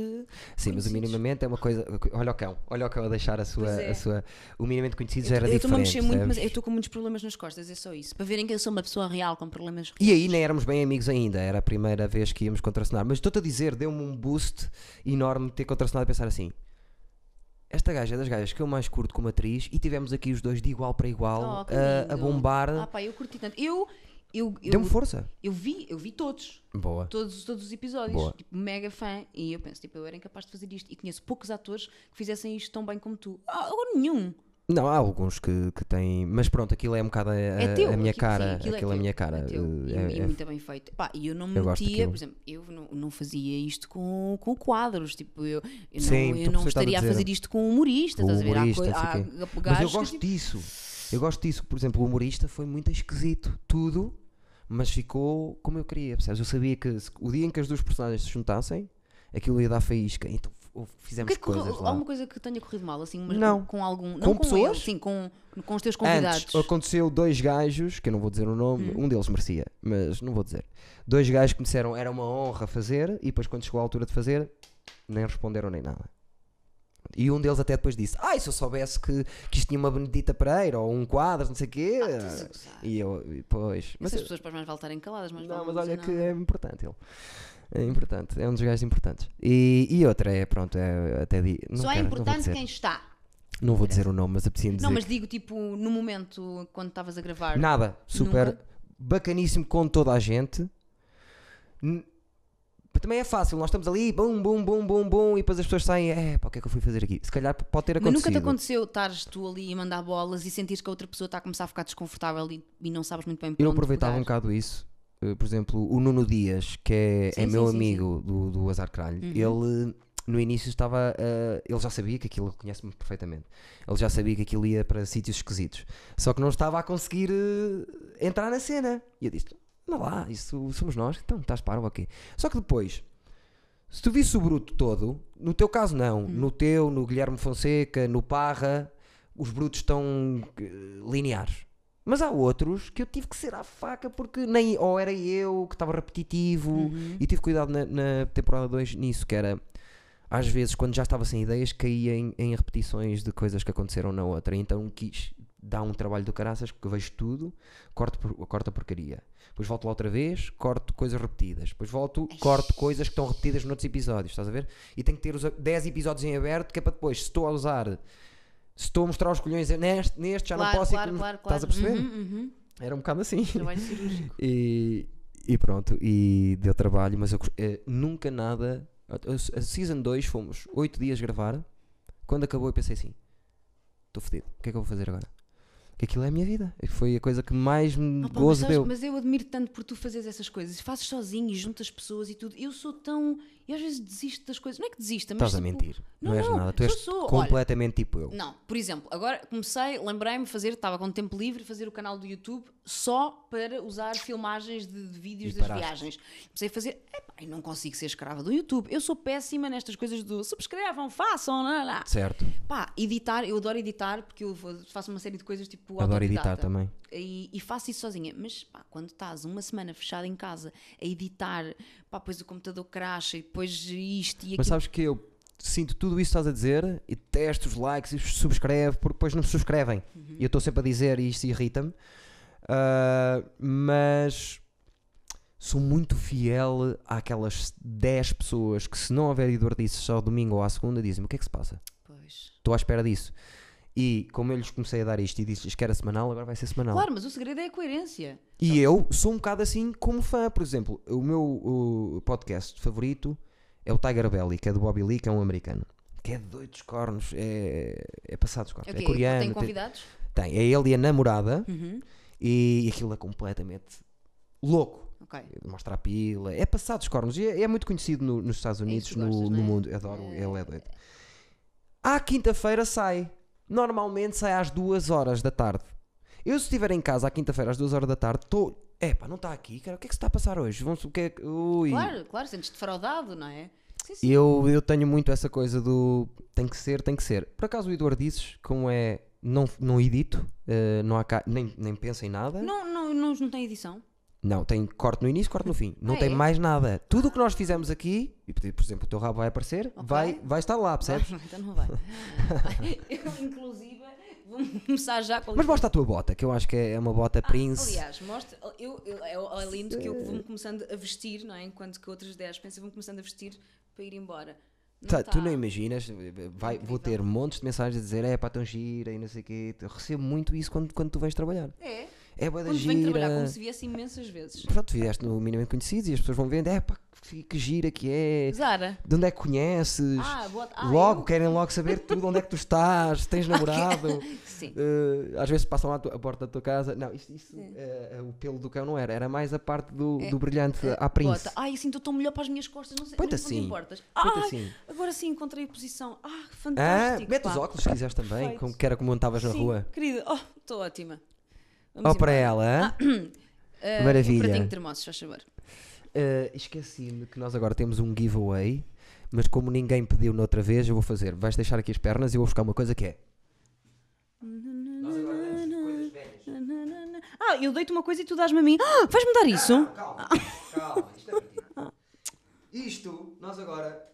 A: Sim, mas o minimamente é uma coisa. Olha o cão, olha o cão a deixar a sua.
C: Pois é.
A: A sua o minimamente conhecido já era
C: eu estou-me a
A: diferente.
C: mexer muito, mas eu
A: percebes?
C: estou com muitos problemas nas costas, é só isso. Para verem que eu sou uma pessoa real com problemas.
A: E aí nem éramos bem amigos ainda, era a primeira vez que íamos contracenar. Mas estou-te a dizer, deu-me um boost enorme ter contracenado e pensar assim. Esta gaja é das gajas que eu mais curto como atriz e tivemos aqui os dois de igual para igual
C: Oh, que
A: a, a
C: lindo.
A: bombar.
C: Ah, pá, eu curti tanto. Eu, eu, eu,
A: Deu-me força.
C: eu vi, eu vi todos.
A: Boa.
C: Todos, todos os episódios,
A: Boa.
C: tipo, mega fã, e eu penso, tipo, eu era incapaz de fazer isto. E conheço poucos atores que fizessem isto tão bem como tu. Ah, ou nenhum.
A: Não, há alguns que, que têm. Mas pronto, aquilo é um bocado a,
C: é teu,
A: a minha
C: aquilo-
A: cara.
C: sim,
A: aquilo
C: é
A: é a
C: teu,
A: minha cara.
C: é teu. e,
A: eh,
C: e
A: é-
C: muito bem feito. Pá, e eu não me
A: Eu gosto
C: metia,
A: daquilo.
C: por exemplo, eu não, não fazia isto com, com quadros, tipo, eu,
A: Sim,
C: eu não,
A: tu
C: eu
A: percebes o
C: não
A: que estás a
C: estaria a
A: dizer.
C: fazer isto com humoristas,
A: com
C: estás a ver? Há
A: humorista,
C: coi-
A: não sei
C: há
A: o quê.
C: gajos
A: Mas eu
C: que,
A: gosto
C: tipo,
A: disso. Eu gosto disso. Por exemplo, o humorista foi muito esquisito, tudo, mas ficou como eu queria, percebes? Eu sabia que se- o dia em que as duas personagens se juntassem, aquilo ia dar faísca. Então f- houve-
C: o
A: fizemos
C: que é que correu-
A: coisas lá.
C: alguma coisa que tenha corrido mal, assim, mas
A: Não.
C: com, com algum. Não
A: Com
C: com
A: pessoas?
C: ele, sim, com, com os teus convidados. Hum.
A: Antes aconteceu dois gajos, que eu não vou dizer o nome, um deles merecia, mas não vou dizer. Dois gajos que me disseram era uma honra fazer, e depois quando chegou a altura de fazer, nem responderam nem nada. E um deles até depois disse: Ai, se eu soubesse que, que isto tinha uma Benedita Pereira ou um quadro, não sei o quê.
C: Ah, estás a gozar.
A: e eu, e pois.
C: Mas
A: Mas,
C: as
A: eu-
C: pessoas para mais voltarem caladas, mas
A: não, mas olha que é importante ele. É importante, é um dos gajos importantes. E, e outra é, pronto, é até. Di, não
C: Só é
A: quero- não vou
C: importante
A: dizer.
C: quem está.
A: Não vou dizer o nome, mas apetecia-me dizer.
C: Não, mas digo tipo no momento quando estavas a gravar.
A: Nada, super
C: Nunca.
A: bacaníssimo com toda a gente. N- Também é fácil, nós estamos ali, bum, bum, bum, bum, bum, e depois as pessoas saem, é, pá, o que é que eu fui fazer aqui? Se calhar pode ter
C: Mas
A: acontecido.
C: nunca te aconteceu estares tu ali a mandar bolas e sentires que a outra pessoa está a começar a ficar desconfortável e, e não sabes muito bem para
A: Eu
C: onde
A: aproveitava um
C: pegar?
A: bocado isso. Eh, Por exemplo, o Nuno Dias, que é, é
C: Sim,
A: meu
C: sim, sim, Uhum.
A: amigo Do, do Azar Cralho, ele no início estava. eh, ele já sabia que aquilo, ele conhece-me perfeitamente. Ele já sabia que aquilo ia para sítios esquisitos. Só que não estava a conseguir eh, entrar na cena. E eu disse: Não lá, isso somos nós, então estás parvo ou quê? Só que depois. Se tu visse o bruto todo, no teu caso não, no teu, no Guilherme Fonseca, no Parra, os brutos estão eh, lineares. Mas há outros que eu tive que ser à faca porque nem ou era eu que estava repetitivo e tive cuidado na, na temporada 2 nisso, que era às vezes quando já estava sem ideias caía em, em repetições de coisas que aconteceram na outra, então quis dar um trabalho do caraças porque eu vejo tudo, corto, por- corto a porcaria, depois volto lá outra vez, corto coisas repetidas, depois volto, corto coisas que estão repetidas noutros episódios, estás a ver? E tenho que ter os a- 10 episódios em aberto que é para depois, se estou a usar. Se estou a mostrar os colhões neste, neste já
C: Claro,
A: não posso ir-
C: claro, claro,
A: Estás a
C: claro.
A: perceber?
C: Uhum, uhum.
A: Era um bocado assim.
C: Trabalho cirúrgico.
A: E, e pronto, e deu trabalho, mas eu gos- eh, nunca nada. a- A, a season 2 fomos 8 dias gravar. Quando acabou, eu pensei assim: estou fodido, o que é que eu vou fazer agora? Que aquilo é a minha vida. E Foi a coisa que mais me
C: Ah, pá, mas,
A: gozo
C: sabes-
A: deu.
C: mas eu admiro tanto por tu fazeres essas coisas. Fazes sozinho e juntas pessoas e tudo. Eu sou tão. Eu às vezes desisto das coisas. Não é que desista, mas.
A: Estás a
C: tipo,
A: mentir, não,
C: não,
A: és
C: não,
A: nada. Tu
C: eu
A: és
C: sou,
A: completamente tipo eu.
C: Não, por exemplo, agora comecei, lembrei-me de fazer, estava com tempo livre, fazer o canal do YouTube só para usar filmagens de, de vídeos
A: E
C: das
A: paraste.
C: viagens. Comecei a fazer, epá, eu não consigo ser escrava do YouTube. Eu sou péssima nestas coisas do subscrevam, façam, não, não.
A: Certo,
C: Pá, editar, eu adoro editar porque eu vou- faço uma série de coisas tipo
A: adoro
C: autodidata.
A: editar também.
C: E, e faço isso sozinha. Mas pá, quando estás uma semana fechada em casa a editar, pá, depois o computador cracha e depois isto e aquilo.
A: Mas sabes que eu sinto tudo isso que estás a dizer e testo os likes e os subscreve porque depois não me subscrevem.
C: Uhum.
A: E eu estou sempre a dizer e isto irrita-me. Ah, mas sou muito fiel àquelas 10 pessoas que, se não houver Eduardices só ao domingo ou à segunda, dizem-me o que é que se passa?
C: Pois.
A: Estou à espera disso. E como eu lhes comecei a dar isto e disse-lhes que era semanal, agora vai ser semanal.
C: Claro, mas o segredo é a coerência.
A: E eu sou um bocado assim como fã. Por exemplo, o meu o podcast favorito é o Tiger Belly, que é do Bobby Lee, que é um americano. Que é de doidos cornos, é, é passado os cornos.
C: É
A: É,
C: o quê?
A: coreano.
C: Tem
A: tem-
C: convidados?
A: tem, é ele e a namorada,
C: Uhum.
A: e aquilo é completamente louco.
C: Ok.
A: Mostra a pila, é passado os cornos. E é, é muito conhecido no- nos Estados Unidos,
C: que
A: no,
C: gostas,
A: no
C: não é?
A: mundo. Eu Adoro, ele é doido. À quinta-feira sai. Normalmente sai às duas horas da tarde. Eu, se estiver em casa à quinta-feira às duas horas da tarde, estou. Epá, não está aqui, cara. O que é que se está a passar hoje? Vamos, o que é que. Ui.
C: Claro, claro, sentes defraudado, não é? Sim, sim.
A: Eu, eu tenho muito essa coisa do tem que ser, tem que ser. Por acaso o Eduardo dizes, como é. Não, não edito, eh, não há ca- nem, nem penso em nada.
C: Não, não, não, não tem edição.
A: Não, tem corte no início, corte no fim. Não
C: Ah,
A: tem
C: é?
A: mais nada. Tudo o que nós fizemos aqui, e por por exemplo, o teu rabo vai aparecer, vai, vai estar lá, percebes?
C: Então não vai. Eu, inclusive, vou começar já com.
A: Mas mostra a tua bota, que eu acho que é é uma bota Prince.
C: Ah, Aliás, mostra, eu, eu, é- é lindo que eu vou-me começando a vestir, não é? Enquanto que outras 10 pensam vão começando a vestir para ir embora. Não
A: Tá, Tu
C: tá.
A: não imaginas, eh, vai, vou ter montes de mensagens a dizer é para tão gira e não sei o quê. Eu recebo muito isso quando, quando tu vens trabalhar.
C: É.
A: É boa da
C: Quando venho trabalhar, como
A: gira.
C: se viesse imensas vezes.
A: Pronto, vieste no minimamente conhecidos e as pessoas vão vendo, é pá, que, que gira que é,
C: Zara.
A: de onde é que conheces.
C: Ah, boa. Ah,
A: logo,
C: eu-
A: querem logo saber tudo, onde é que tu estás, se tens namorado.
C: Sim.
A: Eh, às vezes passam lá a, tua- a porta da tua casa. Não, isso, isso, eh, o pelo do cão não era, era mais a parte do, do brilhante à Prince.
C: É. Bota. Ai, assim estou tão melhor para as minhas costas. Não sei.
A: Põe-te
C: não- não te
A: assim.
C: importas.
A: Põe-te
C: Ai,
A: assim.
C: Agora sim encontrei a posição. Ah,
A: Ah,
C: fantástico.
A: mete os
C: pá.
A: óculos se quiseres também,
C: Perfeito.
A: como, que era como montavas na
C: Sim,
A: rua.
C: Querida, oh, estou ótima. Vamos
A: Ó para
C: embora.
A: ela, hã?
C: Ah,
A: maravilha.
C: Um pratinho de termossos, faz favor.
A: Eh, Esqueci-me que nós agora temos um giveaway, mas como ninguém pediu noutra vez, eu vou fazer. Vais deixar aqui as pernas e eu vou buscar uma coisa que é. Nós agora damos coisas velhas.
C: Ah, eu deito uma coisa e tu dás-me a mim. Ah, vais-me dar isso?
A: Calma, calma, isto é mentira. Isto, nós agora.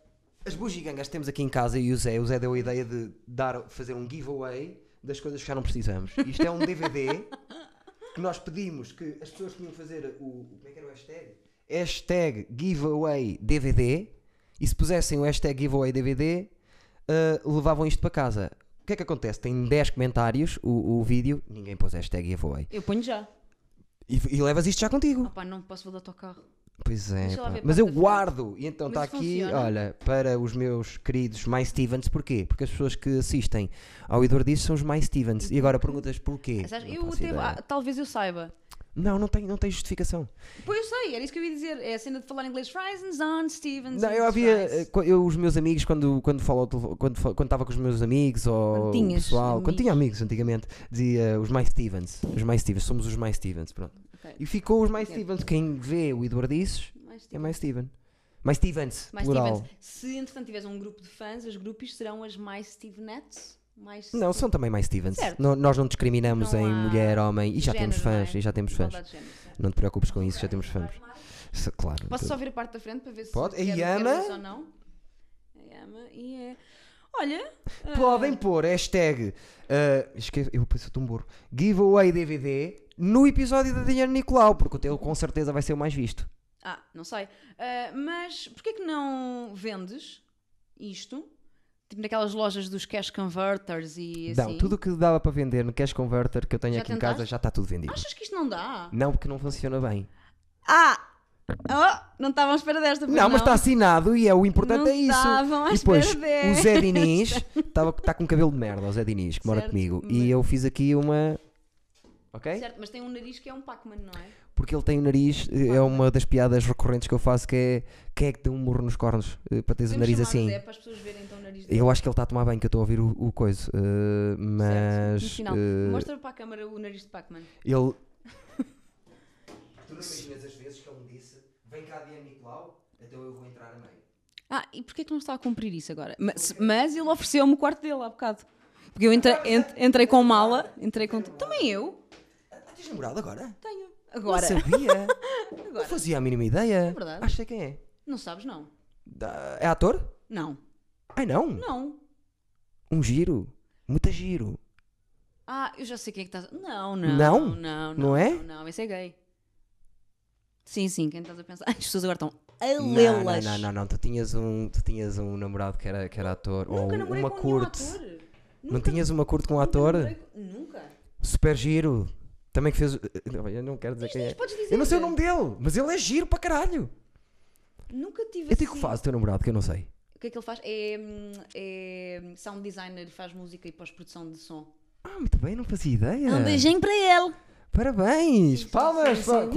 A: As bugigangas que temos aqui em casa e o Zé, o Zé deu a ideia de dar, fazer um giveaway das coisas que já não precisamos. Isto é um DVD que nós pedimos que as pessoas tinham que fazer o. Como é que era o hashtag? Hashtag giveaway DVD e se pusessem o hashtag giveaway DVD eh, levavam isto para casa. O que é que acontece? Tem 10 comentários o, o vídeo, ninguém pôs hashtag giveaway.
C: Eu ponho já.
A: E, e levas isto já contigo.
C: Ah pá, não posso vou de autocarro.
A: Pois é,
C: Deixa lá
A: pá.
C: ver
A: mas
C: para
A: eu
C: a frente.
A: guardo. E então
C: Mas
A: está aqui,
C: funciona?
A: olha, para os meus queridos mais Stevens, porquê? Porque as pessoas que assistem ao Idor disso são os mais Stevens. E agora perguntas porquê?
C: Sabes,
A: Não
C: eu
A: faço
C: até-
A: ideia.
C: ah, talvez eu saiba.
A: Não, não tem, não tem justificação.
C: Pois eu sei, era isso que eu ia dizer. É a cena de falar em inglês. Fries and Zahn, Stevens.
A: Não, eu
C: and
A: havia, eh,
C: fries.
A: qu- eu, os meus amigos, quando quando falo, ao telefo- quando fa- quando estava com os meus amigos ou
C: Quando
A: o
C: tinhas
A: pessoal, quando
C: amigos.
A: tinha amigos antigamente, dizia eh, os mais Stevens, os mais Stevens, somos os mais Stevens, pronto.
C: Ok.
A: E ficou os mais Stevens, quem vê o Eduardices
C: Mais
A: é mais Steven. Mais Stevens,
C: Mais
A: plural.
C: Stevens. Se entretanto tiveres um grupo de fãs, as grupos serão as mais Stevenettes. Mais
A: Não, são também mais Stevens.
C: Certo.
A: No- nós não discriminamos
C: Não
A: em
C: há
A: mulher, homem, e já
C: género,
A: temos fãs,
C: não é?
A: e já temos fãs.
C: Igualdade de género, certo.
A: Não te preocupes com isso, já temos fãs. Se- Claro.
C: Posso
A: tu-
C: só ver a parte da frente para ver se
A: Pode.
C: quero-
A: A
C: quero
A: Yama?
C: isso ou não? A Yama, e é. Olha, ah,
A: Podem pôr hashtag. ah, esque- eu penso um burro. Giveaway DVD no episódio da Diana Nicolau, porque o teu com certeza vai ser o mais visto.
C: Ah, não sei. Ah, mas porquê que não vendes isto? Tipo naquelas lojas dos cash converters e assim.
A: Não, tudo o que dava para vender no Cash Converter que eu tenho
C: Já
A: aqui em
C: tentaste?
A: casa já está tudo vendido.
C: Achas que isto não dá?
A: Não, porque não funciona bem.
C: Ah! Oh, não estavam à espera desta. pois
A: Não, mas está assinado e é o importante
C: Não
A: é isso.
C: estavam à
A: e depois
C: espera
A: o Zé Diniz está com cabelo de merda, o Zé Diniz, que mora
C: Certo,
A: comigo.
C: mas-
A: E eu fiz aqui uma. Ok?
C: Certo, mas tem um nariz que é um Pac-Man, não é?
A: Porque ele tem o nariz, eh, é uma das piadas recorrentes que eu faço que é quem é que deu um murro nos cornos eh, para teres o nariz
C: Podemos chamar
A: assim.
C: Zé para as pessoas verem então o nariz dele.
A: Eu acho que ele está a tomar banho, que eu estou a ouvir o, o coiso. eh,
C: Certo,
A: mas.
C: no final.
A: eh,
C: Mostra para a câmara o nariz de Pac-Man.
A: ele. tu não imaginas as vezes que ele me disse: vem cá, Diana Nicolau, então eu vou entrar a meio.
C: Ah, e porquê que não está a cumprir isso agora? Mas, mas ele ofereceu-me o quarto dele há bocado. Porque eu entre- ent- entrei com mala, entrei com. Também eu
A: Ah, tens namorado agora?
C: tenho.
A: Não
C: Agora.
A: sabia. Não
C: Agora.
A: fazia a mínima ideia. É
C: verdade.
A: Acha quem é?
C: Não sabes, não?
A: Da- É ator?
C: Não.
A: Ai não.
C: Não.
A: Um giro. Muito giro.
C: Ah, eu já sei quem é que está. Não,
A: Não?
C: não. Não, não.
A: Não é?
C: Não, não, esse é gay. Sim, sim, quem estás a pensar? Ai, as pessoas agora estão a
A: Não,
C: lê-las.
A: Não, não, não, não. Tu tinhas um, tu tinhas um namorado que era, que era ator.
C: Nunca
A: ou
C: namorei
A: uma
C: com
A: curte.
C: nenhum ator.
A: Não tinhas uma curte com um ator?
C: Nunca. namorei com- Nunca.
A: Super giro. Também que fez. eh, Não, Eu não quero dizer quem é.
C: podes dizer.
A: Eu não sei o nome dele, mas ele é giro para caralho.
C: Nunca tive
A: Eu digo que
C: assim-
A: faz o teu namorado, que eu não sei.
C: O que é que ele faz? É, hum, é sound designer, faz música e pós-produção de som.
A: Ah, muito bem, não fazia ideia.
C: Ah,
B: Um beijinho para ele.
A: Parabéns! Palmas! pa-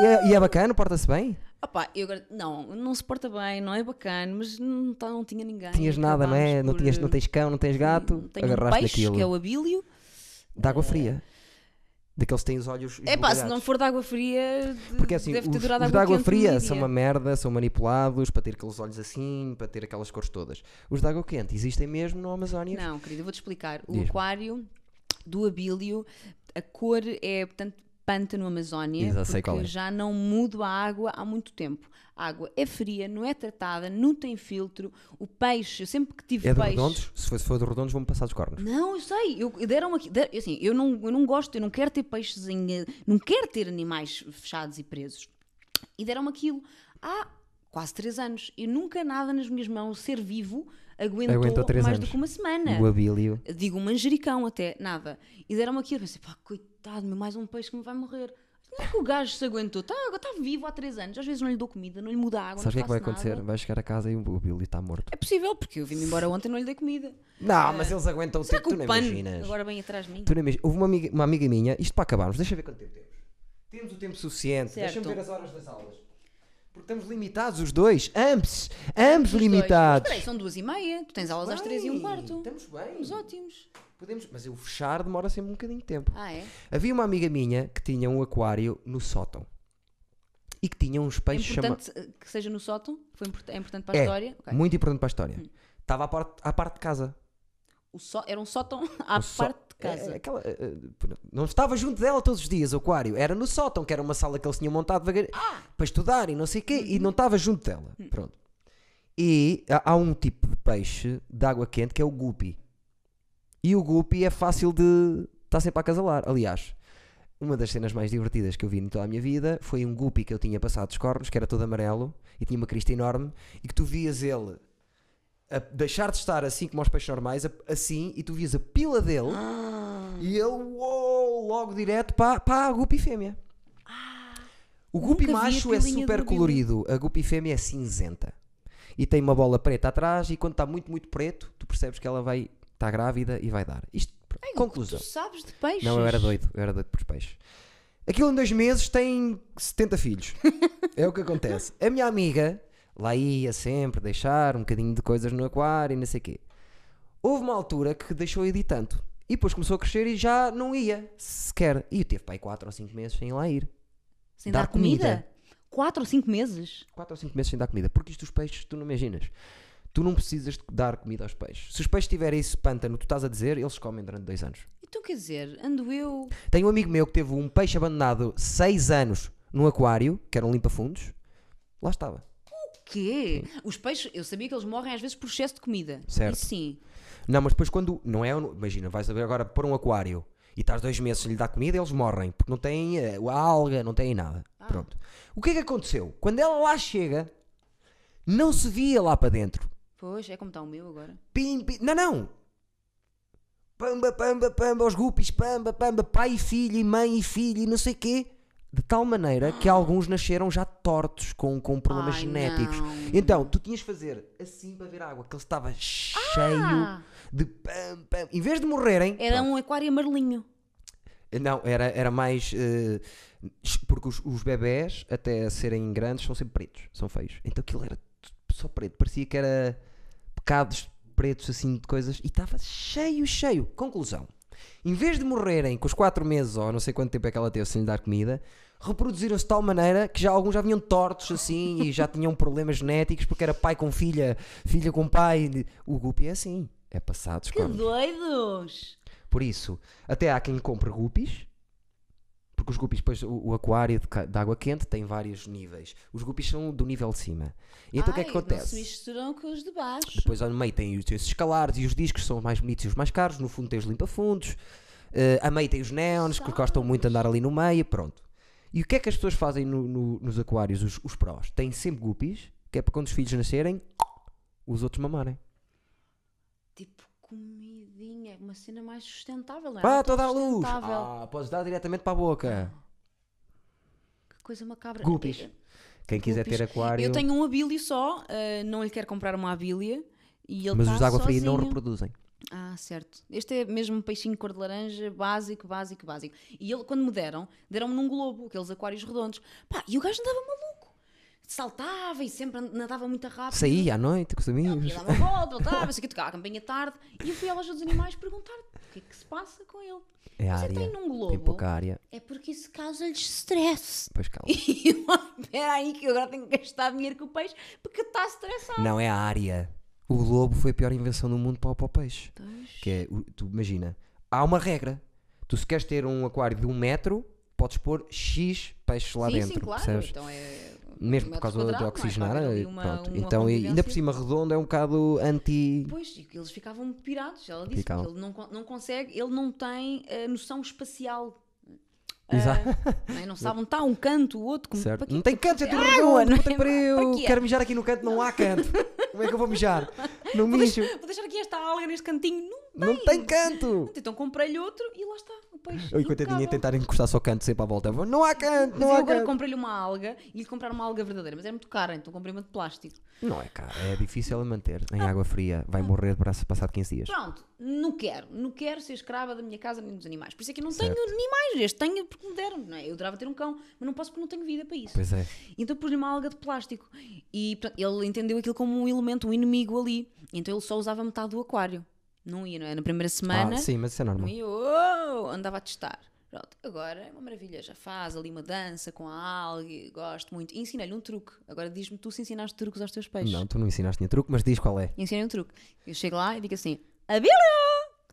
A: E, é, e é bacana, porta-se bem?
C: Opá, eu agora. Não, não se porta bem, não é bacana, mas não, tá- não tinha ninguém.
A: Tinhas nada, não é?
C: Acabámos
A: Não,
C: por,
A: tinhas, não
C: eh,
A: tens cão, não tens gato,
C: Tenho
A: agarraste
C: um peixe,
A: naquilo.
C: que é o abílio.
A: De água fria. Daqueles que têm os olhos.
C: É pá, se
A: esbugalhados.
C: não for de água fria, de-
A: Porque assim,
C: deve
A: os,
C: ter durado
A: os de água
C: quente
A: fria
C: meio
A: são
C: dia.
A: uma merda, são manipulados para ter aqueles olhos assim, para ter aquelas cores todas. Os de água quente existem mesmo no Amazónia.
C: Não, querida, eu vou-te explicar. O
A: Diz-me.
C: aquário do abílio, a cor é, portanto, pântano Amazónia,
A: Já sei
C: porque
A: qual é.
C: já não mudo a água há muito tempo. A água é fria, não é tratada, não tem filtro. O peixe, eu sempre que tive
A: É de
C: peixe...
A: redondos? Se for, se for de redondos, vão-me passar os cornos.
C: Não, eu sei, eu, deram aqui, der- assim, eu não, eu não gosto, eu não quero ter peixes em, eh, não quero ter animais fechados e presos. E deram-me aquilo há quase três anos, e nunca nada nas minhas mãos, ser vivo, aguentou,
A: Aguentou três
C: mais
A: anos.
C: do que uma semana.
A: O abílio.
C: Digo, um manjericão até, nada. E deram-me aquilo, pensei, pá, coitado, meu, mais um peixe que me vai morrer. Não é que o gajo se aguentou, está tá vivo há três anos, às vezes não lhe dou comida, não lhe muda a água,
A: Sabes o que é
C: não
A: que vai
C: faço
A: acontecer?
C: nada.
A: Vai chegar a casa e o abílio está morto.
C: É possível, porque eu vim-me embora ontem e não lhe dei comida.
A: Não, mas eles aguentam o
C: Eh, Será
A: tempo,
C: que
A: tu
C: o
A: não
C: pano
A: imaginas.
C: agora vem atrás de mim?
A: Tu não imagi- Houve uma amiga, uma amiga minha, isto para acabarmos, deixa eu ver quanto tempo temos. Temos o tempo suficiente,
C: Certo.
A: deixa-me ver as horas das aulas. Porque estamos limitados os dois, ambos, ambos limitados.
C: Peraí, são duas e meia. Tu tens aulas às três e um quarto.
A: Estamos bem.
C: Estamos ótimos.
A: Podemos, mas eu fechar demora sempre um bocadinho de tempo.
C: Ah, é?
A: Havia uma amiga minha que tinha um aquário no sótão e que tinha uns
C: É
A: peixes chamados.
C: importante eh, que seja no sótão. Foi import- é importante para a
A: É,
C: história. Ok. Hum.
A: Muito importante para a história. Estava à parte, à parte de casa.
C: O só- Era um sótão à
A: O só-
C: parte de
A: É, é
C: casa.
A: aquela, é, é, pronto. não estava junto dela todos os dias, o aquário. Era no sótão, que era uma sala que eles tinham montado devagar-
C: Ah!
A: para estudar e não sei o quê,
C: Uhum.
A: e não estava junto dela.
C: Hum.
A: Pronto. E há, há um tipo de peixe de água quente que é o guppy. E o guppy é fácil de. está sempre a acasalar. Aliás, uma das cenas mais divertidas que eu vi em toda a minha vida foi um guppy que eu tinha passado dos cornos, que era todo amarelo e tinha uma crista enorme, e que tu vias ele a deixar de estar assim como aos peixes normais, a- assim, e tu vias a pila dele
C: Ah.
A: e ele, uou, logo direto para, para a guppy fêmea. o guppy
C: Ah, vi a
A: macho é
C: pilinha do
A: super
C: guppy.
A: colorido, a guppy fêmea é cinzenta. E tem uma bola preta atrás e quando está muito, muito preto, tu percebes que ela vai, está grávida e vai dar. Isto, pr- conclusão.
C: Tu sabes de peixes?
A: Não, eu era doido, eu era doido por peixes. Aquilo em dois meses tem 70 filhos. é o que acontece. A minha amiga lá ia sempre deixar um bocadinho de coisas no aquário e não sei o quê. Houve uma altura que deixou ir de tanto. E depois começou a crescer e já não ia sequer. E eu teve pai 4 ou 5 meses sem lá ir.
C: Sem
A: Dar
C: dar, comida? Quatro ou cinco meses?
A: 4 ou 5 meses sem dar comida. Porque isto os peixes, tu não imaginas. Tu não precisas de dar comida aos peixes. Se os peixes tiverem esse pântano que tu estás a dizer, eles comem durante dois anos.
C: Então quer dizer, ando eu.
A: Tenho um amigo meu que teve um peixe abandonado 6 anos num aquário, que era um limpa-fundos. Lá estava.
C: Quê? Os peixes, eu sabia que eles morrem às vezes por excesso de comida.
A: Certo.
C: Isso sim.
A: Não, mas depois quando. Não é. Imagina, vais saber agora pôr um aquário e estás dois meses sem lhe dar comida, eles morrem, porque não têm eh, a alga, não têm nada. Pronto. O que é que aconteceu? Quando ela lá chega, não se via lá para dentro.
C: Pois, é como está o meu agora.
A: Pim, pim. Não, não! Pamba, pamba, pamba, os guppies, pamba, pamba, pai e filho, e mãe e filho, e não sei quê. De tal maneira que alguns nasceram já tortos, com, com problemas
C: Ah. Ai,
A: genéticos.
C: não. Ah.
A: Então, tu tinhas de fazer assim para ver água, que ele estava cheio de pam, pam. Em vez de morrerem.
C: Era um aquário amarelinho.
A: Não, era, era mais. eh, porque os, os bebés, até serem grandes, são sempre pretos, são feios. Então aquilo era t- só preto, parecia que era pecados pretos, assim, de coisas, e estava cheio, cheio. Conclusão: em vez de morrerem com os 4 meses, ou não sei quanto tempo é que ela teve sem lhe dar comida, reproduziram-se de tal maneira que já alguns já vinham tortos, assim, e já tinham problemas genéticos, porque era pai com filha, filha com pai. O Guppy é assim, é passado os
C: Que
A: cornos.
C: doidos!
A: Por isso, até há quem compre guppies, porque os guppies, depois, o, o aquário de, ca- de água quente tem vários níveis. Os guppies são do nível de cima. E então o que é que
C: Ai, Não se
A: acontece?
C: misturam com os de baixo.
A: Depois, ao meio, tem os, tem esses escalares e os discos são os mais bonitos e os mais caros. No fundo, tem os limpa-fundos. Eh, a meio, tem os neons que gostam muito de andar ali no meio. Pronto. E o que é que as pessoas fazem no- no- nos aquários, os, os prós? Têm sempre guppies, que é para quando os filhos nascerem, os outros mamarem.
C: Tipo, comidinha. Uma cena mais sustentável. não é?
A: Vá,
C: Era
A: toda a
C: tão
A: luz!
C: sustentável.
A: Ah, podes dar diretamente para a boca.
C: Que coisa macabra. Eh,
A: Guppies. Quem quiser
C: Guppies.
A: ter aquário.
C: Eu tenho um abílio só, ah, não lhe quero comprar uma abília. E ele
A: Mas
C: tá
A: os de água fria não
C: sozinho.
A: reproduzem.
C: Ah, certo. Este é mesmo um peixinho cor de laranja, básico, básico, básico. E ele, quando me deram, deram-me num globo, aqueles aquários redondos. Pá, e o gajo andava maluco. Saltava e sempre and- nadava muito rápido.
A: Saí à noite com os amigos.
C: Ia dar uma volta, voltava, sei que tocava a campainha tarde. E eu fui à loja dos animais perguntar o que é que se passa com ele.
A: É
C: Você
A: área.
C: tem num globo?
A: Tem pouca área.
C: É porque isso causa-lhes stress.
A: Pois calma.
C: E eu, "Ah, espera aí que eu agora tenho que gastar dinheiro com o peixe porque está estressado.
A: Não é a área. O globo foi a pior invenção do mundo para, o- para o peixe. Que é, o- tu imagina, há uma regra. Tu se queres ter um aquário de um metro, podes pôr X peixes lá
C: sim,
A: dentro.
C: sim, claro.
A: percebes?
C: Então é...
A: Mesmo
C: metro
A: por causa
C: quadrado,
A: de
C: não é?
A: oxigenar.
C: Para haver ali uma-
A: pronto.
C: uma
A: então, e- ainda por
C: convivência.
A: cima, redondo é um bocado anti.
C: Pois, e que eles ficavam pirados, ela disse,
A: Ficavam.
C: porque ele não, con- não consegue, ele não tem a noção espacial.
A: Exato.
C: Não, é? não sabe onde está um canto, o outro. Como,
A: Certo.
C: para quê?
A: Não tem canto, é tudo
C: Ah,
A: redondo.
C: não
A: puta
C: é?
A: que pariu.
C: Para quê?
A: Quero mijar aqui no canto, não há canto. Como é que eu vou mijar? Não
C: Vou
A: mijo.
C: deixar, vou deixar aqui esta alga neste cantinho. Não,
A: Não tem canto.
C: então comprei-lhe outro e lá está, o peixe.
A: Eu, enquanto eu tinha
C: impecável.
A: tentar encostar só canto sempre à volta. Não há canto,
C: Mas
A: não
C: eu
A: há
C: agora
A: canto.
C: comprei-lhe uma alga e lhe comprar uma alga verdadeira, mas era muito cara, então comprei uma de plástico.
A: Não é caro, é difícil a manter. Em água fria,
C: Ah.
A: vai morrer de braço passado 15 dias.
C: Pronto, não quero, não quero ser escrava da minha casa nem dos animais. Por isso é que eu não tenho animais, este tenho porque me deram, não é? Eu adorava ter um cão, mas não posso porque não tenho vida para isso.
A: Pois é.
C: Então pus-lhe uma alga de plástico. E portanto, ele entendeu aquilo como um elemento, um inimigo ali. Então ele só usava metade do aquário. Não ia, não é? Na primeira semana.
A: Ah, sim, mas isso é
C: não
A: normal.
C: ia, "Oh!" andava a testar. Pronto, agora é uma maravilha, já faz ali uma dança com a alga, e gosto muito. E ensinei-lhe um truque. Agora diz-me, tu se ensinaste truques aos teus peixes.
A: Não, tu não ensinaste nenhum truque, mas diz qual é.
C: E ensinei um truque. Eu chego lá e digo assim: Abilo!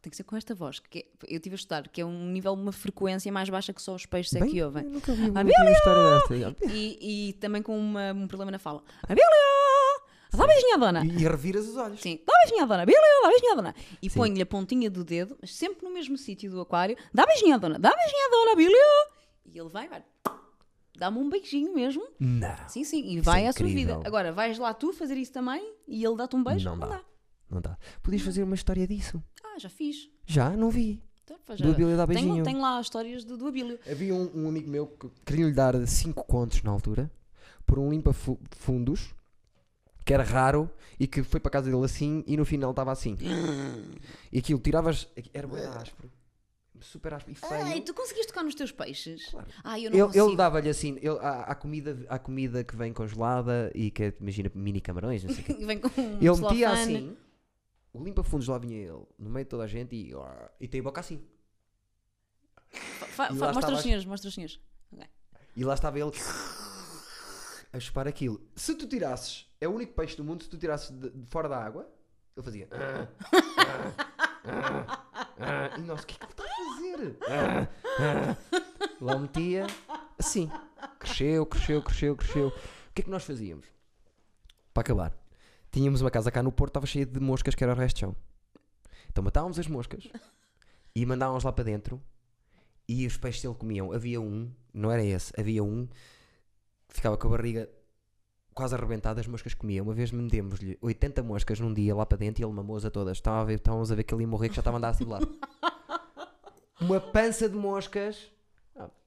C: Tem que ser com esta voz, que é- eu estive a estudar, que é um nível, uma frequência mais baixa que só os peixes é
A: Bem,
C: que ouvem.
A: eu Nunca vi
C: Ah,
A: nunca vi uma história desta.
C: E, e também com uma- um problema na fala. Abílio! Dá um beijinho à dona!
A: E, e reviras os olhos.
C: Sim, dá um beijinho à dona, Abílio, dá um beijinho à dona! E ponho-lhe a pontinha do dedo, mas sempre no mesmo sítio do aquário. Dá um beijinho à dona, dá um beijinho à dona, Abílio! E ele vai, vai. Dá-me um beijinho mesmo.
A: Não.
C: Sim, sim, e vai
A: é
C: à sua vida.
A: incrível.
C: Agora, vais lá tu fazer isso também e ele dá-te um beijo?
A: Não dá. não dá. Podias fazer uma história disso.
C: Ah, já fiz.
A: Já? Não vi.
C: Então, pá, já-
A: Do Abílio dá beijinho.
C: Tenho, tenho lá histórias do, do Abílio.
A: Havia um, um amigo meu que queria lhe dar 5 contos na altura por um limpa-fundos que era raro e que foi para a casa dele assim e no final estava assim. e aquilo tiravas. Era bem áspero. Super áspero e feio.
C: Ai, tu conseguiste tocar nos teus peixes?
A: Claro.
C: Ah, eu não
A: Ele,
C: consigo.
A: ele dava-lhe assim, ele, há, há comida, há comida que vem congelada e que é, imagina, mini camarões, não sei o quê.
C: Vem com um
A: Ele metia
C: celofane.
A: assim, o limpa-fundos lá vinha ele, no meio de toda a gente e, e tem a boca assim.
C: Fa- fa-
A: E lá
C: mostra
A: estava-
C: os senhores, mostra os senhores. Ok.
A: E lá estava ele a chupar aquilo. Se tu tirasses, é o único peixe do mundo, se tu tirasses de, de fora da água, ele fazia. "Ah, ah, ah, ah." E nós, o que é que ele está a fazer? Ah, ah." Lá o metia assim. Cresceu, cresceu, cresceu, cresceu. O que é que nós fazíamos? Para acabar, tínhamos uma casa cá no Porto, estava cheia de moscas que era o resto de chão. Então matávamos as moscas e mandávamos lá para dentro e os peixes dele comiam. Havia um, não era esse, havia um que ficava com a barriga quase arrebentada, as moscas comiam. Uma vez metemos-lhe 80 moscas num dia lá para dentro e ele mamou-as a todas. Estava a ver, estávamos a ver que ele ia morrer, que já estava a andar assim de lado. Uma pança de moscas.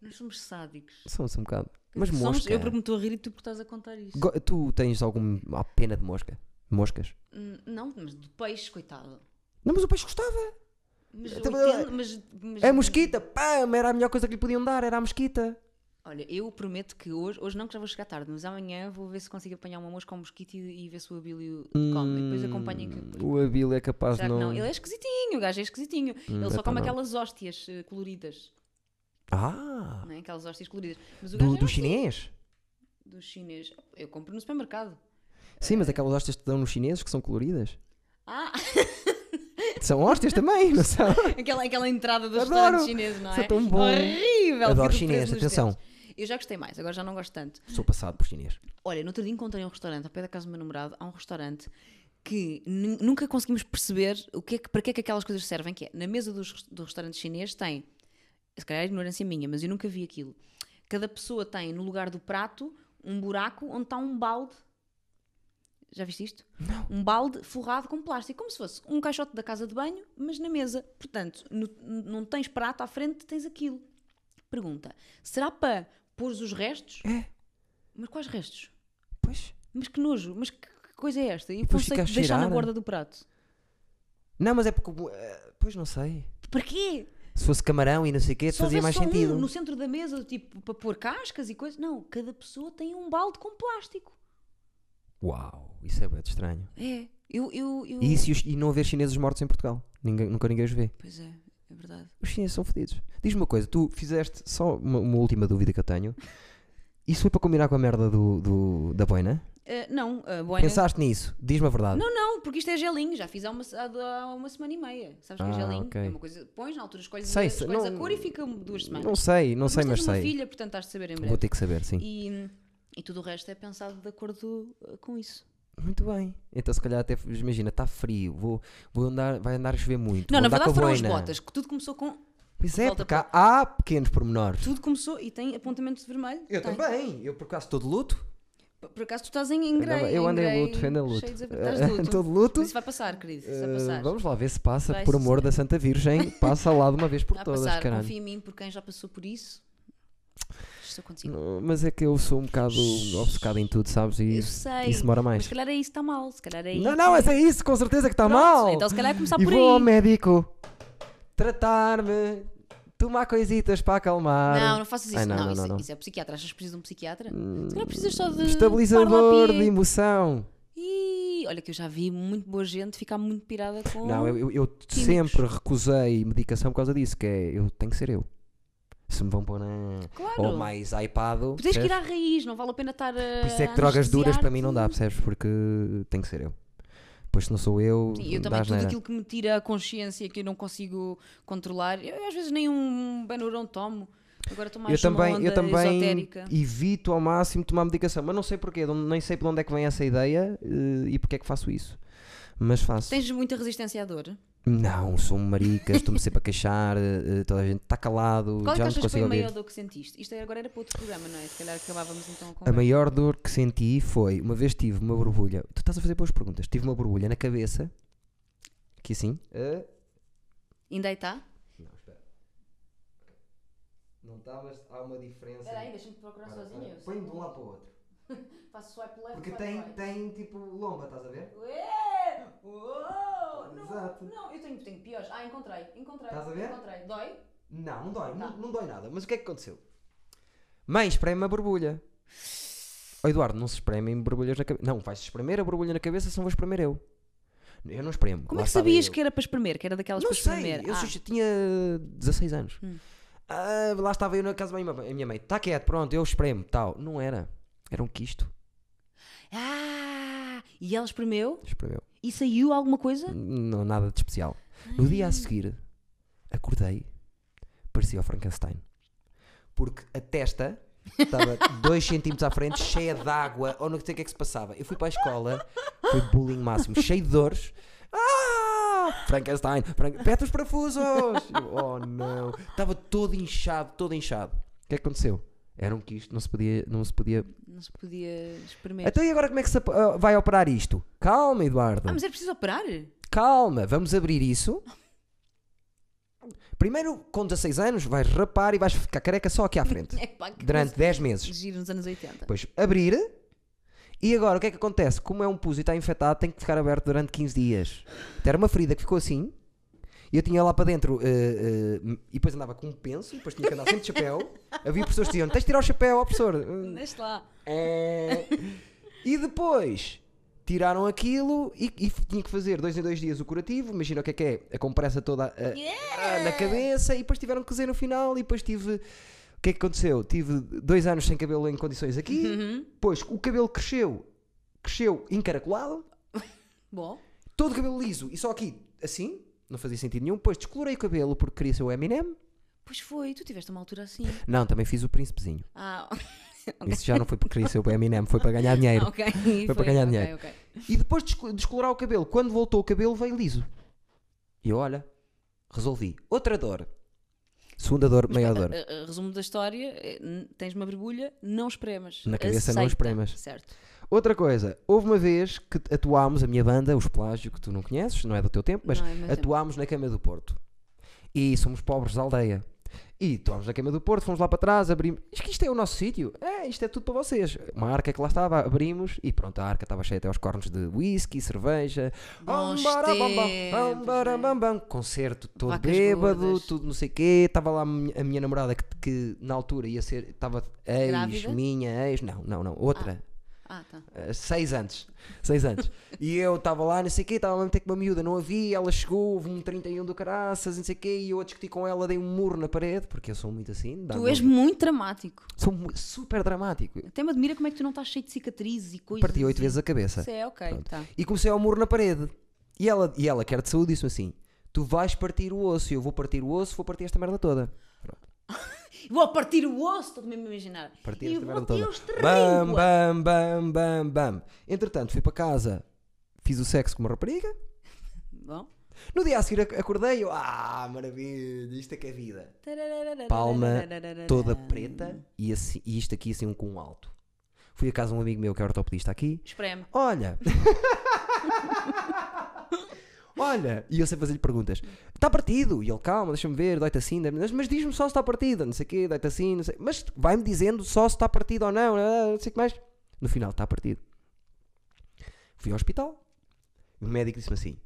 C: Nós somos sádicos.
A: São-se um bocado. Mas
C: Somos-
A: mosca.
C: Eu porque me estou a rir e tu porque estás a contar isso.
A: Go- Tu tens alguma pena de mosca? Moscas?
C: Hum, Não, mas do peixe, coitado.
A: Não, mas o peixe gostava.
C: Mas
A: Eu
C: eu
A: também-
C: entendo, mas, mas-
A: É a mosquita. Pam, era a melhor coisa que lhe podiam dar, era a mosquita.
C: Olha, eu prometo que hoje, hoje não que já vou chegar tarde, mas amanhã vou ver se consigo apanhar uma mosca ou um mosquito e, e ver se o Abílio come. E depois acompanhem que.
A: O Abílio é capaz
C: Será
A: de
C: que
A: não...
C: não? Ele é esquisitinho, o gajo é esquisitinho. Ele só
A: epá,
C: come
A: não.
C: aquelas hóstias eh, coloridas,
A: Ah,
C: não é? Aquelas hóstias coloridas. Mas o gajo
A: do,
C: era
A: do
C: assim,
A: chinês.
C: do chinês. Eu compro no supermercado.
A: Sim, mas aquelas hóstias que te dão nos chineses que são coloridas.
C: Ah,
A: São hóstias também, não são?
C: aquela, aquela entrada dos
A: Adoro.
C: restaurantes chineses, não
A: Isso
C: é?
A: é tão bom.
C: Horrível!
A: Adoro
C: fico preso
A: chinês,
C: nos
A: atenção.
C: dedos. Eu já gostei mais, agora já não gosto tanto.
A: Sou passado por chinês.
C: Olha, no outro dia encontrei um restaurante, ao pé da casa do meu namorado, há um restaurante que nu- nunca conseguimos perceber o que é que- para que é que aquelas coisas servem, que é, na mesa dos res- do restaurante chinês tem, se calhar é ignorância minha, mas eu nunca vi aquilo. Cada pessoa tem, no lugar do prato, um buraco onde está um balde, já viste isto? Não. Um balde forrado com plástico, como se fosse um caixote da casa de banho, mas na mesa. Portanto, no- n- não tens prato à frente, tens aquilo. Pergunta, será para pôr os restos?
A: É.
C: Mas quais restos?
A: Pois.
C: Mas que nojo, mas que que coisa é esta? E o
A: depois
C: conceito
A: fica a
C: de deixar na
A: cheirar.
C: borda do prato.
A: Não, mas é porque. eh, Pois não sei.
C: Para quê?
A: Se fosse camarão e não sei o quê,
C: Só
A: fazia
C: houvesse
A: mais
C: só um
A: sentido.
C: no centro da mesa, tipo, para pôr cascas e coisas. Não, cada pessoa tem um balde com plástico.
A: Uau, isso é bem estranho.
C: É, eu... eu, eu...
A: E, isso, e os- e não haver chineses mortos em Portugal? Ninguém, nunca ninguém os vê.
C: Pois é, é verdade.
A: Os chineses são fodidos. Diz-me uma coisa, tu fizeste só uma, uma última dúvida que eu tenho. Isso foi para combinar com a merda do, do- da boina?
C: Ah, não, a boina...
A: Pensaste nisso? Diz-me a verdade.
C: Não, não, porque isto é gelinho, já fiz há uma, há- há uma semana e meia. Sabes
A: Ah,
C: que é gelinho?
A: ok.
C: É uma coisa, pões na altura, escolhes,
A: Sei,
C: a,
A: sei,
C: escolhes
A: não-
C: a cor e fica duas semanas.
A: Não sei, não sei,
C: tens
A: mas
C: uma
A: sei.
C: filha, portanto, estás de saber em breve.
A: Vou ter que saber, sim.
C: E, e tudo o resto é pensado de acordo ah, com isso.
A: Muito bem. Então se calhar até imagina, está frio, vou, vou andar, vai andar a chover muito.
C: Não,
A: vou
C: na
A: andar
C: verdade
A: com a
C: foram as
A: boina.
C: botas, que tudo começou com.
A: Pois é,
C: Volta
A: porque há, há pequenos pormenores.
C: Tudo começou e tem apontamento de vermelho.
A: Eu
C: Tem.
A: também, eu por acaso estou de luto.
C: P- Por acaso tu estás em ingrei.
A: eu ando em
C: grey,
A: luto, ando em luto.
C: cheio de- Estás de luto.
A: Eh, Estou de luto.
C: Mas isso vai passar, querido. Isso vai
A: Eh,
C: passar.
A: vamos lá ver se passa,
C: Vai,
A: por
C: sim,
A: amor da Santa Virgem, passa lá de uma vez por
C: vai
A: todas,
C: passar.
A: caralho.
C: Confia em mim, por quem já passou por isso. Estou contigo.
A: Não, Mas é que eu sou um bocado obcecado em tudo, sabes? E
C: eu
A: isso-
C: sei.
A: isso demora
C: Mas
A: mais.
C: se calhar é isso que está mal. Se calhar é isso.
A: Não, não, mas é isso, com certeza que está
C: Pronto,
A: mal.
C: Então se calhar é começar
A: e
C: por
A: vou ao
C: aí.
A: médico tratar-me, tomar coisitas para acalmar.
C: Não, não faças isso.
A: Ai, não,
C: não,
A: não,
C: isso,
A: não, não.
C: isso é psiquiatra. Achas que precisas de um psiquiatra? se calhar precisas só de.
A: Estabilizador de
C: Parlopé.
A: emoção.
C: Ih, olha que eu já vi muito boa gente ficar muito pirada com.
A: Não, é eu, eu- eu sempre recusei medicação por causa disso, que é eu tenho que ser eu. Se me vão pôr na.
C: Claro.
A: Ou mais iPado.
C: Tens que ir
A: percebes?
C: à raiz, não vale a pena estar a.
A: Por isso é que drogas duras para mim não dá, percebes? Porque tem que ser eu. Pois se não sou eu,
C: Sim, eu
A: dá
C: também, tudo
A: asneira.
C: aquilo que me tira a consciência que eu não consigo controlar, eu, às vezes nem um Benuron tomo. Agora estou mais
A: eu também,
C: numa onda
A: eu também
C: esotérica.
A: evito ao máximo tomar medicação, mas não sei porquê, de onde- nem sei de onde é que vem essa ideia eh, e porque é que faço isso. Mas faço.
C: Tens muita resistência à dor?
A: Não, sou um marica, estou-me sempre a queixar, eh, eh, toda a gente está calado,
C: Qual é que
A: já não
C: achas que foi
A: consigo
C: a
A: ouvir.
C: maior dor que sentiste? Isto agora era para outro programa, não é? Se calhar acabávamos então com.
A: A maior dor que senti foi, uma vez tive uma borbulha, tu estás a fazer boas perguntas, tive uma borbulha na cabeça Aqui assim. Ah,
C: Ainda aí está?
A: não, espera. Não está, mas há uma diferença.
C: Espera aí, deixa-me procurar sozinho. eu
A: Põe
C: sei
A: de um
C: como é
A: lado para o outro.
C: que Faço swipe left.
A: Porque
C: swipe
A: tem,
C: right.
A: tem tipo lomba, estás a ver?
C: Ué! Uou!
A: Exato.
C: Não, não, eu tenho, tenho piores. Ah, encontrei, encontrei.
A: Estás a ver?
C: Encontrei. Dói?
A: Não, não dói,
C: Tá.
A: não, não dói nada. Mas o que é que aconteceu? Mãe, espreme a borbulha. Oh, Eduardo, não se espremem borbulhas na cabeça. Não, vais espremer a borbulha na cabeça, senão vou espremer eu. Eu não espremo.
C: Como é
A: lá
C: que
A: sabem
C: sabias
A: eu.
C: que era para espremer? Que era daquelas
A: Não
C: para
A: sei,
C: espremer?
A: eu
C: Ah, Hum.
A: só tinha 16 anos. Ah, lá estava eu na casa da minha mãe. A minha mãe, está quieto, pronto, eu espremo, tal. Não era. Era um quisto.
C: Ah, e ela espremeu?
A: Espremeu.
C: E saiu alguma coisa?
A: Não, nada de especial. No dia a seguir, acordei, parecia o Frankenstein. Porque a testa estava 2 centímetros à frente, cheia de água, ou não sei o que é que se passava. Eu fui para a escola, foi bullying máximo, cheio de dores. Ah! Frankenstein, Frank... peta os parafusos! Eu, oh não! Estava todo inchado, todo inchado. O que é que aconteceu? Era um quisto, não se podia, não se podia.
C: Não se podia espremer.
A: Então e agora como é que se ah, vai operar isto? Calma, Eduardo.
C: Ah, mas era preciso operar? É
A: Calma, vamos abrir isso. Primeiro, com 16 anos, vais rapar e vais ficar careca só aqui à frente.
C: É pá, que
A: Durante 10 meses.
C: coisa. Giro nos anos 80.
A: Depois, abrir. E agora, o que é que acontece? Como é um pus e está infectado, tem que ficar aberto durante 15 dias. Então, Era uma ferida que ficou assim. E eu tinha lá para dentro. eh, eh, e depois andava com um penso. E depois tinha que andar sempre de chapéu. Havia pessoas que diziam: tens de tirar o chapéu, ó professor. Hum,
C: Deixa lá.
A: é. e depois tiraram aquilo e, e f- tinha que fazer dois em dois dias o curativo. Imagina o que é que é a compressa toda a- a- a- na cabeça e depois tiveram que fazer no final e depois tive. O que é que aconteceu? Tive dois anos sem cabelo em condições aqui, depois o cabelo cresceu, cresceu encaracolado,
C: Bom,
A: todo o cabelo liso e só aqui assim, não fazia sentido nenhum. Depois descolorei o cabelo porque queria ser o Eminem.
C: pois foi. Tu tiveste uma altura assim.
A: Não, também fiz o príncipezinho.
C: Ah,
A: Isso já não foi porque queria ser o Eminem, foi para ganhar dinheiro.
C: ok.
A: para ganhar
C: ok,
A: dinheiro.
C: ok.
A: E depois de desco- descolorar o cabelo, quando voltou o cabelo, veio liso. E eu, olha, resolvi. Outra dor. Segunda dor, maior dor.
C: Uh, uh, resumo da história: eh, n- tens uma borbulha, não espremas.
A: Na cabeça não
C: Aceita.
A: espremas.
C: Certo.
A: Outra coisa, houve uma vez que atuámos, a minha banda, os Plágio, que tu não conheces, não é do teu tempo, mas
C: Não é do meu tempo.
A: atuámos na Cama do Porto. E somos pobres da aldeia. E atuámos na Cama do Porto, fomos lá para trás, abrimos. Diz que isto é o nosso sítio. É, isto é tudo para vocês. Uma arca que lá estava, abrimos e pronto, a arca estava cheia até aos cornos de whisky, cerveja.
C: Bons
A: Ambarabambam,
C: tempos, né?
A: ambarabambam. Concerto todo
C: Vacas
A: bêbado,
C: gordas.
A: tudo não sei o quê. Estava lá a minha, a minha namorada que, que na altura ia ser. Estava ex,
C: Grávida?
A: minha ex. Não, não, não. Outra.
C: Ah, tá.
A: Uh, seis antes. Seis antes. e eu estava lá, não sei o quê, estava a meter com uma miúda, não havia, ela chegou, houve um 31 do caraças, não sei o quê, e eu a discutir com ela, dei um murro na parede, porque eu sou muito assim. dá-me
C: Tu és
A: um-
C: muito dramático.
A: Sou mu- super dramático.
C: Até me admira como é que tu não estás cheio de cicatrizes e coisas.
A: Parti oito vezes a cabeça.
C: Isso é ok,
A: Pronto.
C: tá.
A: E comecei ao murro na parede. E ela, e ela que era de saúde, disse-me assim: Tu vais partir o osso, e eu vou partir o osso, vou partir esta merda toda. Pronto.
C: Vou partir o osso, estou mesmo a imaginar.
A: Partir
C: e
A: esta
C: vou
A: merda
C: ter
A: toda.
C: os
A: Bam,
C: terrícolas.
A: bam, bam, bam, bam. Entretanto, fui para casa, fiz o sexo com uma rapariga.
C: Bom.
A: No dia a seguir ac- acordei, eu, ah, maravilha, isto é que é vida.
C: Tararararararara.
A: Palma toda preta e, assim- e isto aqui assim com um alto. Fui a casa de um amigo meu que é ortopedista aqui.
C: Espreme.
A: Olha, olha, e eu sei fazer-lhe perguntas. Está partido? E ele, calma, deixa-me ver, dói-te assim, dói-me- mas, mas diz-me só se está partido, não sei o quê, dói-te assim, não sei. Mas vai-me dizendo só se está partido ou não, ah, não sei o que mais. No final, está partido. Fui ao hospital. O médico disse-me assim: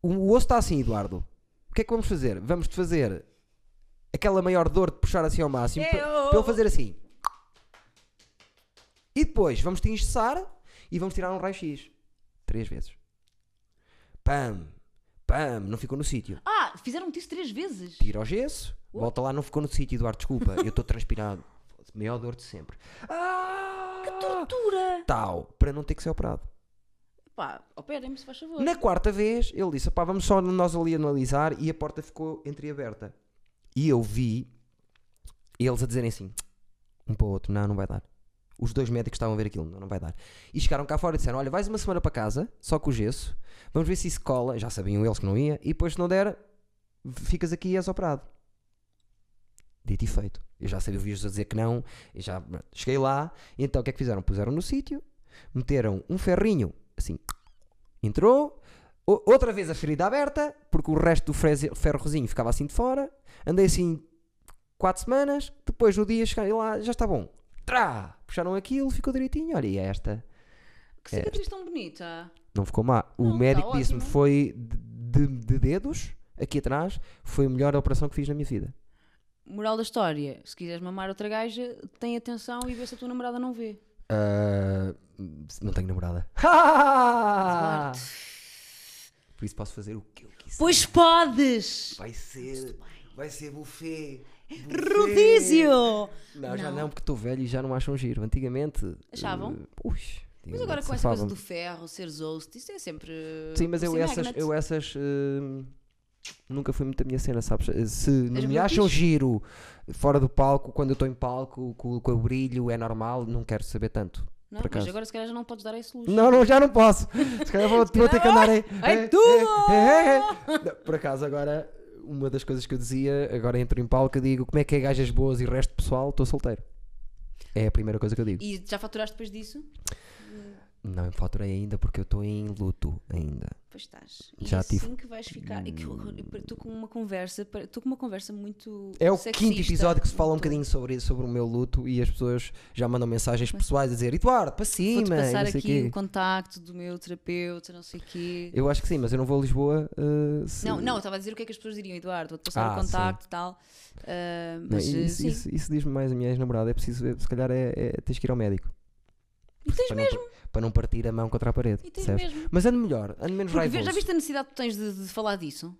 A: o, o osso está assim, Eduardo. O que é que vamos fazer? Vamos-te fazer aquela maior dor de puxar assim ao máximo pa-
C: Eu-
A: para ele fazer assim. E depois vamos-te engessar e vamos tirar um raio-x. Três vezes. Pam, pam, não ficou no sítio.
C: Ah, fizeram-te isso três vezes.
A: Tira o gesso, volta lá, não ficou no sítio, Eduardo, desculpa, eu estou transpirado. Maior dor de sempre. Ah! Que
C: Tortura.
A: Tal, para não ter que ser operado.
C: Pá, operem-me se faz favor.
A: Na quarta vez, ele disse: pá, vamos só nós ali analisar e a porta ficou entreaberta. E eu vi eles a dizerem assim: um para o outro, não, não vai dar. Os dois médicos estavam a ver aquilo, não, não vai dar. E chegaram cá fora e disseram: olha, vais uma semana para casa, só com o gesso, vamos ver se isso cola. Já sabiam eles que não ia, e depois se não der, ficas aqui e és operado. Dito e feito. Eu já sabia ouvir-os a dizer que não, e já cheguei lá, e então o que é que fizeram? Puseram no sítio, meteram um ferrinho, assim, entrou, O- outra vez a ferida aberta, porque o resto do freze- ferro rosinho ficava assim de fora. Andei assim quatro semanas, depois no dia cheguei lá, já está bom. Trá! Puxaram aquilo, ficou direitinho. Olha, e é esta?
C: Que cicatriz tão bonita.
A: Não ficou má. O
C: Não, tá
A: médico disse-me
C: ótimo.
A: foi de, de- de dedos, aqui atrás, foi a melhor operação que fiz na minha vida.
C: Moral da história: se quiseres mamar outra gaja, tem atenção e vê se a tua namorada não vê.
A: Ah, não tenho namorada. Por isso posso fazer o que eu quiser.
C: Pois podes!
A: Vai ser. Vai ser buffet.
C: Rodízio!
A: Não, já não, porque estou velho e já não acham giro. Antigamente.
C: Achavam?
A: eh, ui,
C: Mas
A: antigamente
C: agora com essa coisa
A: safavam-me.
C: do ferro, seres host, isso é sempre.
A: Sim, mas eu
C: assim,
A: essas,
C: magnet.
A: eu essas eh, nunca foi muito a minha cena, sabes? Eh, Se não me
C: muito
A: acham
C: fixe.
A: giro fora do palco, quando eu estou em palco, com, com o brilho, é normal, não quero saber tanto.
C: Não,
A: por
C: mas
A: acaso. Hum.
C: agora se calhar já não podes dar esse luxo.
A: Não, não, já não posso. Se calhar vou, vou ter que andar aí.
C: Ai,
A: É,
C: tudo!
A: é, é, é. Não, Por acaso, agora, uma das coisas que eu dizia, agora entro em palco e digo como é que é gajas boas e resto pessoal, estou solteiro. É a primeira coisa que eu digo.
C: E já faturaste depois disso?
A: Não me faturei ainda porque eu estou em luto ainda.
C: Pois estás. E
A: Já
C: é assim
A: tive.
C: que vais ficar. E que horror. Eu Estou com uma conversa. Estou com uma conversa muito.
A: É o
C: sexista. Hum.
A: quinto episódio que se fala um
C: Muito-
A: bocadinho sobre, sobre o meu luto e as pessoas já mandam mensagens pessoais a dizer Eduardo, para cima,
C: Vou-te
A: e
C: passar
A: não sei
C: aqui
A: o quê.
C: o contacto do meu terapeuta, não sei o quê.
A: Eu acho que sim, mas eu não vou a Lisboa. uh, se-
C: Não, não, eu estava a dizer o que é que as pessoas diriam, Eduardo. Vou-te passar
A: Ah,
C: o contacto e tal. Ah,
A: Não,
C: mas eh,
A: é? isso,
C: sim.
A: isso- isso diz-me mais a minha ex-namorada. É preciso, ver, se calhar, é, é- tens que ir ao médico.
C: tens
A: para mesmo? Não, par- para não partir a mão contra a parede.
C: E tens
A: percebes?
C: mesmo.
A: Mas ando melhor, ando menos
C: Porque vê-
A: raivoso.
C: já viste a necessidade que tens de, de falar disso?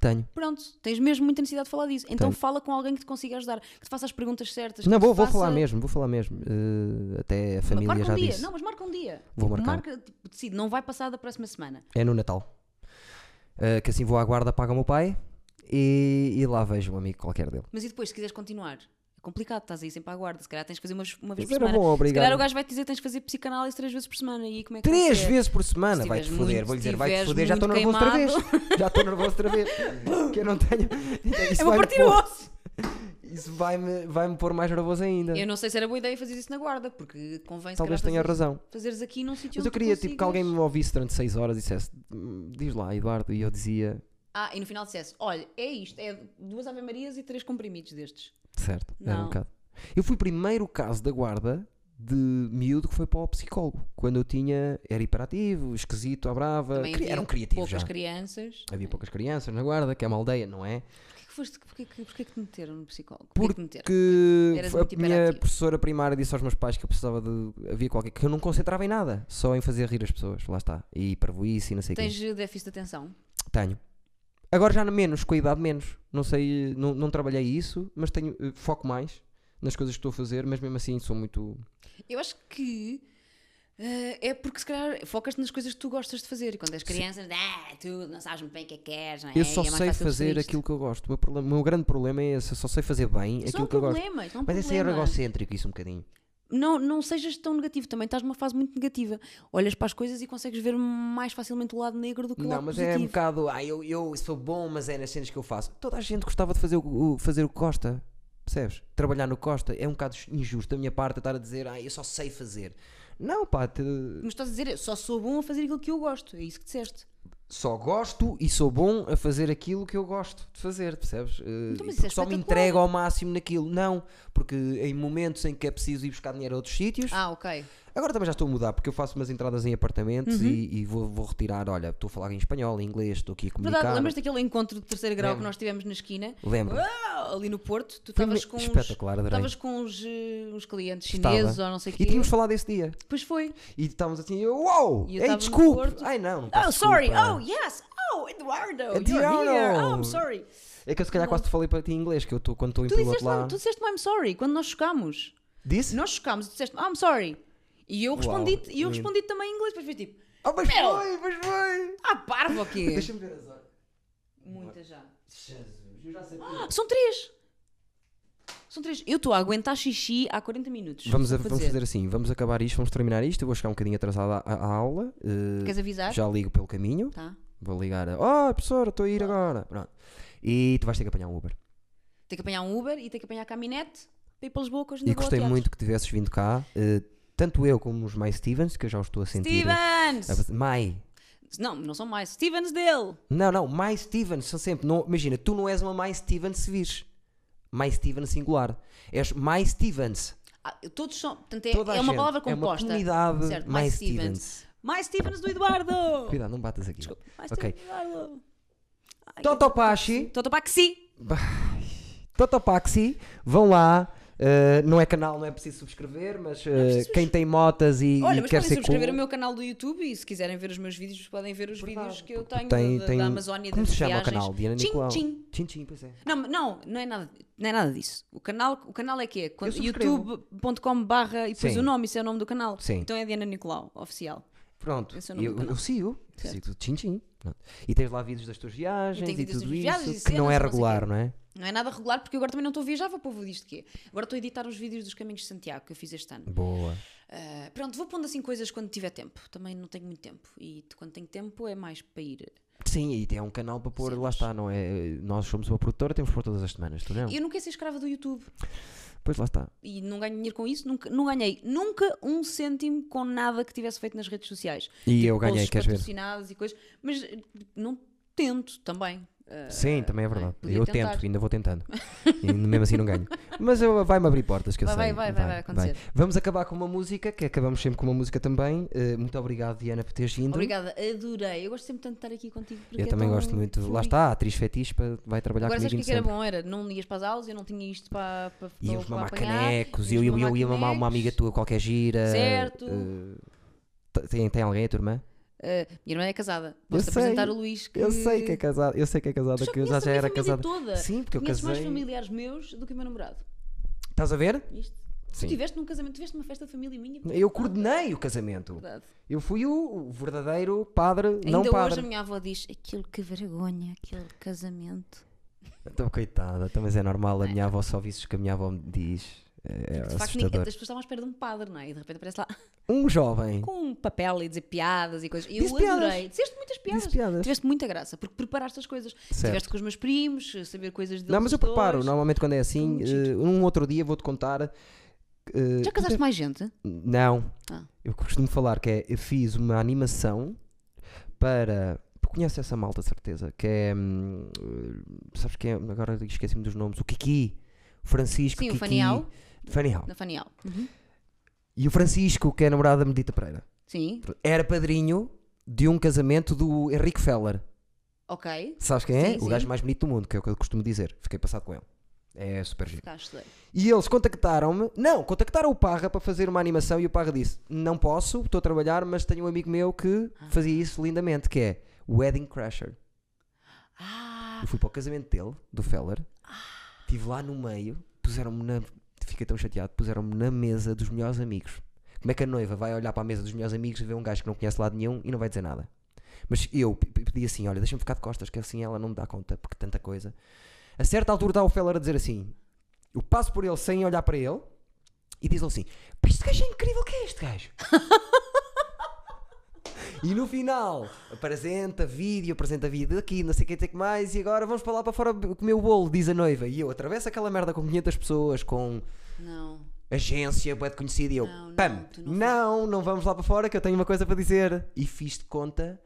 A: Tenho.
C: Pronto, tens mesmo muita necessidade de falar disso. Então
A: Tenho.
C: fala com alguém que te consiga ajudar, que te faça as perguntas certas.
A: Não,
C: que te
A: vou, vou
C: faça-
A: falar mesmo, vou falar mesmo. Uh, até a
C: Mas
A: família
C: marca
A: já
C: um dia.
A: disse.
C: Não, mas marca um dia.
A: Vou
C: Tipo,
A: marcar.
C: Marca, tipo, decide, não vai passar da próxima semana.
A: É no Natal. Uh, que assim vou à guarda, paga o meu pai e, e lá vejo um amigo qualquer dele.
C: Mas e depois, se quiseres continuar? É complicado, estás aí sempre à guarda. Se calhar tens de fazer uma, vez- uma vez
A: Mas
C: por
A: era
C: semana.
A: bom,
C: se calhar
A: obrigado.
C: o gajo vai-te dizer que tens de fazer psicanálise três vezes por semana. E aí como é que vai
A: Três
C: ser?
A: vezes por semana
C: Se
A: vai-te
C: tiveres
A: foder,
C: muito-
A: vou-lhe
C: se
A: dizer, vai-te
C: tiveres
A: foder, já estou
C: muito
A: nervoso outra vez. Já estou nervoso outra vez. que eu não tenho. Isso
C: Eu vou
A: vai-me
C: partir o
A: pôr-
C: osso.
A: Isso vai-me vai pôr mais nervoso ainda.
C: Eu não sei se era boa ideia fazer isso na guarda, porque convém se
A: Talvez
C: calhar,
A: tenha
C: fazeres-
A: razão.
C: Fazeres aqui num sítio
A: Mas eu
C: onde tu
A: queria tipo, que alguém
C: consigas.
A: me ouvisse durante seis horas e dissesse, "Hum, diz lá, Eduardo, e eu dizia,
C: Ah, e no final dissesse: olha, é isto, é duas Ave-Marias e três comprimidos destes.
A: certo, era um
C: Não.
A: bocado. Eu fui o primeiro caso da guarda de miúdo que foi para o psicólogo. Quando eu tinha, era hiperativo, esquisito, à brava,
C: Também
A: cri-
C: havia
A: era um criativo já. É.
C: Poucas crianças.
A: Havia poucas crianças na guarda, que é uma aldeia, não é?
C: Porquê que, foste, porquê, que- porquê que te meteram no psicólogo? Porquê que te meteram?
A: Porque
C: Eras
A: foi
C: muito
A: a minha
C: hiperativo.
A: professora primária disse aos meus pais que eu precisava de. Havia qualquer. que eu não concentrava em nada, só em fazer rir as pessoas, lá está. E parvoíce e não sei o
C: Tens
A: quê.
C: eh, déficit de atenção?
A: Tenho. Agora já menos, com a idade menos. Não sei, não, não trabalhei isso, mas tenho. eh, foco mais nas coisas que estou a fazer, mas mesmo assim sou muito.
C: Eu acho que eh, é porque se calhar focas-te nas coisas que tu gostas de fazer e quando és criança, ah, tu não sabes muito bem o que é que queres, não é?
A: Eu só
C: E é mais
A: sei fazer
C: fácil perceber isto.
A: aquilo que eu gosto. O meu, problema- o meu grande problema é esse, eu só sei fazer bem
C: Isso
A: aquilo
C: não é um
A: que eu gosto.
C: problema, isso não é um
A: Mas esse é
C: problema.
A: egocêntrico, isso um bocadinho.
C: não, não sejas tão negativo, também estás numa fase muito negativa. Olhas para as coisas e consegues ver mais facilmente o lado negro do que o
A: Não,
C: lado
A: mas é um
C: positivo.
A: bocado. Ah, eu, eu sou bom, mas é nas cenas que eu faço. Toda a gente gostava de fazer o, o- fazer o que gosta. Percebes? Trabalhar no Costa é um bocado injusto da minha parte estar a dizer, ah, eu só sei fazer. Não, pá, te-
C: Mas estás a dizer, eu só sou bom a fazer aquilo que eu gosto, é isso que disseste.
A: só gosto e sou bom a fazer aquilo que eu gosto de fazer, percebes? Eh,
C: Então, mas
A: e
C: isso é
A: porque só me
C: espetacular.
A: entrego ao máximo naquilo. Não, porque em momentos em que é preciso ir buscar dinheiro a outros sítios,
C: Ah, ok.
A: Agora também já estou a mudar, porque eu faço umas entradas em apartamentos
C: Uhum.
A: e, e vou, vou retirar. Olha, estou a falar em espanhol, em inglês, estou aqui a
C: Verdade,
A: comunicar.
C: lembras daquele encontro de terceiro grau que
A: Lembro.
C: nós tivemos na esquina?
A: Lembro.
C: Uau, Ah, ali no Porto, tu
A: Foi me-
C: estavas com uns,
A: espetacular, adorei.
C: estavas com uns, eh, uns clientes chineses
A: Estava.
C: ou não sei o quê.
A: E tínhamos falado esse dia.
C: Depois foi.
A: E estávamos assim, eu, uau!
C: E
A: ei,
C: eu estava no
A: desculpe!
C: Porto.
A: Ai não, não peço
C: Oh, sorry.
A: Ah, desculpa.
C: Oh, yes. Oh, Eduardo.
A: Eduardo.
C: You're here. Oh, I'm sorry.
A: É que eu se calhar quase te falei para ti em inglês, que eu estou quando estou em
C: Tu
A: piloto
C: disseste,
A: lá.
C: tu disseste I'm sorry quando nós chocámos.
A: Disse?
C: Nós chocámos e tu disseste I'm sorry. E eu respondi-te e eu
A: lindo.
C: respondi também em inglês. Depois foi tipo,
A: Ah, mas
C: Meu.
A: foi, mas foi!
C: ah, parvo ou quê?
A: Deixa-me ver as horas.
C: Muita já. Ah,
A: Jesus, eu já sei.
C: São três. São três. Eu estou a aguentar xixi há 40 minutos.
A: Vamos, a-
C: Só para
A: vamos
C: dizer.
A: fazer assim, vamos acabar isto, vamos terminar isto. Eu vou chegar um bocadinho atrasado à, à aula. eh,
C: Queres avisar?
A: já ligo pelo caminho.
C: Tá.
A: Vou ligar a. Oh, professora, estou a ir agora. Pronto. E tu vais ter que apanhar um Uber.
C: Tem que apanhar um Uber e tem que apanhar a caminete para ir para Lisboa com os
A: e gostei muito que tivesses vindo cá. eh, tanto eu como os Mai Stevens, que eu já os estou a sentir.
C: Stevens!
A: Mai,
C: Não, não são mais. Stevens dele.
A: Não, não, mais Stevens são sempre. Não, imagina, tu não és uma mais Stevens se vires. Mais Stevens singular. És mais Stevens.
C: Ah, todos são. Portanto, é,
A: Toda a
C: é uma
A: gente.
C: palavra
A: É uma
C: composta.
A: comunidade, mais Stevens.
C: Mais Stevens do Eduardo.
A: Cuidado, não batas aqui.
C: Desculpa, mais
A: ok. Então,
C: Stevens do Eduardo. Então,
A: Totopaxi,
C: Totopaxi.
A: Totopaxi, vão lá. eh, não é canal, não é preciso subscrever, mas eh, quem tem motas e,
C: é Olha,
A: e
C: mas
A: quer
C: podem
A: ser
C: subscrever
A: cool,
C: o meu canal do YouTube e se quiserem ver os meus vídeos, podem ver os vídeos que eu tenho
A: tem,
C: da,
A: tem,
C: da Amazónia e
A: como
C: das
A: se chama o
C: viagens.
A: canal? Diana
C: Tchim,
A: Nicolau.
C: tchim.
A: Tchim, tchim, pois é.
C: Não, não, não é nada, não é nada disso. O canal, o canal é que é quando-
A: subscrevo.
C: youtube.com barra e depois
A: Sim.
C: o nome, isso é o nome do canal.
A: Sim.
C: Então é Diana Nicolau, oficial.
A: Pronto,
C: Esse é o
A: eu,
C: nome do
A: eu,
C: canal.
A: sigo,
C: Certo.
A: sigo tudo tchim, tchim. Pronto. E tens lá vídeos das tuas
C: E
A: viagens
C: tem
A: e
C: vídeos das
A: tudo
C: minhas
A: isso,
C: viagens e
A: que não é
C: cenas, não sei
A: regular,
C: quê.
A: não é?
C: Não é nada regular porque eu agora também não estou a viajar, vou para o povo disto que é. Agora estou a editar os vídeos dos caminhos de Santiago que eu fiz este ano.
A: Boa.
C: Ah, pronto, vou pondo assim coisas quando tiver tempo. Também não tenho muito tempo. E t- quando tenho tempo é mais para ir.
A: Sim, e tem um canal para pôr, lá está, não é? Nós somos uma produtora, temos por todas as semanas, tu não?
C: Eu não quero ser escrava do YouTube.
A: Pois lá está.
C: E não ganho dinheiro com isso. Nunca, não ganhei nunca um cêntimo com nada que tivesse feito nas redes sociais.
A: E eu ganhei,
C: posts
A: queres ver?
C: patrocinados e coisas. Mas eh, não tento também. Ah,
A: Sim, também é
C: não é?
A: verdade.
C: Podia
A: eu
C: tentar.
A: tento, ainda vou tentando. E mesmo assim não ganho. Mas eu- vai-me abrir portas, que eu
C: Vai,
A: sei.
C: vai, vai, vai, vai acontecer.
A: Vamos acabar com uma música, que acabamos sempre com uma música também. Eh, muito obrigado, Diana, por teres vindo.
C: Obrigada, adorei. Eu gosto sempre tanto de estar aqui contigo. porque
A: Uhum. Eu
C: é
A: também
C: tão
A: gosto muito. Lá
C: fluido.
A: está, a atriz fetiche pa- vai trabalhar
C: Agora sabes o que,
A: comigo
C: é que era
A: sempre.
C: bom? Era, não ias para as aulas, eu não tinha isto para, para, para,
A: Íamos
C: para
A: mamar
C: apanhar,
A: canecos, eu,
C: íamos
A: eu, eu ia mamar uma
C: canecos.
A: amiga tua qualquer gira.
C: Certo.
A: eh, tem, tem alguém, a tua irmã?
C: Ah, minha irmã é casada. Posso
A: sei,
C: apresentar o Luís. Que...
A: Eu sei que é casada, eu sei que é casada,
C: Tu
A: que eu já,
C: conheces a
A: já
C: minha
A: era
C: família
A: casada.
C: Toda.
A: Sim, porque eu
C: Conheces mais
A: casei.
C: familiares meus do que o meu namorado.
A: Estás a ver?
C: Isto.
A: Sim.
C: Tu tiveste num casamento, tiveste uma festa de família minha.
A: Eu coordenei o casamento.
C: Verdade.
A: Eu fui o o verdadeiro padre, não
C: Ainda
A: padre.
C: hoje a minha avó diz aquilo que vergonha, aquele casamento.
A: Então, coitada, então, mas é normal, a minha avó só visse os que a minha avó me diz. É
C: De facto, ninguém-
A: assustador.
C: as pessoas estavam à espera de um padre, não é? E de repente aparece lá
A: Um jovem.
C: com um papel e dizer piadas e coisas. Eu
A: Disse
C: adorei.
A: piadas.
C: Disseste muitas piadas.
A: Disse piadas.
C: Tiveste muita graça, porque preparaste as coisas. Estiveste com os meus primos, saber coisas deles.
A: Não, mas eu
C: dos
A: preparo,
C: dois.
A: normalmente quando é assim,
C: Muito
A: eh, um outro dia vou-te contar. eh,
C: Já casaste mais gente?
A: Não.
C: Ah.
A: Eu costumo falar que é, eu fiz uma animação para. Conhece essa malta, de certeza? Que é. hum, eh, sabes quem é? Agora esqueci-me dos nomes. O Kiki. Francisco.
C: Sim, o
A: Kiki,
C: Fanial.
A: Fanial.
C: Na Fanial.
A: Uhum. E o Francisco, que é namorado da Medita Pereira.
C: Sim,
A: Era padrinho de um casamento do Henrique Feller.
C: ok.
A: Sabes quem é?
C: Sim,
A: o
C: sim.
A: gajo mais bonito do mundo, que é o que eu costumo dizer. Fiquei passado com ele. É super giro.
C: Cá estudei.
A: E eles contactaram-me, não, contactaram o Parra para fazer uma animação e o Parra disse: Não posso, estou a trabalhar, mas tenho um amigo meu que fazia isso lindamente, que é o Wedding Crasher.
C: Ah,
A: Eu fui para o casamento dele, do Feller, estive lá no meio, puseram-me na. Fiquei tão chateado, puseram-me na mesa dos melhores amigos. Como é que a noiva vai olhar para a mesa dos melhores amigos e ver um gajo que não conhece lado nenhum e não vai dizer nada? Mas eu p- p- pedi assim: Olha, deixa-me ficar de costas, que assim ela não me dá conta, porque tanta coisa. A certa altura está o Feller a dizer assim: Eu passo por ele sem olhar para ele e diz-lhe assim: "Pá, Este gajo é incrível, o que é este gajo? E no final, apresenta vídeo, apresenta vídeo daqui, não sei o que, não sei o que mais, e agora vamos para lá para fora be- comer o bolo, diz a noiva. E eu atravesso aquela merda com 500 pessoas, com
C: não.
A: agência, bué de conhecida, e eu,
C: Não, não,
A: pam,
C: tu
A: não,
C: não
A: não, vamos lá para fora que eu tenho uma coisa para dizer. E fiz de conta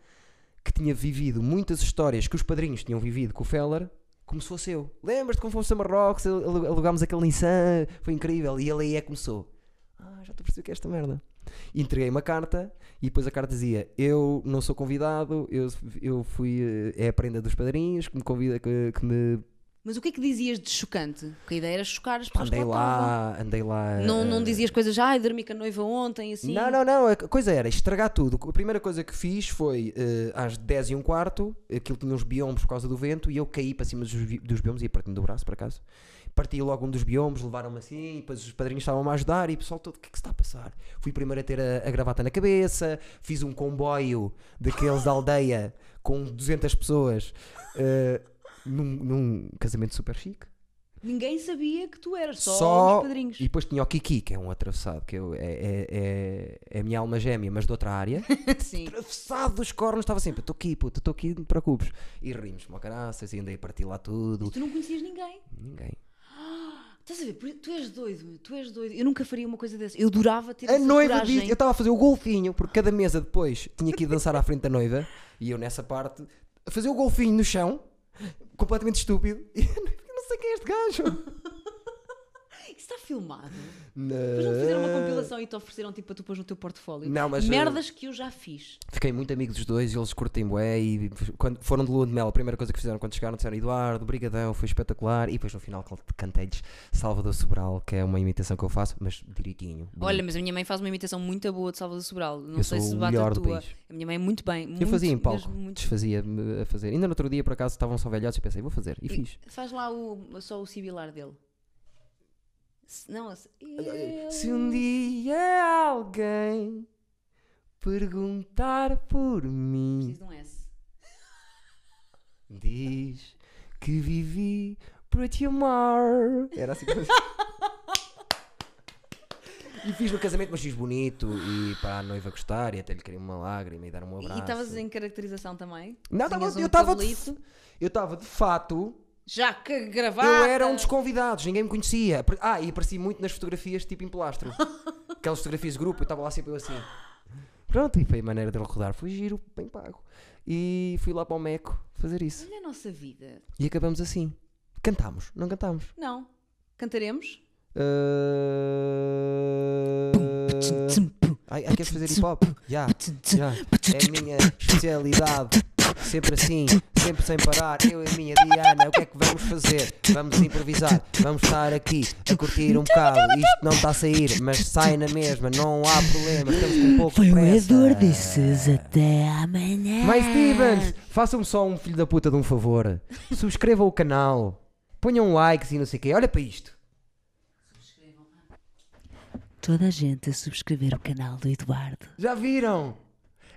A: que tinha vivido muitas histórias que os padrinhos tinham vivido com o Feller, como se fosse eu. Lembras-te como fomos a Marrocos, alu- alugámos aquele Nissan, foi incrível, e ele aí é que começou. Ah, já estou a perceber que é esta merda. Entreguei uma carta e depois a carta dizia: Eu não sou convidado, eu, eu fui. eh, É a prenda dos padrinhos que me convida, que, que me.
C: Mas o que é que dizias de chocante? Porque a ideia era chocar as pessoas. que
A: Andei
C: estavam.
A: lá, andei lá.
C: Não, não
A: eh,
C: dizias coisas, ai, dormi com a noiva ontem, assim.
A: Não, não, não. A coisa era estragar tudo. A primeira coisa que fiz foi eh, às 10 e um quarto, aquilo tinha uns biombos por causa do vento, e eu caí para cima dos, vi- dos biombos, ia partindo do braço, por acaso. Parti logo um dos biombos, levaram-me assim, e depois os padrinhos estavam-me a ajudar, e o pessoal todo, o que é que se está a passar? Fui primeiro a ter a, a gravata na cabeça, fiz um comboio daqueles da aldeia com 200 pessoas eh, num, num casamento super chique.
C: Ninguém sabia que tu eras, só, os padrinhos.
A: E depois tinha o Kiki, que é um atravessado, que eu, é, é, é, é a minha alma gêmea, mas de outra área.
C: Sim.
A: atravessado dos cornos, estava sempre, estou aqui, puto, estou aqui, não te preocupes. E rimos, uma caraças, e andei a partir lá tudo.
C: Tu não conhecias ninguém.
A: Ninguém.
C: Estás a ver? Por- Tu és doido, meu, tu és doido. Eu nunca faria uma coisa dessa. Eu durava ter
A: A
C: essa
A: noiva
C: coragem.
A: disse, eu estava a fazer o golfinho, porque cada mesa depois tinha que ir dançar à frente da noiva, e eu nessa parte, a fazer o golfinho no chão, completamente estúpido, e eu não sei quem é este gajo.
C: Isso está filmado.
A: Depois
C: Depois não te fizeram uma compilação e te ofereceram tipo para tu pôs no teu portfólio.
A: Não, mas, eh,
C: Merdas que eu já fiz.
A: Fiquei muito amigo dos dois, eles curtem bué e quando foram de lua de mel, a primeira coisa que fizeram quando chegaram disseram Eduardo, brigadão, foi espetacular e depois no final can- cantei-lhes Salvador Sobral, que é uma imitação que eu faço, mas direitinho.
C: Olha, mas a minha mãe faz uma imitação muito boa de Salvador Sobral. Não
A: Eu
C: sei
A: sou
C: se
A: o
C: bate a
A: melhor do
C: tua.
A: país.
C: A minha mãe é muito bem.
A: eu fazia em palco,
C: Muito...
A: desfazia-me a fazer. Ainda no outro dia, por acaso, estavam só velhotes e pensei, vou fazer, e fiz.
C: Faz lá o- só o sibilar dele. Se- Não, se- Eu-
A: Se um dia alguém perguntar por mim,
C: preciso de um S.
A: diz que vivi para te amar. Era assim que eu fazia. E fiz no casamento, mas fiz bonito e para a noiva gostar e até lhe queria uma lágrima e dar um abraço.
C: E estavas em caracterização também?
A: Não, tava-
C: Tinhas um
A: eu estava de,
C: cabelito?
A: eu estava de fato.
C: Já que gravata!
A: Eu era um dos convidados, ninguém me conhecia. Apare- Ah, e apareci muito nas fotografias tipo em plastro. Aquelas fotografias de grupo, eu estava lá sempre eu assim. Pronto, e foi a maneira de ele rodar. Foi giro, bem pago. E fui lá para o Meco fazer isso.
C: Olha a nossa vida.
A: E acabamos assim. Cantámos, não cantámos.
C: Não. Cantaremos?
A: Uh... Ai, ai, queres fazer hip hop? Já, já. É a minha especialidade. Sempre assim, sempre sem parar. Eu e a minha Diana, o que é que vamos fazer? Vamos improvisar, vamos estar aqui a curtir um bocado. Isto não está a sair, mas sai na mesma, não há problema. Estamos com pouco Foi o Eduardo e
B: Até amanhã.
A: mais É.
C: É.
A: Stevens, façam-me só um filho da puta de um favor. Subscrevam o canal. Ponham likes e não sei o quê. Olha para isto.
B: Toda a gente a subscrever o canal do Eduardo.
A: Já viram?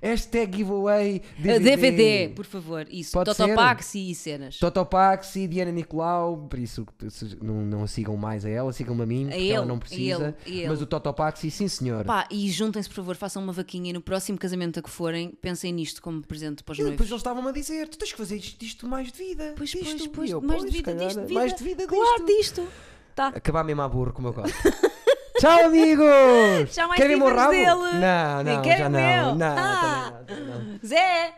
A: Hashtag giveaway
C: Uh,
A: DVD.
C: DVD, por favor. Isso.
A: Pode ser?
C: Totopax e cenas.
A: Totopax e Diana Nicolau, por isso se- não, não a sigam mais a ela, sigam-me a mim, porque ela
C: É ele,
A: não
C: a
A: precisa.
C: ele, a ele.
A: Mas o Totopax, sim senhor.
C: Pá, e juntem-se, por favor, façam uma vaquinha e no próximo casamento a que forem, pensem nisto como presente para os
A: e depois
C: noivos.
A: eles estavam a dizer: tu tens que fazer isto, disto mais de vida.
C: Pois,
A: disto,
C: pois, pois,
A: E eu,
C: mais
A: "Pois,
C: de vida,
A: calhar,
C: disto, de
A: Mais
C: vida."
A: de vida,
C: Claro,
A: disto.
C: disto. Tá.
A: Acabar mesmo a burro como eu gosto. Tchau, amigos!
C: Já mais
A: Querem o meu
C: Stevens
A: rabo?
C: dele.
A: Não,
C: Nem
A: não,
C: quero
A: já
C: o
A: não.
C: meu.
A: Não,
C: Ah.
A: também não, também não.
C: Zé!